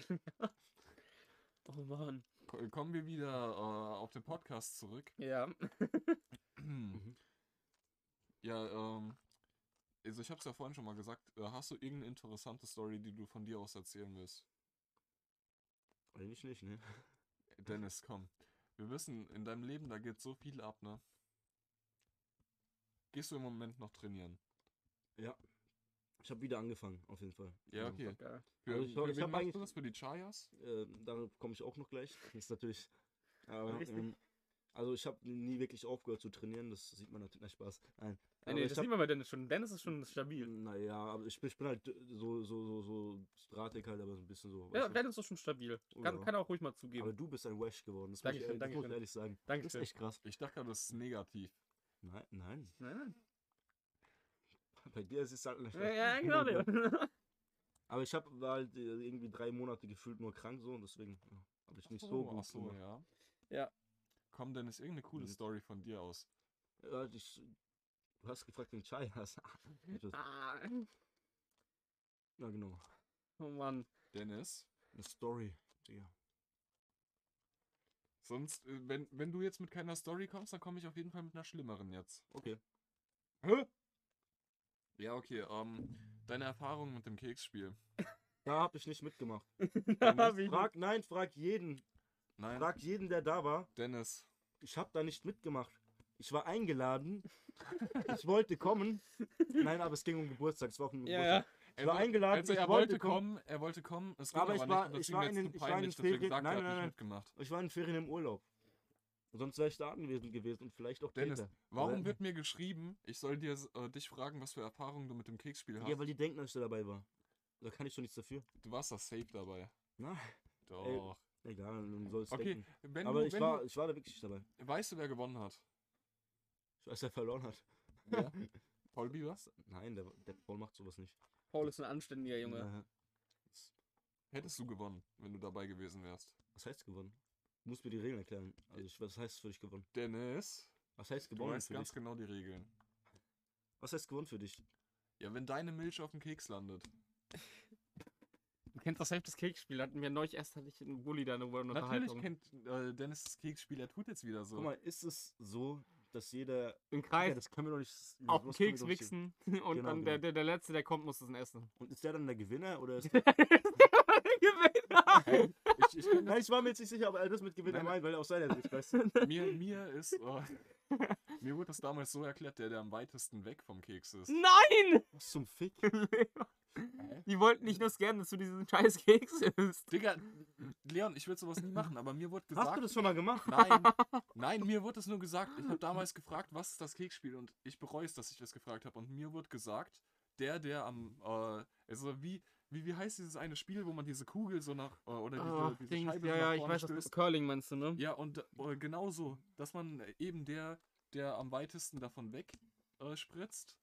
S1: oh Mann.
S2: Ko- Kommen wir wieder äh, auf den Podcast zurück.
S1: Ja.
S3: Mhm.
S2: Ja, ähm, also ich habe es ja vorhin schon mal gesagt. Äh, hast du irgendeine interessante Story, die du von dir aus erzählen willst?
S3: Eigentlich nicht, ne?
S2: Dennis, komm. Wir wissen, in deinem Leben, da geht so viel ab, ne? Gehst du im Moment noch trainieren?
S3: Ich habe wieder angefangen, auf jeden Fall.
S2: Ja,
S3: Also,
S2: okay.
S1: Geil.
S2: Für,
S3: Also ich
S2: für
S3: glaub, ich
S2: wen
S3: hab
S2: machst du
S3: eigentlich-
S2: das? Für die Chayas?
S3: Äh, darauf komme ich auch noch gleich. Das ist natürlich. Aber,
S1: Richtig.
S3: ähm, also ich habe nie wirklich aufgehört zu trainieren, das sieht man natürlich. Na Spaß. Nein.
S1: Nee,
S3: Aber
S1: nee,
S3: ich
S1: das
S3: hab- Mhm.
S1: sieht man bei Dennis schon. Dennis ist schon stabil.
S3: Naja, aber ich, bin- ich bin halt so, so, so, so drahtig halt, aber so ein bisschen so.
S1: Ja,
S3: weißt du?
S1: Dennis ist schon stabil.
S3: Oh,
S1: Kann,
S3: ja.
S1: kann er auch ruhig mal
S3: aber
S1: zugeben.
S3: du bist ein Wesh geworden, das muss ich,
S1: Dankeschön,
S3: ehrlich- das muss
S1: Dankeschön.
S3: ich ehrlich sagen. Das ist
S1: Dankeschön.
S3: echt krass.
S2: Ich dachte, das ist negativ.
S3: Nein, nein.
S1: Nein, nein.
S3: Bei dir ist es halt nicht.
S1: Ja, ja, genau, Leon.
S3: Aber ich hab, war halt äh, irgendwie drei Monate gefühlt nur krank so und deswegen ja, habe ich nicht so,
S2: ach
S3: gut
S2: so,
S3: gemacht.
S2: ja.
S1: Ja.
S2: Komm, Dennis, irgendeine coole
S3: Mhm.
S2: Story von dir aus.
S3: Ja, ich, du hast gefragt, den Chai hast. Ich weiß-
S1: Ah,
S3: Na genau.
S1: oh Mann.
S2: Dennis?
S3: Eine Story. Digga.
S2: Sonst, äh, wenn, wenn du jetzt mit keiner Story kommst, dann komme ich auf jeden Fall mit einer schlimmeren jetzt.
S3: Okay.
S2: Hä? Ja, okay. Ähm, deine Erfahrung mit dem Keksspiel.
S3: Da habe ich nicht mitgemacht.
S1: Da hab ich-
S3: Frag, nein, frag jeden.
S2: Nein,
S3: Frag jeden, der da war.
S2: Dennis.
S3: Ich habe da nicht mitgemacht. Ich war eingeladen. ich wollte kommen. Nein, aber es ging um Geburtstag. Es war auch um
S1: Ja,
S3: Geburtstag.
S1: ja.
S3: Ich war eingeladen.
S2: Also
S3: ich
S2: er wollte kommen, er wollte kommen, es ging
S3: Aber ich
S2: nicht,
S3: war-
S2: und das
S3: ich
S2: ging
S3: war
S2: mir
S3: in
S2: jetzt
S3: den-
S2: zu
S3: ich war in den
S2: peinlich, dass wir
S3: Ferien-
S2: gesagt, er
S3: nein,
S2: hat
S3: nein,
S2: nicht
S3: nein.
S2: mitgemacht.
S3: Ich war in den Ferien im Urlaub. Sonst wäre ich da anwesend gewesen und vielleicht auch
S2: Dennis,
S3: Peter.
S2: warum
S3: Ja.
S2: wird mir geschrieben, ich soll dir äh, dich fragen, was für Erfahrungen du mit dem Keksspiel hast?
S3: Ja, weil die denken, dass ich da dabei war. Da kann ich doch nichts dafür.
S2: du warst doch safe dabei.
S3: Na,
S2: Doch.
S3: egal, dann soll es
S2: okay,
S3: denken.
S2: wenn
S3: Aber
S2: du,
S3: ich
S2: wenn
S3: war, ich war da wirklich dabei.
S2: du, weißt du, wer gewonnen hat?
S3: Ich weiß, wer verloren hat.
S2: Wer? Paul Bieber?
S3: Nein, der, der Paul macht sowas nicht.
S1: Paul ist ein anständiger Junge.
S3: Naja.
S2: Hättest du gewonnen, wenn du dabei gewesen wärst.
S3: Was heißt gewonnen? Du musst mir die Regeln erklären. Also, ich, was heißt für dich gewonnen?
S2: Dennis,
S3: Was heißt
S2: du
S3: gewonnen
S2: weißt
S3: für
S2: ganz
S3: dich?
S2: genau die Regeln.
S3: Was heißt gewonnen für dich?
S2: Ja, wenn deine Milch auf dem Keks landet.
S1: Du kennst das selbst das Keksspiel, da hatten wir neulich erst hatte ich einen Bulli da eine Word
S2: Natürlich
S1: Unterhaltung.
S2: kennt äh, Dennis das Keksspiel, er tut jetzt wieder so.
S3: Guck mal, ist es so, dass jeder.
S1: Im
S3: Ja,
S1: Kreis
S3: das können wir doch nicht.
S1: auf den
S3: sowas können wir
S1: Keks
S3: doch nicht-
S1: wichsen
S3: Genau,
S1: und dann Der,
S3: genau.
S1: der, der Letzte, der kommt, muss es essen.
S3: Und ist der dann der Gewinner oder ist
S1: Gewinner!
S2: Ich, ich kenn
S3: Nein, ich war mir jetzt nicht sicher, ob er das mit Gewinner
S2: Nein,
S3: meint, weil er aus seiner Sicht weiß. Nein,
S2: Mir, mir ist. äh, mir wurde das damals so erklärt, der, der am weitesten weg vom Keks ist.
S1: Nein!
S3: Was zum Fick?
S1: Die wollten nicht nur scannen, dass du diesen scheiß Keks isst.
S2: Digga, Leon, ich würde sowas nie machen, aber mir wurde gesagt.
S3: Hast du das schon mal gemacht?
S2: Nein, nein, mir wurde es nur gesagt. Ich habe damals gefragt, was ist das Keksspiel und ich bereue es, dass ich das gefragt habe. Und mir wurde gesagt, der, der am, äh, also wie, wie, wie heißt dieses eine Spiel, wo man diese Kugel so nach, äh, oder diese,
S1: Ah,
S2: diese
S1: Dings,
S2: Scheibe
S1: ja,
S2: so
S1: ja,
S2: nach
S1: ich
S2: vorne
S1: weiß, das ist
S2: stößt?
S1: Curling, meinst du, ne?
S2: Ja, und äh, genau so, dass man eben der, der am weitesten davon weg äh, spritzt,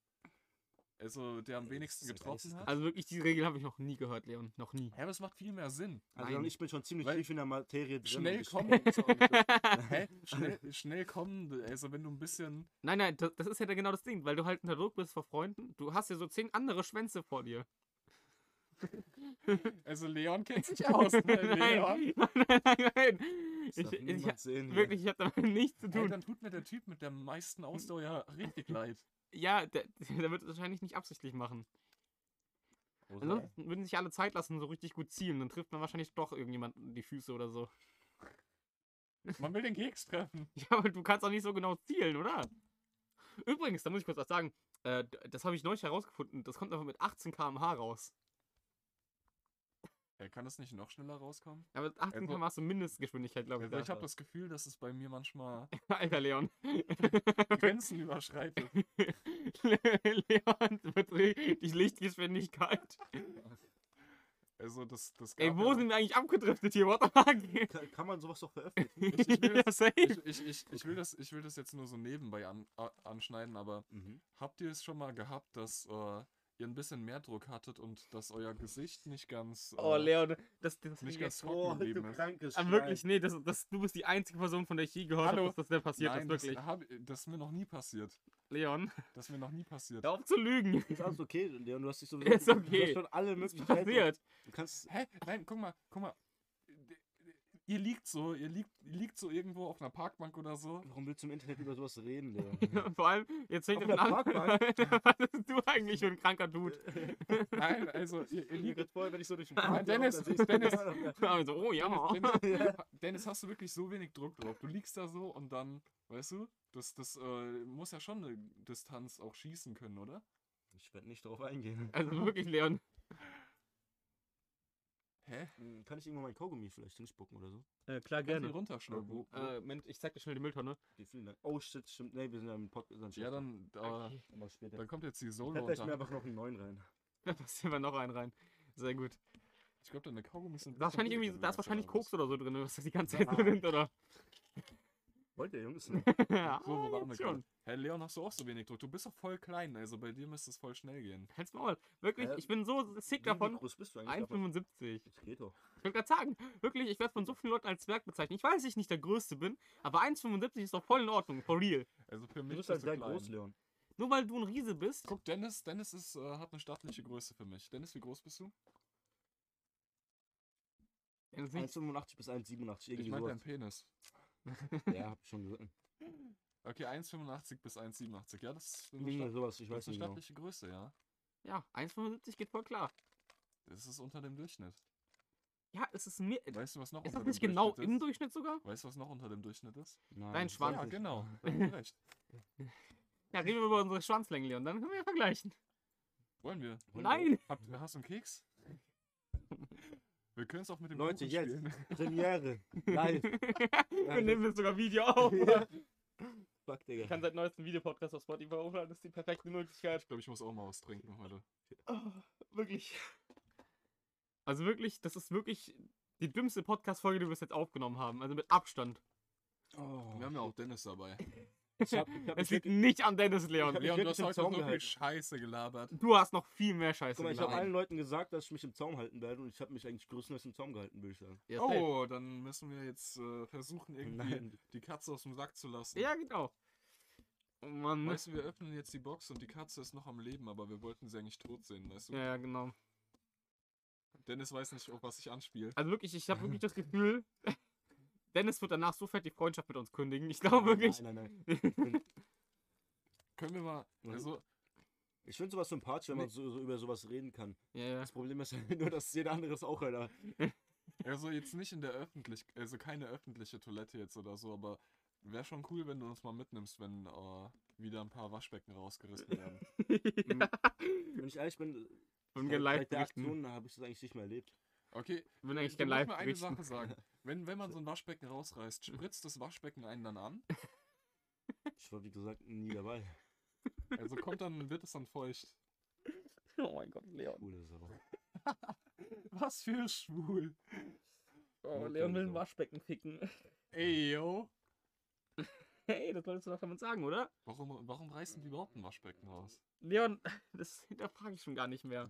S2: also der am
S3: Ey,
S2: wenigsten
S3: das ist ein
S2: getroffen hat.
S1: Also wirklich, die Regel habe ich noch nie gehört, Leon. Noch nie.
S2: Ja, aber es macht viel mehr Sinn.
S3: Also,
S1: Nein.
S3: ich bin schon ziemlich
S2: Weil-
S3: tief in der Materie drin. und
S2: Schnell
S3: ich-
S2: kommen. Hä? Schnell, schnell kommen, also wenn du ein bisschen.
S1: Nein, nein, das, das ist ja da genau das Ding, weil du halt unter Druck bist vor Freunden. Du hast ja so zehn andere Schwänze vor dir.
S2: Also Leon kennt sich aus, ne? Leon.
S1: nein, nein, nein, nein, nein.
S3: Das
S1: Ich,
S3: darf
S1: ich,
S3: niemand sehen hier.
S1: wirklich, ich habe damit nichts zu
S2: Hey,
S1: tun.
S2: dann tut mir der Typ mit der meisten Ausdauer ja richtig leid.
S1: Ja, der, der wird es wahrscheinlich nicht absichtlich machen. Ansonsten würden sich alle Zeit lassen, und so richtig gut zielen. Dann trifft man wahrscheinlich doch irgendjemanden in die Füße oder so.
S2: Man will den Keks treffen.
S1: Ja, aber du kannst auch nicht so genau zielen, oder? Übrigens, da muss ich kurz was sagen. Äh, d- das habe ich neulich herausgefunden. Das kommt einfach mit 18 km/h raus.
S2: Ey, kann das nicht noch schneller rauskommen?
S1: Aber 18
S2: Also-
S1: km/h ist so Mindestgeschwindigkeit, glaube ich.
S2: Also ich habe
S1: Ja,
S2: das Gefühl, dass es bei mir manchmal
S1: Alter, Leon.
S2: Grenzen überschreitet.
S1: Leon beträgt die Lichtgeschwindigkeit.
S2: Also das, das
S1: Ey,
S2: gab
S1: wo
S2: ja-
S1: sind wir eigentlich abgedriftet hier? What the fuck?
S3: Kann, kann man sowas doch veröffentlichen?
S2: ich will
S1: ja, safe.
S2: ich, ich, ich, ich, will das, ich will das jetzt nur so nebenbei an, a- anschneiden, aber
S3: Mhm.
S2: habt ihr es schon mal gehabt, dass äh, ihr ein bisschen mehr Druck hattet und dass euer Gesicht nicht ganz, äh,
S1: Oh, Leon, das, das
S2: nicht
S1: das-
S2: ganz trocken geblieben ist?
S3: krankes
S1: Ah, wirklich, nee, das, das, du bist die einzige Person, von der ich je gehört habe,
S2: Hallo.
S1: dass das denn passiert
S2: Nein,
S1: ist, wirklich.
S2: Das, hab, das ist mir noch nie passiert.
S1: Leon,
S2: Das ist mir noch nie passiert.
S1: hör auf zu lügen.
S3: Ist alles okay, Leon, du hast dich sowieso.
S1: Ist
S3: Du
S1: okay.
S3: hast schon alle
S1: Was ist
S3: Möglichkeiten.
S1: passiert?
S3: Du kannst.
S2: Hä? Nein, guck mal, guck mal. Ihr liegt so, ihr liegt, ihr liegt so irgendwo auf einer Parkbank oder so.
S3: Warum willst du im Internet über sowas reden, Leon?
S1: Vor allem, jetzt fängt
S3: Auf
S1: es an.
S3: der
S1: Was bist du eigentlich für ein kranker Dude?
S2: Nein, also ihr, ihr liegt.
S3: gerade vorher, wenn ich so durch den
S2: Park Dennis, laufe, dann siehst du-
S1: Also, oh ja.
S2: Dennis, Dennis, Dennis, hast du wirklich so wenig Druck drauf? Du liegst da so und dann, weißt du, das, das äh, muss ja schon eine Distanz auch schießen können, oder?
S3: Ich werde nicht darauf eingehen.
S1: Also wirklich, Leon.
S2: Hä?
S3: Hm, Kann ich irgendwann mein Kaugummi vielleicht hinspucken oder so?
S1: klar,
S2: Kann die runterschlucken.
S3: Wo-
S1: Äh, Moment, ich zeig dir schnell die Mülltonne.
S3: Okay, vielen Dank. Oh shit, stimmt. Nee, wir sind ja im Podcast.
S2: Ja, dann, äh,
S1: Okay.
S3: Aber später.
S2: dann kommt jetzt die
S3: Dann
S2: Solo
S3: vielleicht mir
S2: unter.
S3: einfach noch einen neuen rein.
S1: Da passiert mal noch einen rein. Sehr gut.
S2: Ich glaube, deine Kaugummis sind.
S1: Wahrscheinlich irgendwie, da ist wahrscheinlich Koks oder so drin, was das die ganze Zeit so
S2: Ja.
S1: nimmt, oder?
S3: Wollt ihr, Jungs? Ne?
S1: Ja,
S2: So, wo waren wir
S1: jetzt
S2: gerade? Hä, Leon, hast du auch so wenig Druck? Du bist doch voll klein, also bei dir müsste es voll schnell gehen.
S1: Halt's Maul. Wirklich,
S3: Äh,
S1: ich bin so sick
S3: Wie
S1: davon.
S3: groß bist du eigentlich? davon?
S1: 1,75.
S3: Das geht doch.
S1: Ich wollte gerade sagen, wirklich, ich werde von so vielen Leuten als Zwerg bezeichnet. Ich weiß, dass ich nicht der Größte bin, aber 1,75 ist doch voll in Ordnung, for real.
S2: Also für
S3: Du
S2: mich bist
S3: bist halt
S2: du
S3: sehr
S2: klein.
S3: groß, Leon.
S1: Nur weil du ein Riese bist,
S2: Guck, Dennis, Dennis ist, äh, hat eine stattliche Größe für mich. Dennis, wie groß bist du?
S1: dann sind-
S3: 1,85 bis 1,87.
S2: Ich
S3: Irgendwie
S2: meine dein
S3: sowas.
S2: Penis.
S3: Ja, hab ich schon gesagt.
S2: Okay, 1,85 bis 1,87. Ja, das ist eine,
S3: Irgendwie
S2: statt
S3: sowas, ich
S2: das
S3: weiß
S2: ist eine
S3: nicht genau.
S2: stattliche Größe, ja.
S1: ja, 1,75 geht voll klar.
S2: Das ist unter dem Durchschnitt.
S1: Ja, es ist mir.
S2: Weißt du, was noch
S1: Ist das
S2: unter dem
S1: nicht genau
S2: Durchschnitt
S1: im
S2: ist?
S1: Durchschnitt sogar?
S2: Weißt du, was noch unter dem Durchschnitt ist?
S1: Dein
S3: das
S1: Schwanz.
S2: Ja,
S3: weiß ich
S2: genau. da hast du
S3: nicht.
S2: recht.
S1: Ja, reden wir über unsere Schwanzlängen, Leon, dann können wir vergleichen.
S2: Wollen wir?
S3: Wollen wir-
S1: Nein!
S2: Habt, hast du einen Keks? Wir können es auch mit dem
S3: Leute,
S2: Kuchen
S3: jetzt.
S2: spielen.
S3: Premiere. Live.
S1: Wir nehmen jetzt sogar Video auf.
S3: Fuck,
S1: Ich kann
S3: Digga.
S1: seit neuestem Videopodcast auf Spotify hochladen, das ist die perfekte Möglichkeit.
S2: Ich glaube, ich muss auch mal was trinken heute.
S1: Oh, wirklich. Also wirklich, das ist wirklich die dümmste Podcast-Folge, die wir bis jetzt aufgenommen haben. Also mit Abstand.
S3: Oh.
S2: Wir haben ja auch Dennis dabei.
S3: Ich hab, ich
S1: Es
S3: hab mich
S1: liegt
S3: wirklich,
S1: nicht an Dennis,
S3: Ich hab
S1: Leon.
S3: mich
S2: Leon, du
S3: wirklich
S2: hast
S3: im
S2: heute
S3: Zaum
S2: noch so viel
S3: gehalten.
S2: Scheiße gelabert.
S1: Du hast noch viel mehr Scheiße
S3: guck mal, ich habe
S2: Nein.
S3: allen Leuten gesagt, dass ich mich im Zaum halten werde und ich habe mich eigentlich größtenteils im Zaum gehalten, würde ich sagen.
S1: Ja, safe.
S2: Oh, dann müssen wir jetzt äh, versuchen, irgendwie
S3: Nein.
S2: die Katze aus dem Sack zu lassen.
S1: ja, genau. Oh Mann.
S2: Weißt du, wir öffnen jetzt die Box und die Katze ist noch am Leben, aber wir wollten sie eigentlich tot sehen, weißt du?
S1: Ja, ja, genau.
S2: Dennis weiß nicht, auf was ich anspiele.
S1: Also wirklich, ich habe wirklich das Gefühl, Dennis wird danach so fett die Freundschaft mit uns kündigen. Ich
S3: Oh,
S1: glaube wirklich.
S3: Nein, nein, nein.
S2: Können wir mal. Also,
S3: Ich finde sowas sympathisch, wenn man so, so über sowas reden kann.
S1: ja, ja.
S3: Das Problem ist halt nur, dass jeder andere es auch einer.
S2: also jetzt nicht in der Öffentlichkeit, also keine öffentliche Toilette jetzt oder so, aber wäre schon cool, wenn du uns mal mitnimmst, wenn äh, wieder ein paar Waschbecken rausgerissen werden.
S3: Wenn ich ehrlich bin,
S1: Würden gerne live
S3: seit der
S1: berichten.
S3: Aktion habe ich das eigentlich nicht mehr erlebt.
S2: Okay,
S1: Würden eigentlich
S2: Ich
S1: gerne
S2: muss
S1: live
S2: mir eine
S1: berichten.
S2: Sache sagen. Wenn, wenn man so ein Waschbecken rausreißt, spritzt das Waschbecken einen dann an.
S3: Ich war, wie gesagt, nie dabei.
S2: Also kommt dann, wird es dann feucht.
S1: Oh mein Gott, Leon.
S3: Coole Sau.
S2: Was für schwul.
S1: Oh,
S3: Okay,
S1: Leon will ein
S3: so.
S1: Waschbecken ficken.
S2: Ey, yo.
S1: Hey, das wolltest du doch damit sagen, oder?
S2: Warum, warum reißen die überhaupt ein Waschbecken raus?
S1: Leon, das hinterfrage ich schon gar nicht mehr.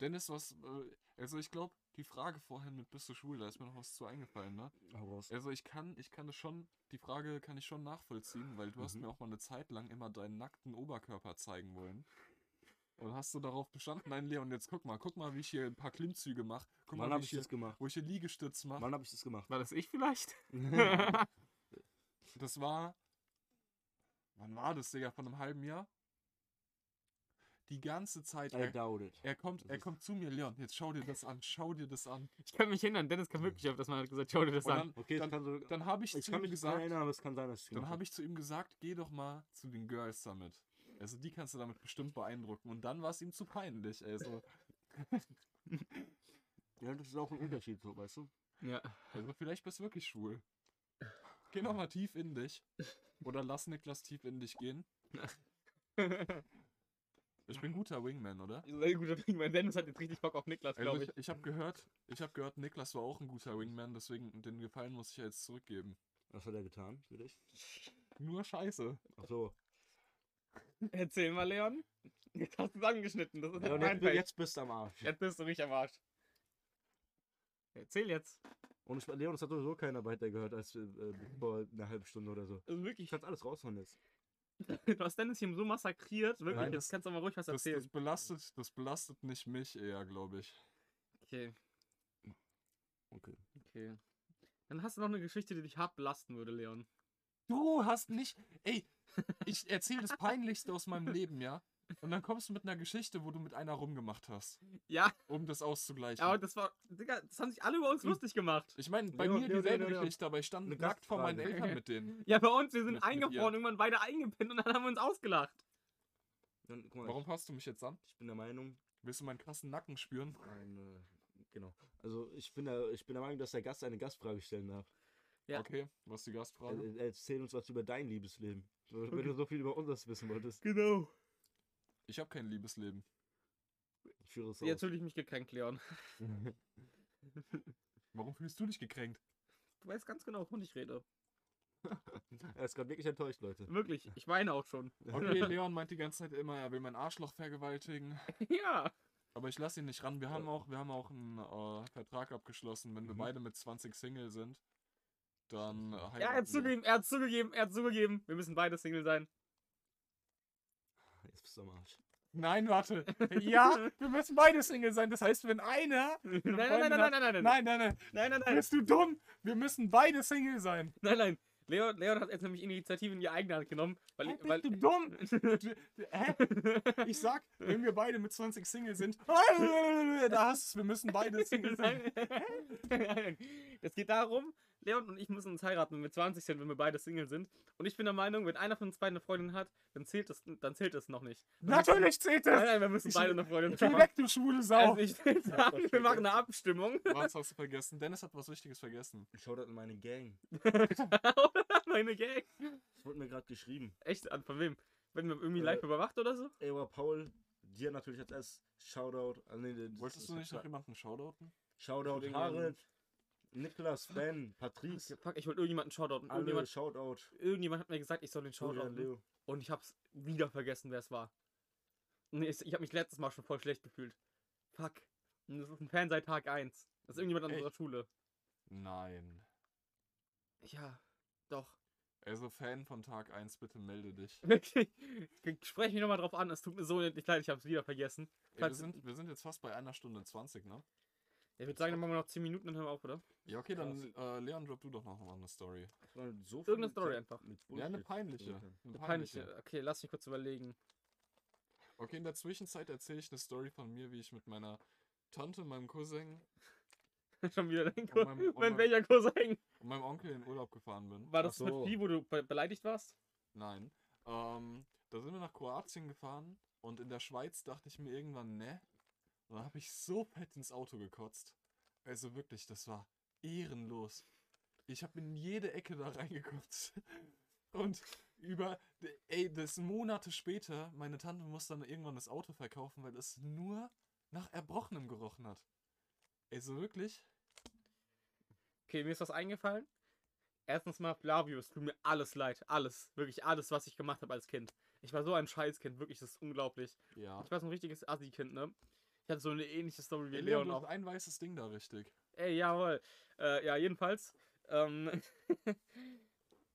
S2: Dennis, was. Äh, also ich glaube, die Frage vorhin mit bist du schwul, da ist mir noch was zu eingefallen, ne?
S3: Hau raus.
S2: Also ich kann, ich kann es schon, die Frage kann ich schon nachvollziehen, weil du hast
S3: Mhm.
S2: mir auch mal eine Zeit lang immer deinen nackten Oberkörper zeigen wollen. Und hast du darauf bestanden? Nein, Leon, jetzt guck mal, guck mal, wie ich hier ein paar Klimmzüge mache. Guck
S3: Wann
S2: mal,
S3: habe
S2: wie
S3: ich
S2: ich hier,
S3: das gemacht?
S2: wo ich hier Liegestütz mache.
S3: Wann habe ich das gemacht?
S1: War das ich vielleicht?
S2: Das war. Wann war das, Digga? Von einem halben Jahr? Die ganze Zeit.
S3: I
S2: Er,
S3: doubt it.
S2: er kommt,
S3: Das
S2: er
S3: ist-
S2: kommt zu mir, Leon. Jetzt schau dir das an. Schau dir das an.
S1: Ich kann mich erinnern, Dennis kam wirklich auf das Mal und hat gesagt, schau dir das
S2: Und
S1: an.
S2: dann,
S3: Okay,
S2: dann,
S3: das kann so,
S2: dann habe ich,
S3: ich
S2: zu
S3: kann
S2: ihm
S3: mich nicht dran
S2: gesagt.
S3: erinnern, aber es kann sein, dass ich
S2: Dann habe ich zu ihm gesagt, geh doch mal zu den Girls damit. Also die kannst du damit bestimmt beeindrucken. Und dann war es ihm zu peinlich. Also,
S3: Ja, das ist auch ein Unterschied, so, weißt du?
S1: Ja.
S2: also vielleicht bist du wirklich schwul. Geh noch mal tief in dich. Oder lass Niklas tief in dich gehen. Ich bin guter Wingman, oder?
S1: Sehr guter Ding, mein Dennis hat jetzt richtig Bock auf Niklas,
S2: Also
S1: glaube ich.
S2: ich, ich habe gehört, ich habe gehört, Niklas war auch ein guter Wingman, deswegen den Gefallen muss ich ja jetzt zurückgeben.
S3: Was hat er getan für dich?
S2: Nur Scheiße.
S3: Ach so.
S1: Erzähl mal, Leon. Jetzt hast du es angeschnitten, das ist
S3: Ja,
S1: jetzt
S3: und
S1: mein
S3: jetzt,
S1: Feld.
S3: jetzt bist du am Arsch.
S1: Jetzt bist du richtig am Arsch. Erzähl jetzt.
S3: Und ich, Leon, das hat sowieso keiner weiter gehört als äh, äh, vor einer halben Stunde oder so.
S1: Also
S3: Ich
S1: wirklich,
S3: kann's alles raushauen jetzt.
S1: du hast Dennis hier so massakriert. Wirklich,
S2: Nein,
S1: jetzt
S2: das-
S1: kannst du mal ruhig was
S2: Das, das
S1: erzählen.
S2: belastet, das belastet nicht mich eher, glaube ich.
S1: Okay,
S3: Okay.
S1: okay. Dann hast du noch eine Geschichte, die dich hart belasten würde, Leon.
S2: Du hast nicht, ey, ich erzähle das Peinlichste aus meinem Leben, ja. Und dann kommst du mit einer Geschichte, wo du mit einer rumgemacht hast,
S1: Ja,
S2: um das auszugleichen.
S1: aber das war. Digga, das haben sich alle über uns
S2: Hm.
S1: lustig gemacht.
S2: ich meine, bei
S3: Leon,
S2: mir
S3: Leon,
S2: dieselbe
S3: Leon, Leon.
S2: Geschichte, aber ich stand
S3: Eine
S2: nackt vor meinen
S3: Gastfrage.
S2: Eltern mit denen.
S1: Ja, bei uns, wir sind
S2: Mit- mit
S1: eingefroren, irgendwann beide eingepennt und dann haben wir uns ausgelacht.
S3: Dann, guck mal,
S2: Warum fasst du mich jetzt an?
S3: ich bin der Meinung,
S2: Willst du meinen krassen Nacken spüren?
S3: ein, äh, genau. Also ich bin, der, ich bin der Meinung, dass der Gast eine Gastfrage stellen darf.
S1: Ja.
S2: Okay, was ist die Gastfrage?
S3: Er, erzähl uns was über dein Liebesleben. Wenn du so viel über unseres wissen wolltest,
S1: Genau.
S2: Ich habe kein Liebesleben.
S3: ich führe es
S1: Jetzt
S3: aus.
S1: fühle ich mich gekränkt, Leon.
S2: Warum fühlst du dich gekränkt?
S1: Du weißt ganz genau, wovon ich rede.
S3: Er ist gerade wirklich enttäuscht, Leute.
S1: Wirklich, ich weine auch schon.
S2: Okay, Leon meint die ganze Zeit immer, er will mein Arschloch vergewaltigen.
S1: Ja.
S2: Aber ich lasse ihn nicht ran. Wir haben auch, wir haben auch einen äh, Vertrag abgeschlossen. Wenn wir
S3: Mhm.
S2: beide mit 20 Single sind, dann äh, heiraten
S1: Er hat zugegeben, er hat zugegeben, er hat zugegeben. Wir müssen beide Single sein.
S3: Jetzt bist du am Arsch.
S2: Nein, warte. Ja, wir müssen beide Single sein. Das heißt, wenn einer. Nein,
S1: Nein, nein, nein, nein, nein, nein, nein,
S2: Nein, nein, nein.
S1: nein, nein, nein,
S2: Bist du dumm? Wir müssen beide Single sein.
S1: nein, nein. Leon, Leon hat jetzt nämlich Initiative in die eigene Hand genommen, weil,
S2: Hey,
S1: weil
S2: bist du dumm? Hä? Ich sag, wenn wir beide mit 20 Single sind, da hast du es, wir müssen beide Single sein.
S1: Nein. Es geht darum, Leon und ich müssen uns heiraten, wenn wir 20 sind, wenn wir beide Single sind. Und ich bin der Meinung, wenn einer von uns beiden eine Freundin hat, dann zählt das, dann zählt das noch nicht. Dann
S4: Natürlich zählt
S1: Müssen, nein,
S4: das.
S1: nein, wir müssen
S4: Ich-
S1: beide eine Freundin
S4: Geh weg, du schwule Sau.
S1: Also ich will sagen, wir machen eine Abstimmung.
S2: Was hast du vergessen? Dennis hat was Wichtiges vergessen.
S3: Shoutout an meine Gang.
S1: Meine Gang.
S3: Das wurde mir gerade geschrieben.
S1: Echt? An- Von wem? Wenn wir irgendwie
S3: Äh,
S1: live überwacht oder so?
S3: Ey, aber Paul, dir natürlich als erstes Shoutout. Ah, nee, das-
S2: Wolltest du
S3: das-
S2: nicht noch jemanden shoutouten?
S3: Shoutout
S2: Wegen-
S3: Harald, Niklas, Ben, Patrice,
S1: Fuck, ich wollte irgendjemanden Shoutouten.
S3: alle
S1: Irgendjemand,
S3: Shoutout.
S1: irgendjemand hat mir gesagt, ich soll den
S3: Julian,
S1: Shoutouten.
S3: Leo.
S1: Und ich hab's wieder vergessen, wer es war. Nee, ich, ich habe mich letztes Mal schon voll schlecht gefühlt. Fuck. Und Das ist ein Fan seit Tag 1. Das ist irgendjemand an
S2: Echt?
S1: unserer Schule.
S2: Nein.
S1: Ja, doch.
S2: Also Fan von Tag 1, bitte melde dich.
S1: Wirklich. Spreche mich nochmal drauf an. Es tut mir so nicht leid, ich hab's wieder vergessen.
S2: Ey, wir,
S1: Falls-
S2: sind, wir sind jetzt fast bei einer Stunde 20, ne?
S1: Ich würde sagen, dann machen wir noch 10 Minuten und hören wir auf, oder?
S2: Ja, okay, dann äh, Leon, drop du doch noch mal eine Story.
S3: Das war So
S1: Irgendeine
S3: viel
S1: Story
S3: Zeit
S1: einfach.
S3: Mit
S2: Ja, eine
S3: Bullshit.
S2: peinliche.
S3: Okay.
S2: Eine peinliche.
S1: Peinliche. Okay, lass mich kurz überlegen.
S2: Okay, in der Zwischenzeit erzähle ich eine Story von mir, wie ich mit meiner Tante, meinem Cousin
S1: Schon wieder dein
S2: Und
S1: Cousin.
S2: meinem- und
S1: Mein
S2: meinem-
S1: welcher Cousin?
S2: und meinem Onkel in Urlaub gefahren bin.
S1: oh War das
S3: Ach so.
S1: die, wo du be beleidigt warst?
S2: Nein. Ähm, da sind wir nach Kroatien gefahren und in der Schweiz dachte ich mir irgendwann, ne? Und dann habe ich so fett ins Auto gekotzt. Also wirklich, das war ehrenlos. Ich habe in jede Ecke da reingekotzt. Und über, ey, das Monate später, meine Tante muss dann irgendwann das Auto verkaufen, weil es nur nach Erbrochenem gerochen hat. Ey, so wirklich?
S1: Okay, mir ist was eingefallen. Erstens mal, Flavio, es tut mir alles leid. Alles. Wirklich alles, was ich gemacht habe als Kind. Ich war so ein Scheißkind. Wirklich, das ist unglaublich.
S2: Ja.
S1: Ich war so ein richtiges Assi-Kind, ne? Ich hatte so eine ähnliche Story wie
S2: Ey,
S1: Leon
S2: Leon, du
S1: auch.
S2: ein weißes Ding da richtig.
S1: Ey, jawohl. Äh, ja, jedenfalls. Ähm,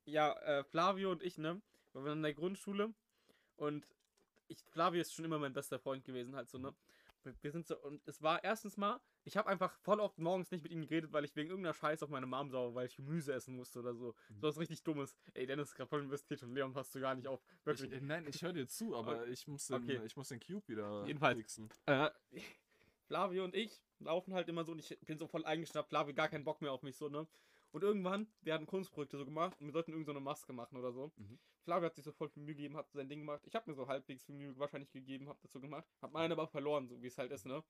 S1: ja, äh, Flavio und ich, ne? Wir waren in der Grundschule und ich, Flavio ist schon immer mein bester Freund gewesen, halt so, ne? Wir- Wir sind so, und es war erstens mal, ich habe einfach voll oft morgens nicht mit ihm geredet, weil ich wegen irgendeiner Scheiße auf meine Mom sauer, war, weil ich Gemüse essen musste oder so.
S2: Mhm.
S1: So was richtig Dummes. Ey, Dennis ist gerade voll investiert und Leon passt so gar nicht auf.
S2: Ich,
S1: Wirklich.
S2: äh, nein, ich höre dir zu, aber ich, muss den,
S1: Okay.
S2: ich muss den Cube wieder
S1: Jedenfalls.
S2: fixen.
S1: Äh, Flavio und ich laufen halt immer so und ich bin so voll eingeschnappt. Flavio gar keinen Bock mehr auf mich so, ne? Und irgendwann, wir hatten Kunstprojekte so gemacht und wir sollten irgendeine so eine Maske machen oder so.
S3: Mhm.
S1: Flavio hat sich so voll viel Mühe gegeben, hat sein Ding gemacht. Ich habe mir so halbwegs viel Mühe wahrscheinlich gegeben, habe dazu gemacht. Hab meine aber verloren, so wie es halt ist, ne?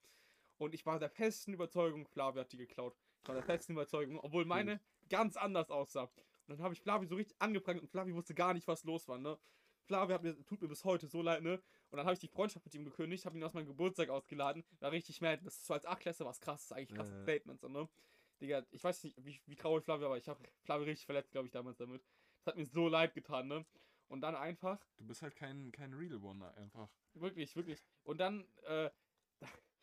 S1: Und ich war der festen Überzeugung, Flavio hat die geklaut. Ich war der festen Überzeugung, obwohl meine ganz anders aussah. Und dann habe ich Flavio so richtig angeprangt und Flavio wusste gar nicht, was los war, ne? Flavio hat mir, tut mir bis heute so leid, ne? Und dann habe ich die Freundschaft mit ihm gekündigt, habe ihn aus meinem Geburtstag ausgeladen, war richtig mad. Das ist so als Achtklässler was krass, das ist eigentlich krasses
S3: Ja, ja.
S1: Statement, so, ne? Digga, ich weiß nicht, wie, wie traurig Flavio war, ich habe Flavio richtig verletzt, glaube ich, damals damit. Das hat mir so leid getan, ne? Und dann einfach,
S2: Du bist halt kein, kein Real One einfach.
S1: wirklich, wirklich. Und dann, äh,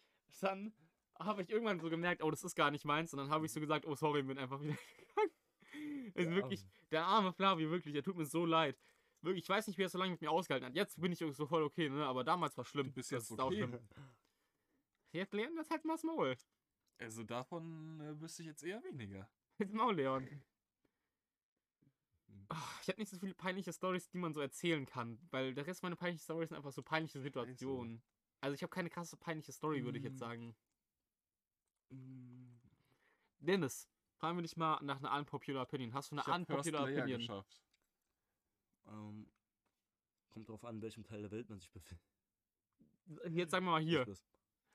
S1: dann habe ich irgendwann so gemerkt, oh, das ist gar nicht meins. Und dann habe ich so
S2: Mhm.
S1: gesagt, oh, sorry, bin einfach wieder gegangen. Ist wirklich, der arme Flavio, wirklich, er tut mir so leid. Wirklich, ich weiß nicht, wie er so lange mit mir ausgehalten hat. Jetzt bin ich so voll okay, ne? Aber damals war schlimm.
S2: Du bist
S1: Das
S2: jetzt
S1: ist sau
S2: okay.
S1: schlimm. Jetzt lernen das halt mal das Maul.
S2: Also davon äh, wüsste ich jetzt eher weniger.
S1: Jetzt Maul, Leon.
S2: Hm.
S1: Ach, Ich habe nicht so viele peinliche Stories, die man so erzählen kann, weil der Rest meiner peinlichen Stories sind einfach so peinliche Situationen. Also ich habe keine krasse peinliche Story, würde ich jetzt
S2: Mm.
S1: sagen.
S3: Mm,
S1: Dennis, fragen wir dich mal nach einer unpopular Opinion. Hast du eine
S2: hab
S1: unpopular
S2: First Layer
S1: Opinion?
S2: geschafft.
S3: Ähm, kommt drauf an, in welchem Teil der Welt man sich befindet.
S1: Jetzt sagen wir mal hier.
S3: Das-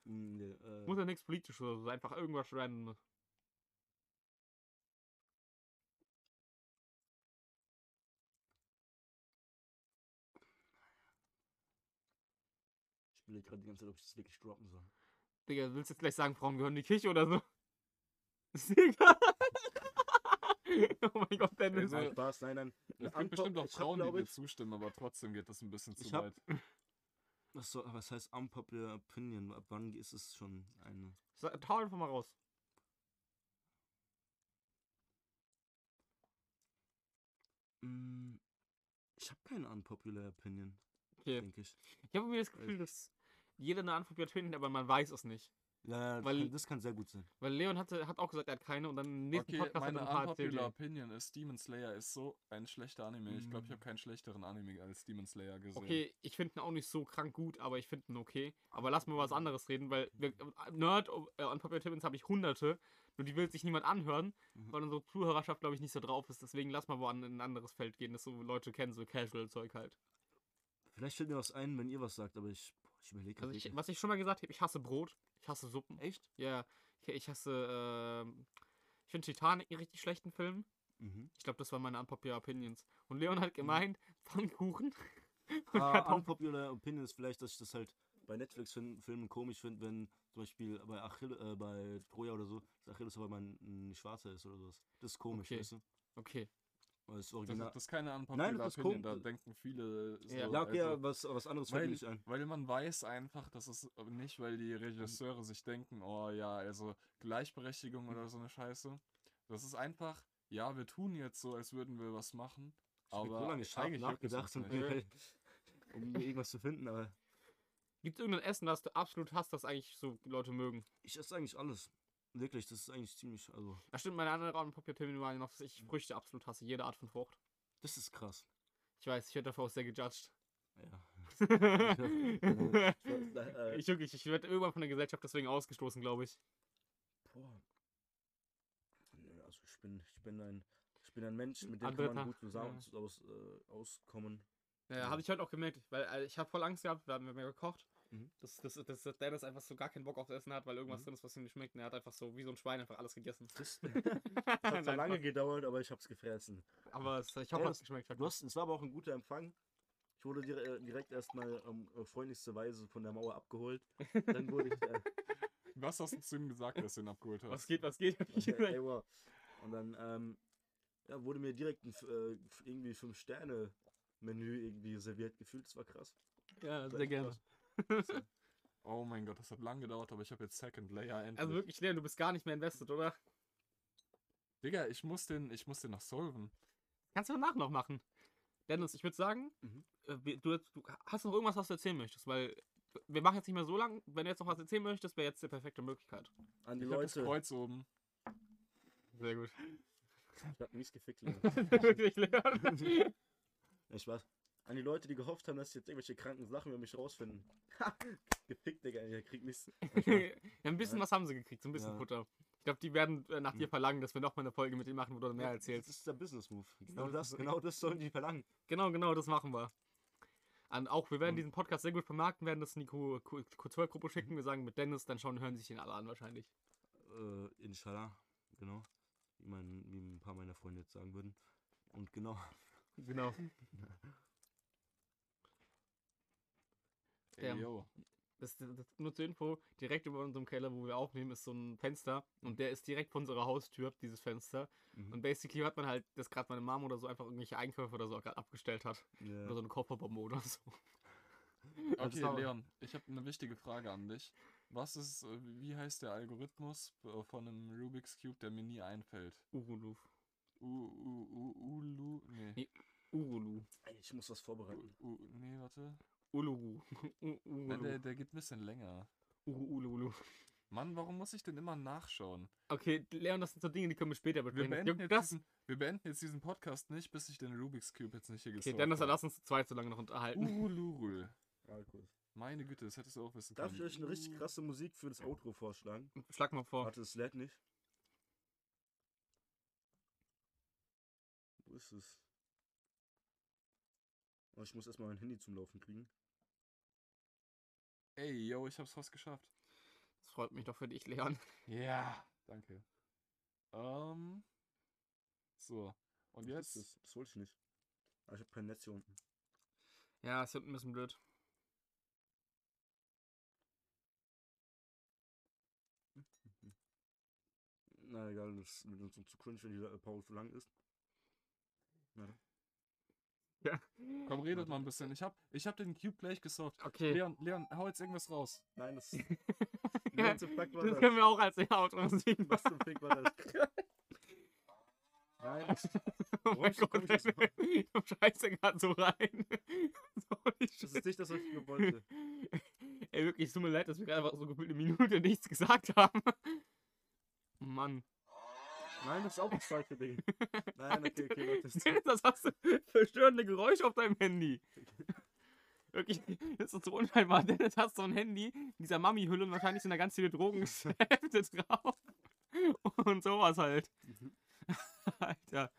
S3: Mm, nee, äh,
S1: Muss ja nichts politisch oder so, einfach irgendwas random.
S3: ich überlege gerade die ganze Zeit, ob ich das wirklich droppen soll.
S1: Digga, willst du jetzt gleich sagen, Frauen gehören in die Kirche oder so? Digga. oh mein Gott, Dennis.
S2: Also-
S3: Nein, Spaß, nein, nein.
S2: Es
S3: Antwort-
S2: gibt bestimmt auch
S3: ich hab,
S2: Frauen, die
S3: glaub
S2: dir
S3: ich-
S2: zustimmen, aber trotzdem geht das ein bisschen zu
S3: Ich hab-
S2: weit.
S3: Was, soll, was heißt unpopular opinion? Ab wann ist es schon eine?
S1: Sa- Hau einfach mal raus.
S3: Mm, ich habe keine unpopular opinion,
S1: Okay.
S3: denke ich.
S1: Ich habe irgendwie das Gefühl, dass jeder eine Antwort findet, aber man weiß es nicht.
S3: Ja, ja, das,
S1: Weil-
S3: kann, das kann sehr gut sein.
S1: Weil Leon hatte, hat auch gesagt, er hat keine und dann im nächsten
S2: Okay,
S1: Podcast hat
S2: meine
S1: er ein paar erzählt.
S2: unpopular Opinion ist, Demon Slayer ist so ein schlechter Anime. Ich glaube, ich
S3: Mm.
S2: habe keinen schlechteren Anime als Demon Slayer gesehen.
S1: Okay, ich finde ihn auch nicht so krank gut, aber ich finde ihn okay. Aber lass mal über was anderes reden, weil wir, Nerd äh, Unpopular Opinions habe ich hunderte. Nur die will sich niemand anhören,
S2: Mhm.
S1: weil unsere Zuhörerschaft, glaube ich, nicht so drauf ist. Deswegen lass mal wo an in ein anderes Feld gehen, das so Leute kennen, so Casual-Zeug halt.
S3: Vielleicht fällt mir was ein, wenn ihr was sagt, aber ich, boah, ich überlege
S1: Also ich, was ich schon mal gesagt habe, ich hasse Brot, ich hasse Suppen.
S3: Echt?
S1: Ja, ich, ich hasse, ähm, ich finde Titanic einen richtig schlechten Film.
S3: Mhm.
S1: Ich glaube, das waren meine unpopular Opinions. Und Leon hat gemeint, Pfannkuchen. Und
S3: Ah,
S1: hat auch-
S3: unpopular Opinion ist vielleicht, dass ich das halt bei Netflix-Filmen komisch finde, wenn zum Beispiel bei Achille, äh, bei Troja oder so, dass Achilles aber mal ein, ein Schwarzer ist oder sowas. Das ist komisch,
S1: Okay.
S3: weißt du?
S1: okay,
S3: Weil das
S2: Das,
S3: Original.
S2: das ist keine
S3: Nein,
S2: unpopular
S3: das ist
S2: Opinion,
S3: komisch.
S2: da denken viele so,
S1: Ja,
S3: ja, okay,
S2: also-
S3: ja, was, was anderes fällt
S2: Weil,
S3: mir nicht ein.
S2: weil man weiß einfach, dass es äh, nicht, weil
S3: Hm.
S2: die Regisseure sich denken, oh ja, also Gleichberechtigung
S3: Hm.
S2: oder so eine Scheiße. Das ist einfach, ja, wir tun jetzt so, als würden wir was machen.
S3: Ich hab
S2: Aber
S3: so lange scharf
S2: eigentlich juckt es
S3: nachgedacht,
S2: uns
S3: und,
S2: nicht.
S3: um mir irgendwas zu finden, aber
S1: gibt es irgendein Essen, das du absolut hast, das eigentlich so Leute mögen?
S3: ich esse eigentlich alles. Wirklich, das ist eigentlich ziemlich, also,
S1: Das stimmt, meine anderen unpopular Opinion waren ja noch, dass ich
S3: Mhm.
S1: Früchte absolut hasse, jede Art von Frucht.
S3: das ist krass.
S1: Ich weiß, ich werde davor auch sehr gejudged.
S3: Ja. äh,
S1: ich wirklich, ich werde irgendwann von der Gesellschaft deswegen ausgestoßen, glaube ich.
S3: Boah. Nö, also ich bin, ich bin ein, ich bin ein Mensch, mit dem
S1: Anderer
S3: kann man
S1: Tag,
S3: gut zusammen
S1: ja.
S3: zu- aus, äh, auskommen.
S1: Ja, habe Äh, ich heute auch gemerkt, weil äh, ich habe voll Angst gehabt, wir haben ja mehr gekocht,
S3: Mhm.
S1: dass, dass, dass dass Dennis einfach so gar keinen Bock aufs Essen hat, weil irgendwas
S3: Mhm.
S1: drin ist, was ihm nicht schmeckt. Und er hat einfach so wie so ein Schwein einfach alles gegessen.
S3: Das, das hat zwar
S1: Nein,
S3: lange gedauert, aber ich hab's gefressen.
S1: Spaß. Aber es, ich hoffe,
S3: Ja,
S1: dass es geschmeckt hat.
S3: Du hast, es war aber auch ein guter Empfang. Ich wurde dir, äh, direkt erstmal ähm, äh, freundlichste Weise von der Mauer abgeholt. Dann wurde ich, äh,
S2: Was hast du zu ihm gesagt, dass du ihn abgeholt hast?
S1: Was geht, was geht? hab ich
S3: und, der-
S1: gesagt.
S3: ey, wow. und dann ähm, ja, wurde mir direkt ein, äh, irgendwie fünf Sterne Menü irgendwie serviert gefühlt. Das war krass.
S1: ja,
S3: war
S1: sehr
S3: echt
S1: gerne.
S3: krass.
S2: Oh mein Gott, das hat lang gedauert, aber ich habe jetzt Second Layer endlich.
S1: Also wirklich, Leon, du bist gar nicht mehr invested, oder?
S2: Digga, ich muss den, ich muss den noch solven.
S1: Kannst du danach noch machen. Dennis, ich würde sagen,
S3: Mhm.
S1: äh, wir- du, du hast noch irgendwas, was du erzählen möchtest, weil wir machen jetzt nicht mehr so lang. Wenn du jetzt noch was erzählen möchtest, wäre jetzt die perfekte Möglichkeit.
S3: An die
S2: Ich habe das
S3: Leute.
S2: Kreuz oben.
S1: Sehr gut.
S3: Ich hab mies gefickt. Leute.
S1: wirklich, Leon.
S3: Ja, Spaß. An die Leute, die gehofft haben, dass sie jetzt irgendwelche kranken Sachen über mich rausfinden. Gepickt, Digga, ihr kriegt nichts.
S1: ja, ein bisschen
S3: Ja.
S1: was haben sie gekriegt, so ein bisschen
S3: Ja.
S1: Futter. Ich glaube, die werden äh, nach dir
S3: Mhm.
S1: verlangen, dass wir nochmal eine Folge mit denen machen, wo du mehr
S3: Das
S1: erzählst.
S3: ist der Business-Move. Genau
S1: Genau
S3: das,
S1: das-
S3: genau das sollen die verlangen.
S1: Genau, genau, das machen wir. Und auch, wir werden
S3: Und-
S1: diesen Podcast sehr gut vermarkten, werden das in die Q12-Gruppe schicken. Wir sagen mit Dennis, dann schauen, hören sich den alle an wahrscheinlich.
S3: Äh, inshallah, genau. Wie, mein, wie ein paar meiner Freunde jetzt sagen würden. Und genau.
S1: Genau.
S2: Ey,
S1: Ähm,
S2: yo.
S1: Das, das, das nur zur Info, direkt über unserem Keller, wo wir aufnehmen, ist so ein Fenster und der ist direkt vor unserer Haustür, dieses Fenster.
S3: Mhm.
S1: Und basically hat man halt, dass gerade meine Mom oder so einfach irgendwelche Einkäufe oder so gerade abgestellt hat.
S3: Ja.
S1: Oder so eine Kofferbombe oder so.
S2: Okay,
S1: dauert.
S2: Leon, ich habe eine wichtige Frage an dich. Was ist, äh, wie heißt der Algorithmus äh, von einem Rubik's Cube, der mir nie einfällt?
S1: Urulu.
S2: U, u, u, ulu, nee.
S1: Nee. Urulu.
S3: Ey, Ich muss was
S2: U,
S3: vorbereiten.
S2: u, nee, warte.
S1: Uluru. U-
S2: Nein, der,
S1: Urulu.
S2: der geht ein bisschen länger.
S1: Uru- Ululu.
S2: Mann, warum muss ich denn immer nachschauen?
S1: Okay, Leon, das sind so Dinge, die können wir später
S2: Wir
S1: besprechen.
S2: beenden,
S1: Junge,
S2: jetzt
S1: das.
S2: diesen, wir beenden jetzt diesen Podcast nicht, bis ich den Rubik's Cube jetzt nicht hier
S1: Okay,
S2: gesolved
S1: Dennis, dann
S2: hab.
S1: lass uns zu zweit so lange noch unterhalten.
S2: Uh. Ululu.
S3: Ja, cool.
S2: Meine Güte, das hättest du auch wissen
S3: Darf
S2: können.
S1: Ähm,
S3: ich euch eine richtig
S2: U-
S3: krasse Musik für das Outro vorschlagen?
S1: Schlag mal vor.
S3: Warte, es lädt nicht. Wo ist es? Oh, ich muss erstmal mein Handy zum Laufen kriegen.
S2: Ey, yo, ich hab's fast geschafft.
S1: Das freut mich doch für dich, Leon.
S2: Ja, danke. Ähm. So. Und
S3: Was ist
S2: jetzt?
S3: Das, das wollte ich nicht. Ah, ich habe kein Netz hier unten.
S1: Ja, ist hinten ein bisschen blöd.
S3: Na egal, das wird uns zu cringe, wenn die äh, Pause zu lang ist.
S2: Komm, redet mal ein bisschen. Ich hab, ich hab den Cube gleich gesaugt.
S1: Okay.
S2: Leon, Leon, hau jetzt irgendwas raus.
S3: Nein, das
S1: Ja,
S3: What the fuck war
S1: Das
S3: das?
S1: können wir auch als Outro-Musik
S3: Was zum Fick war das? Nein, das,
S1: Oh mein
S3: Warum
S1: Gott,
S3: komm ich jetzt
S1: ich hab Scheiße gerade so rein. Sorry,
S3: das ist nicht das, was ich nur wollte.
S1: Ey, wirklich, es tut mir leid, dass wir gerade einfach so gefühlt eine Minute nichts gesagt haben. Mann.
S3: Nein, das ist auch das falsche Ding. Nein, okay, okay, Leute. Das
S1: Dennis, das hast du verstörende Geräusche auf deinem Handy. Wirklich, das ist so unscheinbar. Dennis hast so ein Handy in dieser Mami-Hülle und wahrscheinlich sind da ganz viele Drogengeschäfte drauf. Und sowas halt.
S3: Mhm.
S1: Alter.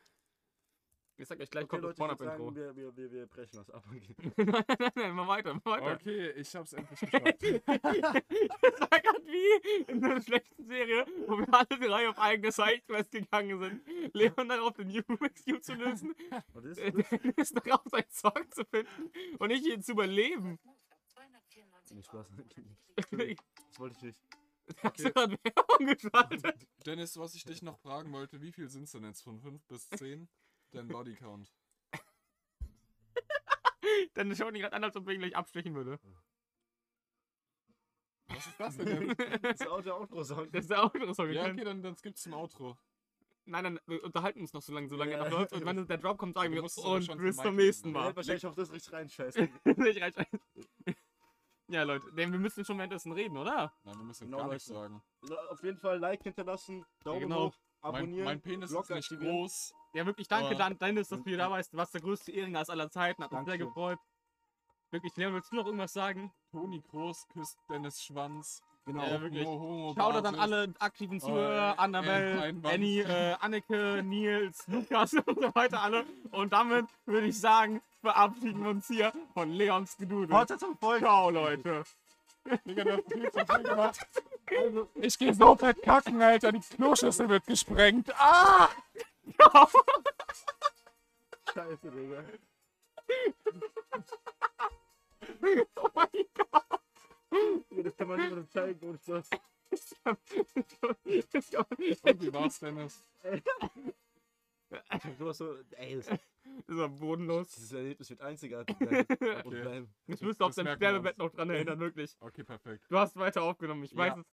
S1: Ich sag euch gleich,
S3: Okay,
S1: kommt
S3: Leute,
S1: das
S3: ich würd
S1: Pornhub-Intro.
S3: sagen, wir, wir, wir, wir brechen das ab.
S1: nein, nein, nein, mal weiter, mal weiter.
S2: Okay, ich hab's endlich geschafft.
S1: Das war grad wie in einer schlechten Serie, wo wir alle drei auf eigene Sidequest gegangen sind. Leon darauf, den Yu-Rescue zu lösen,
S3: Und das
S1: äh,
S3: ist
S1: Dennis darauf, seinen Song zu finden und ich ihn zu überleben.
S3: Nee, Spaß. ne?
S1: Hast
S3: Das wollte ich nicht.
S1: du gerade Werbung geschaltet?
S2: Dennis, was ich dich noch fragen wollte, wie viel sind's denn jetzt? Von 5 bis 10? Dein Bodycount.
S1: Dann schaut ihn gerade an, als ob er ihn gleich abstechen würde.
S2: Was ist das denn?
S3: Das Auto auch groß.
S1: Das ist der andere Song.
S2: ja,
S1: Ja,
S2: okay, dann, dann gibt's zum Outro.
S1: Nein, nein, wir unterhalten uns noch so lange, solange er
S3: Ja.
S1: noch läuft. Und wenn der Drop kommt, sagen
S2: Du
S1: wir,
S2: musst es aber schon
S1: und bis
S2: zum Mike
S1: zum
S2: gehen,
S1: nächsten
S2: ne?
S3: Er
S1: Mal.
S3: hätte wahrscheinlich auf das richtig reinscheißen.
S1: Nicht reinscheißen. Ja, Leute, denn wir müssen schon währenddessen reden, oder?
S2: Nein, wir müssen
S3: Genau,
S2: gar nichts
S3: Leute.
S2: sagen.
S3: Auf jeden Fall Like hinterlassen, Daumen
S1: genau.
S3: hoch,
S2: Mein,
S3: abonnieren.
S2: mein Penis
S3: Glock
S2: ist nicht
S3: aktivieren.
S2: groß.
S1: Ja, wirklich danke,
S2: Oh.
S1: Dan- Dennis, dass du wieder da warst. Du warst der größte Ehrengas aller Zeiten. Hat mich sehr
S3: Dankeschön.
S1: gefreut. Wirklich, Leon, willst du noch irgendwas sagen?
S2: Toni Groß küsst Dennis Schwanz.
S3: Genau.
S1: Ja, wirklich.
S2: Homo- Homo-
S1: Shoutout an
S2: Basis.
S1: alle aktiven Zuhörer,
S2: äh,
S1: Annabelle,
S2: äh, Einwand.
S1: Annie, äh, Anneke, Nils, Lukas und so weiter alle. Und damit würde ich sagen, verabschieden wir uns hier von Leons Gedudel.
S3: Fortsetzung folgt.
S1: Ciao, Leute.
S2: Digga, du hast viel zu viel gemacht.
S3: Also,
S2: Ich geh so fett kacken, Alter. Die Kloschüssel wird gesprengt. Ah!
S3: Scheiße, Digga.
S1: Oh mein Gott.
S3: Das kann man niemandem zeigen und so.
S1: Ich hab- Ist
S2: Und wie war's, Dennis?
S3: Sowas so, ey, das,
S1: er bodenlos.
S3: dieses Erlebnis wird einzigartig sein. Und bleiben.
S1: Ich müsste auf
S2: Das
S1: dein
S2: merken wir
S1: Sterbebett noch dran erinnern, wirklich.
S2: Okay, perfekt.
S1: Du hast weiter aufgenommen, ich weiß
S2: Ja.
S1: es.